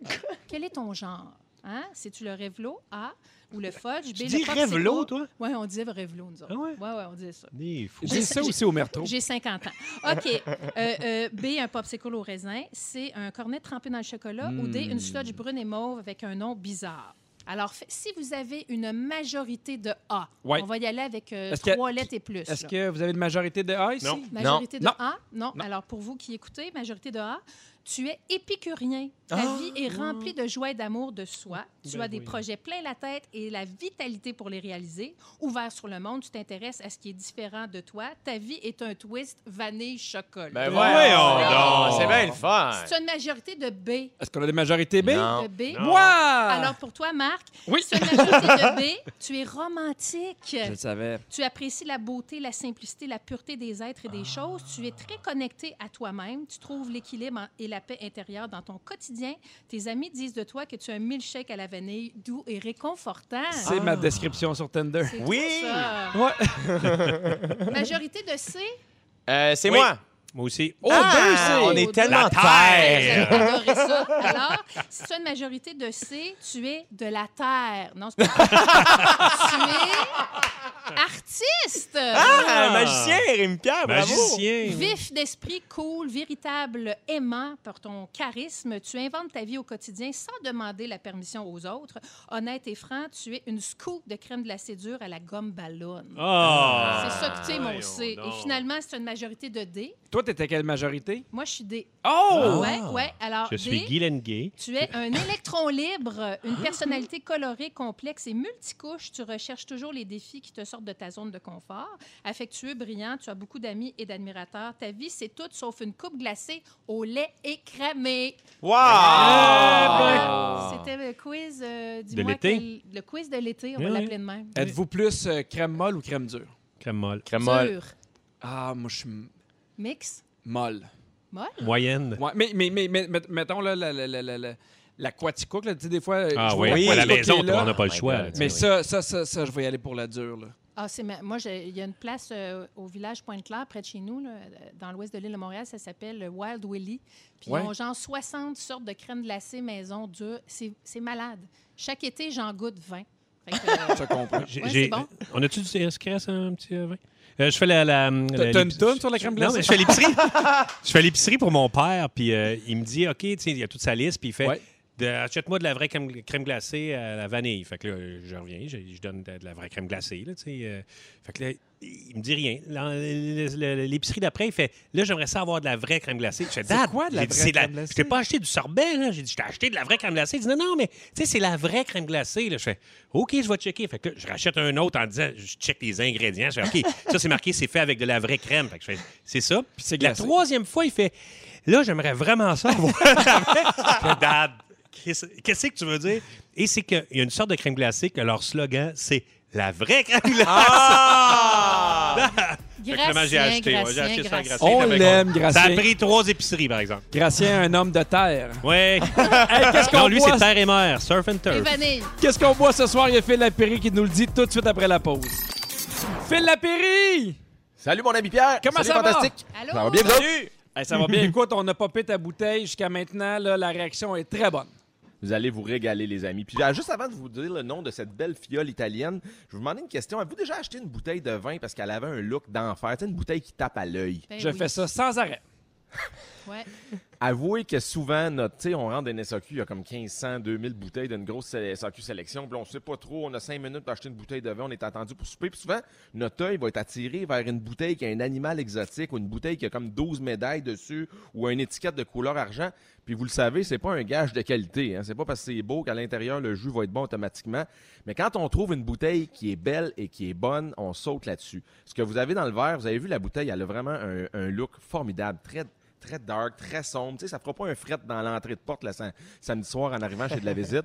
[SPEAKER 3] Quel est ton genre? Hein? C'est-tu le Revlo, A, ou le Fudge, B,
[SPEAKER 4] Tu
[SPEAKER 3] le
[SPEAKER 4] dis
[SPEAKER 3] popsicle?
[SPEAKER 4] rêve-l'eau, toi?
[SPEAKER 3] Oui, on disait Revlo, nous autres.
[SPEAKER 4] Ah ouais?
[SPEAKER 3] Ouais, ouais, on disait ça.
[SPEAKER 4] Des fous.
[SPEAKER 1] J'ai ça aussi au merto.
[SPEAKER 3] J'ai 50 ans. OK. Euh, euh, B, un popsicle au raisin. C, un cornet trempé dans le chocolat. Ou D, une sludge brune et mauve avec un nom bizarre. Alors, fa- si vous avez une majorité de A,
[SPEAKER 1] Ouais.
[SPEAKER 3] on va y aller avec euh,
[SPEAKER 1] Est-ce que-
[SPEAKER 3] trois lettres et plus.
[SPEAKER 1] Est-ce
[SPEAKER 3] là.
[SPEAKER 1] que vous avez une majorité de A ici?
[SPEAKER 4] Non.
[SPEAKER 3] Majorité de
[SPEAKER 1] Non.
[SPEAKER 3] A? Non.
[SPEAKER 1] Non.
[SPEAKER 3] Alors, pour vous qui écoutez, majorité de A, tu es épicurien. Ta vie est remplie de joie et d'amour de soi. Tu as des projets plein la tête et la vitalité pour les réaliser. Ouvert sur le monde, tu t'intéresses à ce qui est différent de toi. Ta vie est un twist vanille chocolat.
[SPEAKER 2] Ben
[SPEAKER 4] Voyons
[SPEAKER 2] Non,
[SPEAKER 4] donc.
[SPEAKER 2] C'est bien le fun.
[SPEAKER 3] C'est une majorité de B.
[SPEAKER 1] Est-ce qu'on a des majorités B?
[SPEAKER 2] Non.
[SPEAKER 3] De B.
[SPEAKER 1] Moi!
[SPEAKER 3] Alors, pour toi, Marc,
[SPEAKER 1] Oui.
[SPEAKER 3] c'est une majorité de B. Tu es romantique.
[SPEAKER 1] Je le savais.
[SPEAKER 3] Tu apprécies la beauté, la simplicité, la pureté des êtres et
[SPEAKER 2] Ah.
[SPEAKER 3] des choses. Tu es très connecté à toi-même. Tu trouves l'équilibre en- et la paix intérieure dans ton quotidien. Tes amis disent de toi que tu as un milkshake à la vanille doux et réconfortant.
[SPEAKER 1] C'est ma description sur Tinder.
[SPEAKER 3] C'est
[SPEAKER 2] Oui.
[SPEAKER 3] tout ça.
[SPEAKER 1] Ouais.
[SPEAKER 3] Majorité de C.
[SPEAKER 2] Euh, c'est
[SPEAKER 4] Oui.
[SPEAKER 2] moi.
[SPEAKER 4] Moi aussi.
[SPEAKER 1] Oh,
[SPEAKER 2] Ah,
[SPEAKER 1] deux,
[SPEAKER 2] on
[SPEAKER 1] c'est-
[SPEAKER 2] est tellement
[SPEAKER 4] La
[SPEAKER 3] Vous
[SPEAKER 2] terre.
[SPEAKER 4] terre.
[SPEAKER 3] allez adorer ça. Alors, si tu as une majorité de C, tu es de la terre. Non, c'est pas ça. tu es artiste.
[SPEAKER 2] Ah, magicien, Rémi Pierre, bravo.
[SPEAKER 4] Magicien.
[SPEAKER 3] Vif d'esprit, cool, véritable, aimant par ton charisme, tu inventes ta vie au quotidien sans demander la permission aux autres. Honnête et franc, tu es une scoop de crème glacée dure à la gomme ballon.
[SPEAKER 4] Ah.
[SPEAKER 3] C'est ça que tu es, mon
[SPEAKER 4] voyons
[SPEAKER 3] C. Et
[SPEAKER 4] donc.
[SPEAKER 3] finalement, c'est une majorité de D.
[SPEAKER 1] Toi, t'étais quelle majorité?
[SPEAKER 3] Moi, je suis D.
[SPEAKER 1] Oh!
[SPEAKER 3] Ah Ouais, ouais. Alors,
[SPEAKER 4] Ah. Je suis
[SPEAKER 3] D,
[SPEAKER 4] Guylaine Gay.
[SPEAKER 3] tu es un électron libre, une personnalité colorée, complexe et multicouche. Tu recherches toujours les défis qui te sorte de ta zone de confort. Affectueux, brillant, tu as beaucoup d'amis et d'admirateurs. Ta vie, c'est tout sauf une coupe glacée au lait écrémé.
[SPEAKER 2] Wow!
[SPEAKER 3] Voilà. C'était le quiz euh, du
[SPEAKER 4] De
[SPEAKER 3] mois
[SPEAKER 4] l'été?
[SPEAKER 3] que- Le quiz de l'été, on
[SPEAKER 4] Oui,
[SPEAKER 3] va
[SPEAKER 4] oui.
[SPEAKER 3] l'appeler de même.
[SPEAKER 1] Êtes-vous plus euh, crème molle ou crème dure?
[SPEAKER 4] Crème molle.
[SPEAKER 2] Crème molle.
[SPEAKER 3] Dur.
[SPEAKER 1] Ah, moi, je suis m-
[SPEAKER 3] Mix.
[SPEAKER 1] molle.
[SPEAKER 3] Molle.
[SPEAKER 4] Moyenne.
[SPEAKER 1] Ouais, mais, mais, mais, mais- met- mettons, là, la, la, la, la, la, la Quaticook, là, tu sais, des fois...
[SPEAKER 4] Ah
[SPEAKER 1] je vois
[SPEAKER 4] oui,
[SPEAKER 1] la
[SPEAKER 4] à la
[SPEAKER 1] Quaticook qui
[SPEAKER 4] maison,
[SPEAKER 1] est là.
[SPEAKER 4] on n'a pas le
[SPEAKER 2] Oh my
[SPEAKER 4] choix.
[SPEAKER 2] God.
[SPEAKER 4] là, tu
[SPEAKER 1] Mais
[SPEAKER 4] sais.
[SPEAKER 1] ça, ça, ça, ça, je vais y aller pour la dure, là.
[SPEAKER 3] Ah, c'est ma- Moi, j'ai- il y a une place euh, au village Pointe-Claire, près de chez nous, là, euh, dans l'ouest de l'île de Montréal. Ça s'appelle euh, Wild Willy. Puis
[SPEAKER 1] Ouais.
[SPEAKER 3] ils ont genre 60 sortes de crème glacée maison dure. C'est c'est malade. Chaque été, j'en goûte 20. Fait que, euh,
[SPEAKER 1] Je comprends.
[SPEAKER 4] J'ai-
[SPEAKER 3] Ouais,
[SPEAKER 4] j'ai- euh,
[SPEAKER 3] c'est bon.
[SPEAKER 4] On a-tu du CSKS, un petit euh, vin? Euh, je fais la.
[SPEAKER 1] T'as
[SPEAKER 4] la, la-
[SPEAKER 1] une
[SPEAKER 4] l'épicerie-
[SPEAKER 1] toune sur la crème glacée?
[SPEAKER 4] Non, mais je fais l'épicerie. je fais l'épicerie pour mon père, puis euh, il me dit OK, tu sais, il y a toute sa liste, puis il fait.
[SPEAKER 1] Ouais.
[SPEAKER 4] de- Achète-moi de la vraie crème, crème glacée à la vanille. Fait que là, je reviens, je, je donne de, de la vraie crème glacée. Là, tu sais, euh, fait que là, il me dit rien. Là, le- le- le- L'épicerie d'après, il fait Là, j'aimerais ça avoir de la vraie crème glacée. Je fais Dad,
[SPEAKER 1] quoi, de la
[SPEAKER 4] j'ai dit,
[SPEAKER 1] vraie
[SPEAKER 4] C'est
[SPEAKER 1] crème glacée?
[SPEAKER 4] Je t'ai pas acheté du sorbet. là. J'ai dit Je t'ai acheté de la vraie crème glacée. Il dit Non, non, mais tu sais, c'est la vraie crème glacée. Là. Je fais OK, je vais checker. Fait que là, je rachète un autre en disant Je check les ingrédients. Je fais OK, ça, c'est marqué, c'est fait avec de la vraie crème. Fait que je fais C'est ça. Puis
[SPEAKER 1] c'est
[SPEAKER 4] la
[SPEAKER 1] glacé.
[SPEAKER 4] troisième fois, il fait Là, j'aimerais vraiment ça avoir de la vraie. Je fais, Dad, qu'est-ce qu'est-ce que tu veux dire? Et c'est qu'il y a une sorte de crème glacée que leur slogan, c'est la vraie crème glacée.
[SPEAKER 3] Gracien,
[SPEAKER 4] j'ai acheté, ouais, j'ai
[SPEAKER 3] Gracien,
[SPEAKER 4] acheté ça à
[SPEAKER 3] Gracien.
[SPEAKER 4] Gracien.
[SPEAKER 1] On
[SPEAKER 4] avec-
[SPEAKER 1] l'aime,
[SPEAKER 4] Ça a
[SPEAKER 1] Gracien.
[SPEAKER 4] pris trois épiceries, par exemple.
[SPEAKER 1] Gracien, un homme de terre.
[SPEAKER 4] Ouais.
[SPEAKER 1] qu'est-ce qu'on
[SPEAKER 4] non, lui,
[SPEAKER 1] boit?
[SPEAKER 4] c'est terre et mer, surf and turf.
[SPEAKER 3] Et vanille.
[SPEAKER 1] Qu'est-ce qu'on boit ce soir? Il y a Phil Lapéry qui nous le dit tout de suite après la pause. Phil Lapéry!
[SPEAKER 8] Salut mon ami Pierre.
[SPEAKER 1] Comment
[SPEAKER 8] Salut,
[SPEAKER 1] ça va?
[SPEAKER 8] fantastique.
[SPEAKER 3] Allô?
[SPEAKER 8] Ça va bien, vous autres?
[SPEAKER 1] Hey, ça va bien. Écoute, on a popé ta bouteille jusqu'à maintenant. Là, la réaction est très bonne.
[SPEAKER 8] Vous allez vous régaler, les amis. Puis ah, juste avant de vous dire le nom de cette belle fiole italienne, je vous demandais une question. Avez-vous déjà acheté une bouteille de vin parce qu'elle avait un look d'enfer? Tu sais, une bouteille qui tape à l'œil.
[SPEAKER 3] Ben
[SPEAKER 1] Je
[SPEAKER 3] oui.
[SPEAKER 1] fais ça sans arrêt.
[SPEAKER 3] Ouais.
[SPEAKER 8] Avouez que souvent, notre, tu sais, on rentre dans SAQ, il y a comme 1500, 2000 bouteilles d'une grosse sé- SAQ sélection. Puis là, on sait pas trop, on a 5 minutes pour acheter une bouteille de vin, on est attendu pour souper. Puis souvent, notre œil va être attiré vers une bouteille qui a un animal exotique ou une bouteille qui a comme 12 médailles dessus ou une étiquette de couleur argent. Puis vous le savez, c'est pas un gage de qualité. Hein? C'est pas parce que c'est beau qu'à l'intérieur, le jus va être bon automatiquement. Mais quand on trouve une bouteille qui est belle et qui est bonne, on saute là-dessus. Ce que vous avez dans le verre, vous avez vu la bouteille, elle a vraiment un, un look formidable, très très dark, très sombre. Tu sais, ça fera pas un fret dans l'entrée de porte là, sam- samedi soir en arrivant chez de la visite.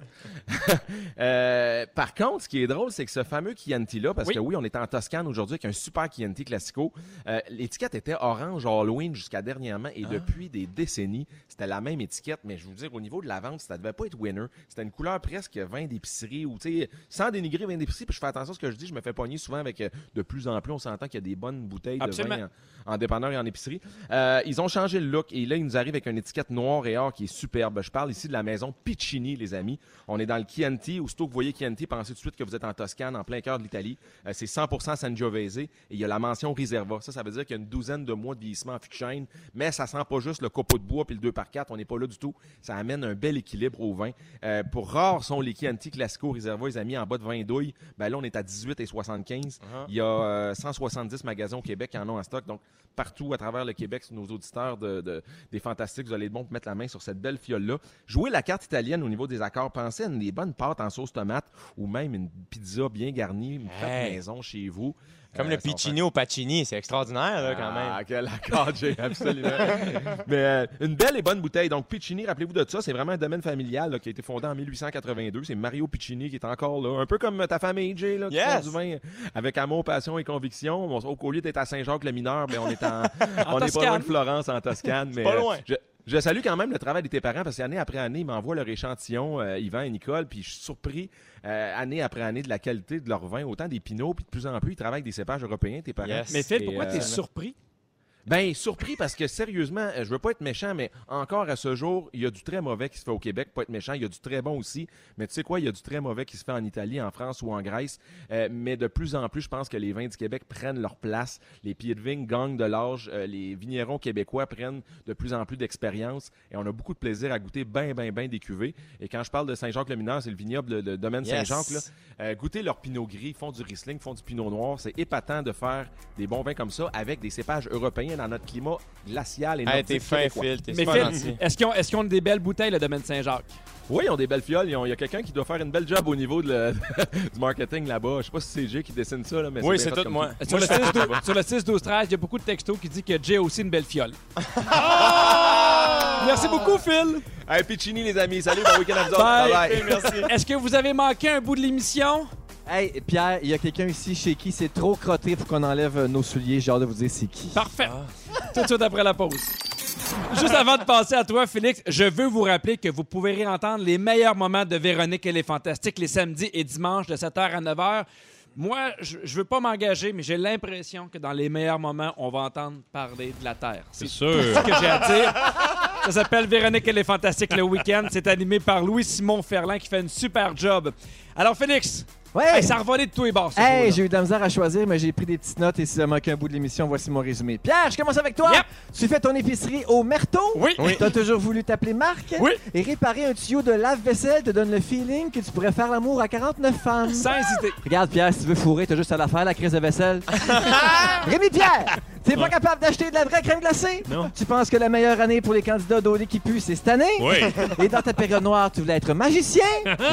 [SPEAKER 8] Euh, par contre, ce qui est drôle, c'est que ce fameux Chianti-là, parce
[SPEAKER 1] Oui.
[SPEAKER 8] que oui, on est en Toscane aujourd'hui avec un super Chianti Classico, euh, l'étiquette était orange Halloween jusqu'à dernièrement et depuis des décennies, c'était la même étiquette, mais je vous dire, au niveau de la vente, ça devait pas être winner. C'était une couleur presque vin d'épicerie ou, tu sais, sans dénigrer vin d'épicerie, puis je fais attention à ce que je dis, je me fais pogner souvent avec euh, de plus en plus, on s'entend qu'il y a des bonnes bouteilles de
[SPEAKER 1] Absolument.
[SPEAKER 8] vin en- en dépanneur et en épicerie. Euh, ils ont changé le look et là, ils nous arrivent avec une étiquette noire et or qui est superbe. Je parle ici de la maison Piccini, les amis. On est dans le Chianti. Aussitôt que vous voyez Chianti, pensez tout de suite que vous êtes en Toscane, en plein cœur de l'Italie. Euh, c'est 100% Sangiovese et il y a la mention Riserva. Ça, ça veut dire qu'il y a une douzaine de mois de vieillissement en fiction, mais ça sent pas juste le copeau de bois puis le 2x4. On n'est pas là du tout. Ça amène un bel équilibre au vin. Euh, pour rares sont les Chianti Classico Riserva, les amis, en bas de 20 douilles. Ben là, on est à 18 et 75.
[SPEAKER 2] Uh-huh.
[SPEAKER 8] Il y a euh, 170 magasins au Québec qui en ont en stock. Donc, partout à travers le Québec, nos auditeurs de, de- des Fantastiques, vous allez être bons pour mettre la main sur cette belle fiole-là. Jouez la carte italienne au niveau des accords. Pensez à une- des bonnes pâtes en sauce tomate ou même une pizza bien garnie, une pâte
[SPEAKER 2] Hey.
[SPEAKER 8] maison chez vous.
[SPEAKER 2] Comme
[SPEAKER 8] Euh,
[SPEAKER 2] le
[SPEAKER 8] ça va
[SPEAKER 2] Piccini au Pacini, c'est extraordinaire, là, quand même.
[SPEAKER 8] ah, quel accord, Jay, absolument. Mais euh, une belle et bonne bouteille. Donc, Piccini, rappelez-vous de ça, c'est vraiment un domaine familial là, qui a été fondé en 1882. C'est Mario Piccini qui est encore là, un peu comme ta famille, Jay, là, qui
[SPEAKER 2] Yes!
[SPEAKER 8] font du vin avec amour, passion et conviction. On- au, au lieu d'être à Saint-Jacques-le-Mineur, ben, on est en, on est pas loin
[SPEAKER 1] Toscane.
[SPEAKER 8] de Florence, en Toscane. mais,
[SPEAKER 2] pas
[SPEAKER 8] euh,
[SPEAKER 2] loin.
[SPEAKER 8] je, je salue quand même le travail de tes parents parce qu'année après année, ils m'envoient leur échantillon, euh, Yvan et Nicole, puis je suis surpris euh, année après année de la qualité de leur vin, autant des pinots, puis de plus en plus, ils travaillent avec des cépages européens, tes parents.
[SPEAKER 2] Yes.
[SPEAKER 1] Ah, Mais Phil,
[SPEAKER 8] Et,
[SPEAKER 1] pourquoi
[SPEAKER 8] euh,
[SPEAKER 1] t'es surpris?
[SPEAKER 8] Ben, surpris parce que sérieusement, euh, je veux pas être méchant, mais encore à ce jour, il y a du très mauvais qui se fait au Québec, pas être méchant, il y a du très bon aussi, mais tu sais quoi, il y a du très mauvais qui se fait en Italie, en France ou en Grèce, Euh, mais de plus en plus, je pense que les vins du Québec prennent leur place, les pieds de vigne gagnent de l'âge, Euh, les vignerons québécois prennent de plus en plus d'expérience et on a beaucoup de plaisir à goûter ben, ben, ben des cuvées. Et quand je parle de Saint-Jacques-le-Mineur, c'est le vignoble, le, le domaine
[SPEAKER 2] Yes.
[SPEAKER 8] Saint-Jacques, là. Euh, goûter leur pinot gris, ils font du Riesling, ils font du pinot noir. C'est épatant de faire des bons vins comme ça avec des cépages européens dans notre climat glacial et
[SPEAKER 2] Hey,
[SPEAKER 8] nordique
[SPEAKER 2] Ah, t'es fin,
[SPEAKER 8] québécois.
[SPEAKER 2] Phil, t'es
[SPEAKER 1] Mais
[SPEAKER 2] super
[SPEAKER 1] Phil,
[SPEAKER 2] gentil.
[SPEAKER 1] est-ce qu'ils ont, est-ce qu'ils ont des belles bouteilles, le domaine Saint-Jacques?
[SPEAKER 8] Oui, ils ont des belles fioles. Ils ont- Il y a quelqu'un qui doit faire une belle job au niveau de le- du marketing là-bas. Je sais pas si c'est Jay qui dessine ça, là, mais
[SPEAKER 2] Oui,
[SPEAKER 8] bien
[SPEAKER 2] c'est
[SPEAKER 8] fait
[SPEAKER 2] tout
[SPEAKER 8] comme
[SPEAKER 2] moi.
[SPEAKER 1] Sur le 6, 12, sur le 6, 12, 13, il y a beaucoup de textos qui disent que Jay a aussi une belle fiole. Merci beaucoup, Phil.
[SPEAKER 8] tout. Hey, Piccini, les amis. Salut, bon week-end à vous autres.
[SPEAKER 1] Bye.
[SPEAKER 8] Bye-bye.
[SPEAKER 1] Est-ce que vous avez manqué un bout de l'émission?
[SPEAKER 9] Hey, Pierre, il y a quelqu'un ici chez qui c'est trop crotté pour qu'on enlève euh, nos souliers. J'ai hâte de vous dire c'est qui.
[SPEAKER 1] Parfait. Tout de suite après la pause. Juste avant de passer à toi, Félix, je veux vous rappeler que vous pouvez réentendre les meilleurs moments de Véronique et les Fantastiques les samedis et dimanches de 7h à 9h. Moi, je ne veux pas m'engager, mais j'ai l'impression que dans les meilleurs moments, on va entendre parler de la Terre. C'est
[SPEAKER 4] sûr.
[SPEAKER 1] ce que j'ai à dire. Ça s'appelle Véronique et les Fantastiques le week-end. C'est animé par Louis-Simon Ferland qui fait une super job. Alors, Félix,
[SPEAKER 9] Ouais!
[SPEAKER 1] hey, ça a revolé de tous les bords. ce show-là.
[SPEAKER 9] Hey, j'ai eu de la misère à choisir, mais j'ai pris des petites notes et si ça manque un bout de l'émission, voici mon résumé. Pierre, je commence avec toi.
[SPEAKER 1] Yep.
[SPEAKER 9] Tu fais ton épicerie au Merto.
[SPEAKER 1] Oui. Oui.
[SPEAKER 9] T'as toujours voulu t'appeler Marc.
[SPEAKER 1] Oui.
[SPEAKER 9] Et réparer un tuyau de lave-vaisselle te donne le feeling que tu pourrais faire l'amour à 49 femmes.
[SPEAKER 1] Sans hésiter.
[SPEAKER 9] Regarde, Pierre, si tu veux fourrer, t'as juste à la faire, la crise de vaisselle. Rémi Pierre, t'es pas capable d'acheter de la vraie crème glacée?
[SPEAKER 4] Non.
[SPEAKER 9] Tu penses que la meilleure année pour les candidats d'eau qui pue, c'est cette année?
[SPEAKER 4] Oui.
[SPEAKER 9] Et dans ta période noire, tu voulais être magicien,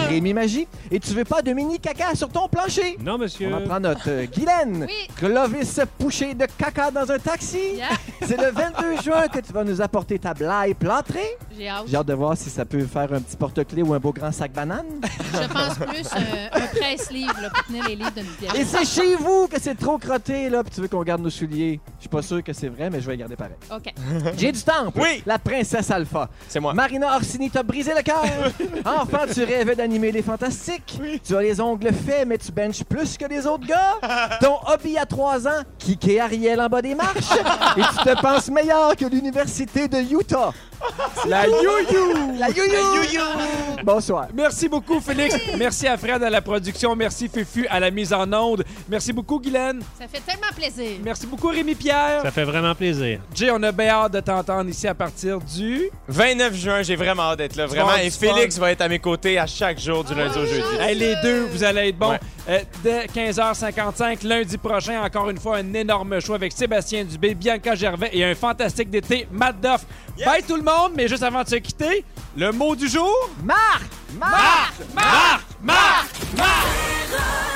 [SPEAKER 9] Rémi Magie, et tu veux pas de mini caca sur ton plancher.
[SPEAKER 4] Non, monsieur.
[SPEAKER 9] On en prend notre euh, Guylaine.
[SPEAKER 3] Oui.
[SPEAKER 9] Clovis Pouché de caca dans un taxi.
[SPEAKER 3] Yeah.
[SPEAKER 9] C'est le 22 juin que tu vas nous apporter ta blague plâtrée.
[SPEAKER 3] J'ai hâte.
[SPEAKER 9] J'ai hâte de voir si ça peut faire un petit porte-clés ou un beau grand sac banane.
[SPEAKER 3] Je pense plus euh, un presse-livre là, pour tenir les livres d'une bière.
[SPEAKER 9] Et c'est chez vous que c'est trop crotté, là, puis tu veux qu'on garde nos souliers. Je suis pas sûr que c'est vrai, mais je vais les garder pareil.
[SPEAKER 3] OK.
[SPEAKER 9] J'ai du temple.
[SPEAKER 2] Oui.
[SPEAKER 9] La princesse Alpha.
[SPEAKER 2] C'est moi.
[SPEAKER 9] Marina Orsini t'a brisé le cœur. Enfant, tu rêvais d'animer les fantastiques. Tu as les ongles faits, mais tu benches plus que les autres gars. Ton hobby à 3 ans, kicker Ariel en bas des marches. Et tu te penses meilleur que l'université de Utah. La you-you. La you-you. Bonsoir.
[SPEAKER 1] Merci beaucoup, Félix. Merci à Fred à la production. Merci, Fufu, à la mise en onde. Merci beaucoup, Guylaine.
[SPEAKER 3] Ça fait tellement plaisir.
[SPEAKER 1] Merci beaucoup, Rémi-Pierre.
[SPEAKER 4] Ça fait vraiment plaisir.
[SPEAKER 1] Jay, on a bien hâte de t'entendre ici à partir du...
[SPEAKER 2] 29 juin, j'ai vraiment hâte d'être là,
[SPEAKER 1] Tu
[SPEAKER 2] vraiment.
[SPEAKER 1] vas avoir
[SPEAKER 2] Et
[SPEAKER 1] du fun.
[SPEAKER 2] Félix va être à mes côtés à chaque jour du lundi au jeudi.
[SPEAKER 1] Hey, les deux, vous allez être bons.
[SPEAKER 2] Ouais.
[SPEAKER 1] Euh, dès 15h55, lundi prochain, encore une fois, un énorme show avec Sébastien Dubé, Bianca Gervais et un fantastique d'été, Matt Doff. Bye tout le monde, mais juste avant de se quitter, le mot du jour...
[SPEAKER 9] Marc. Marc.
[SPEAKER 1] Marc! Marc! Marc!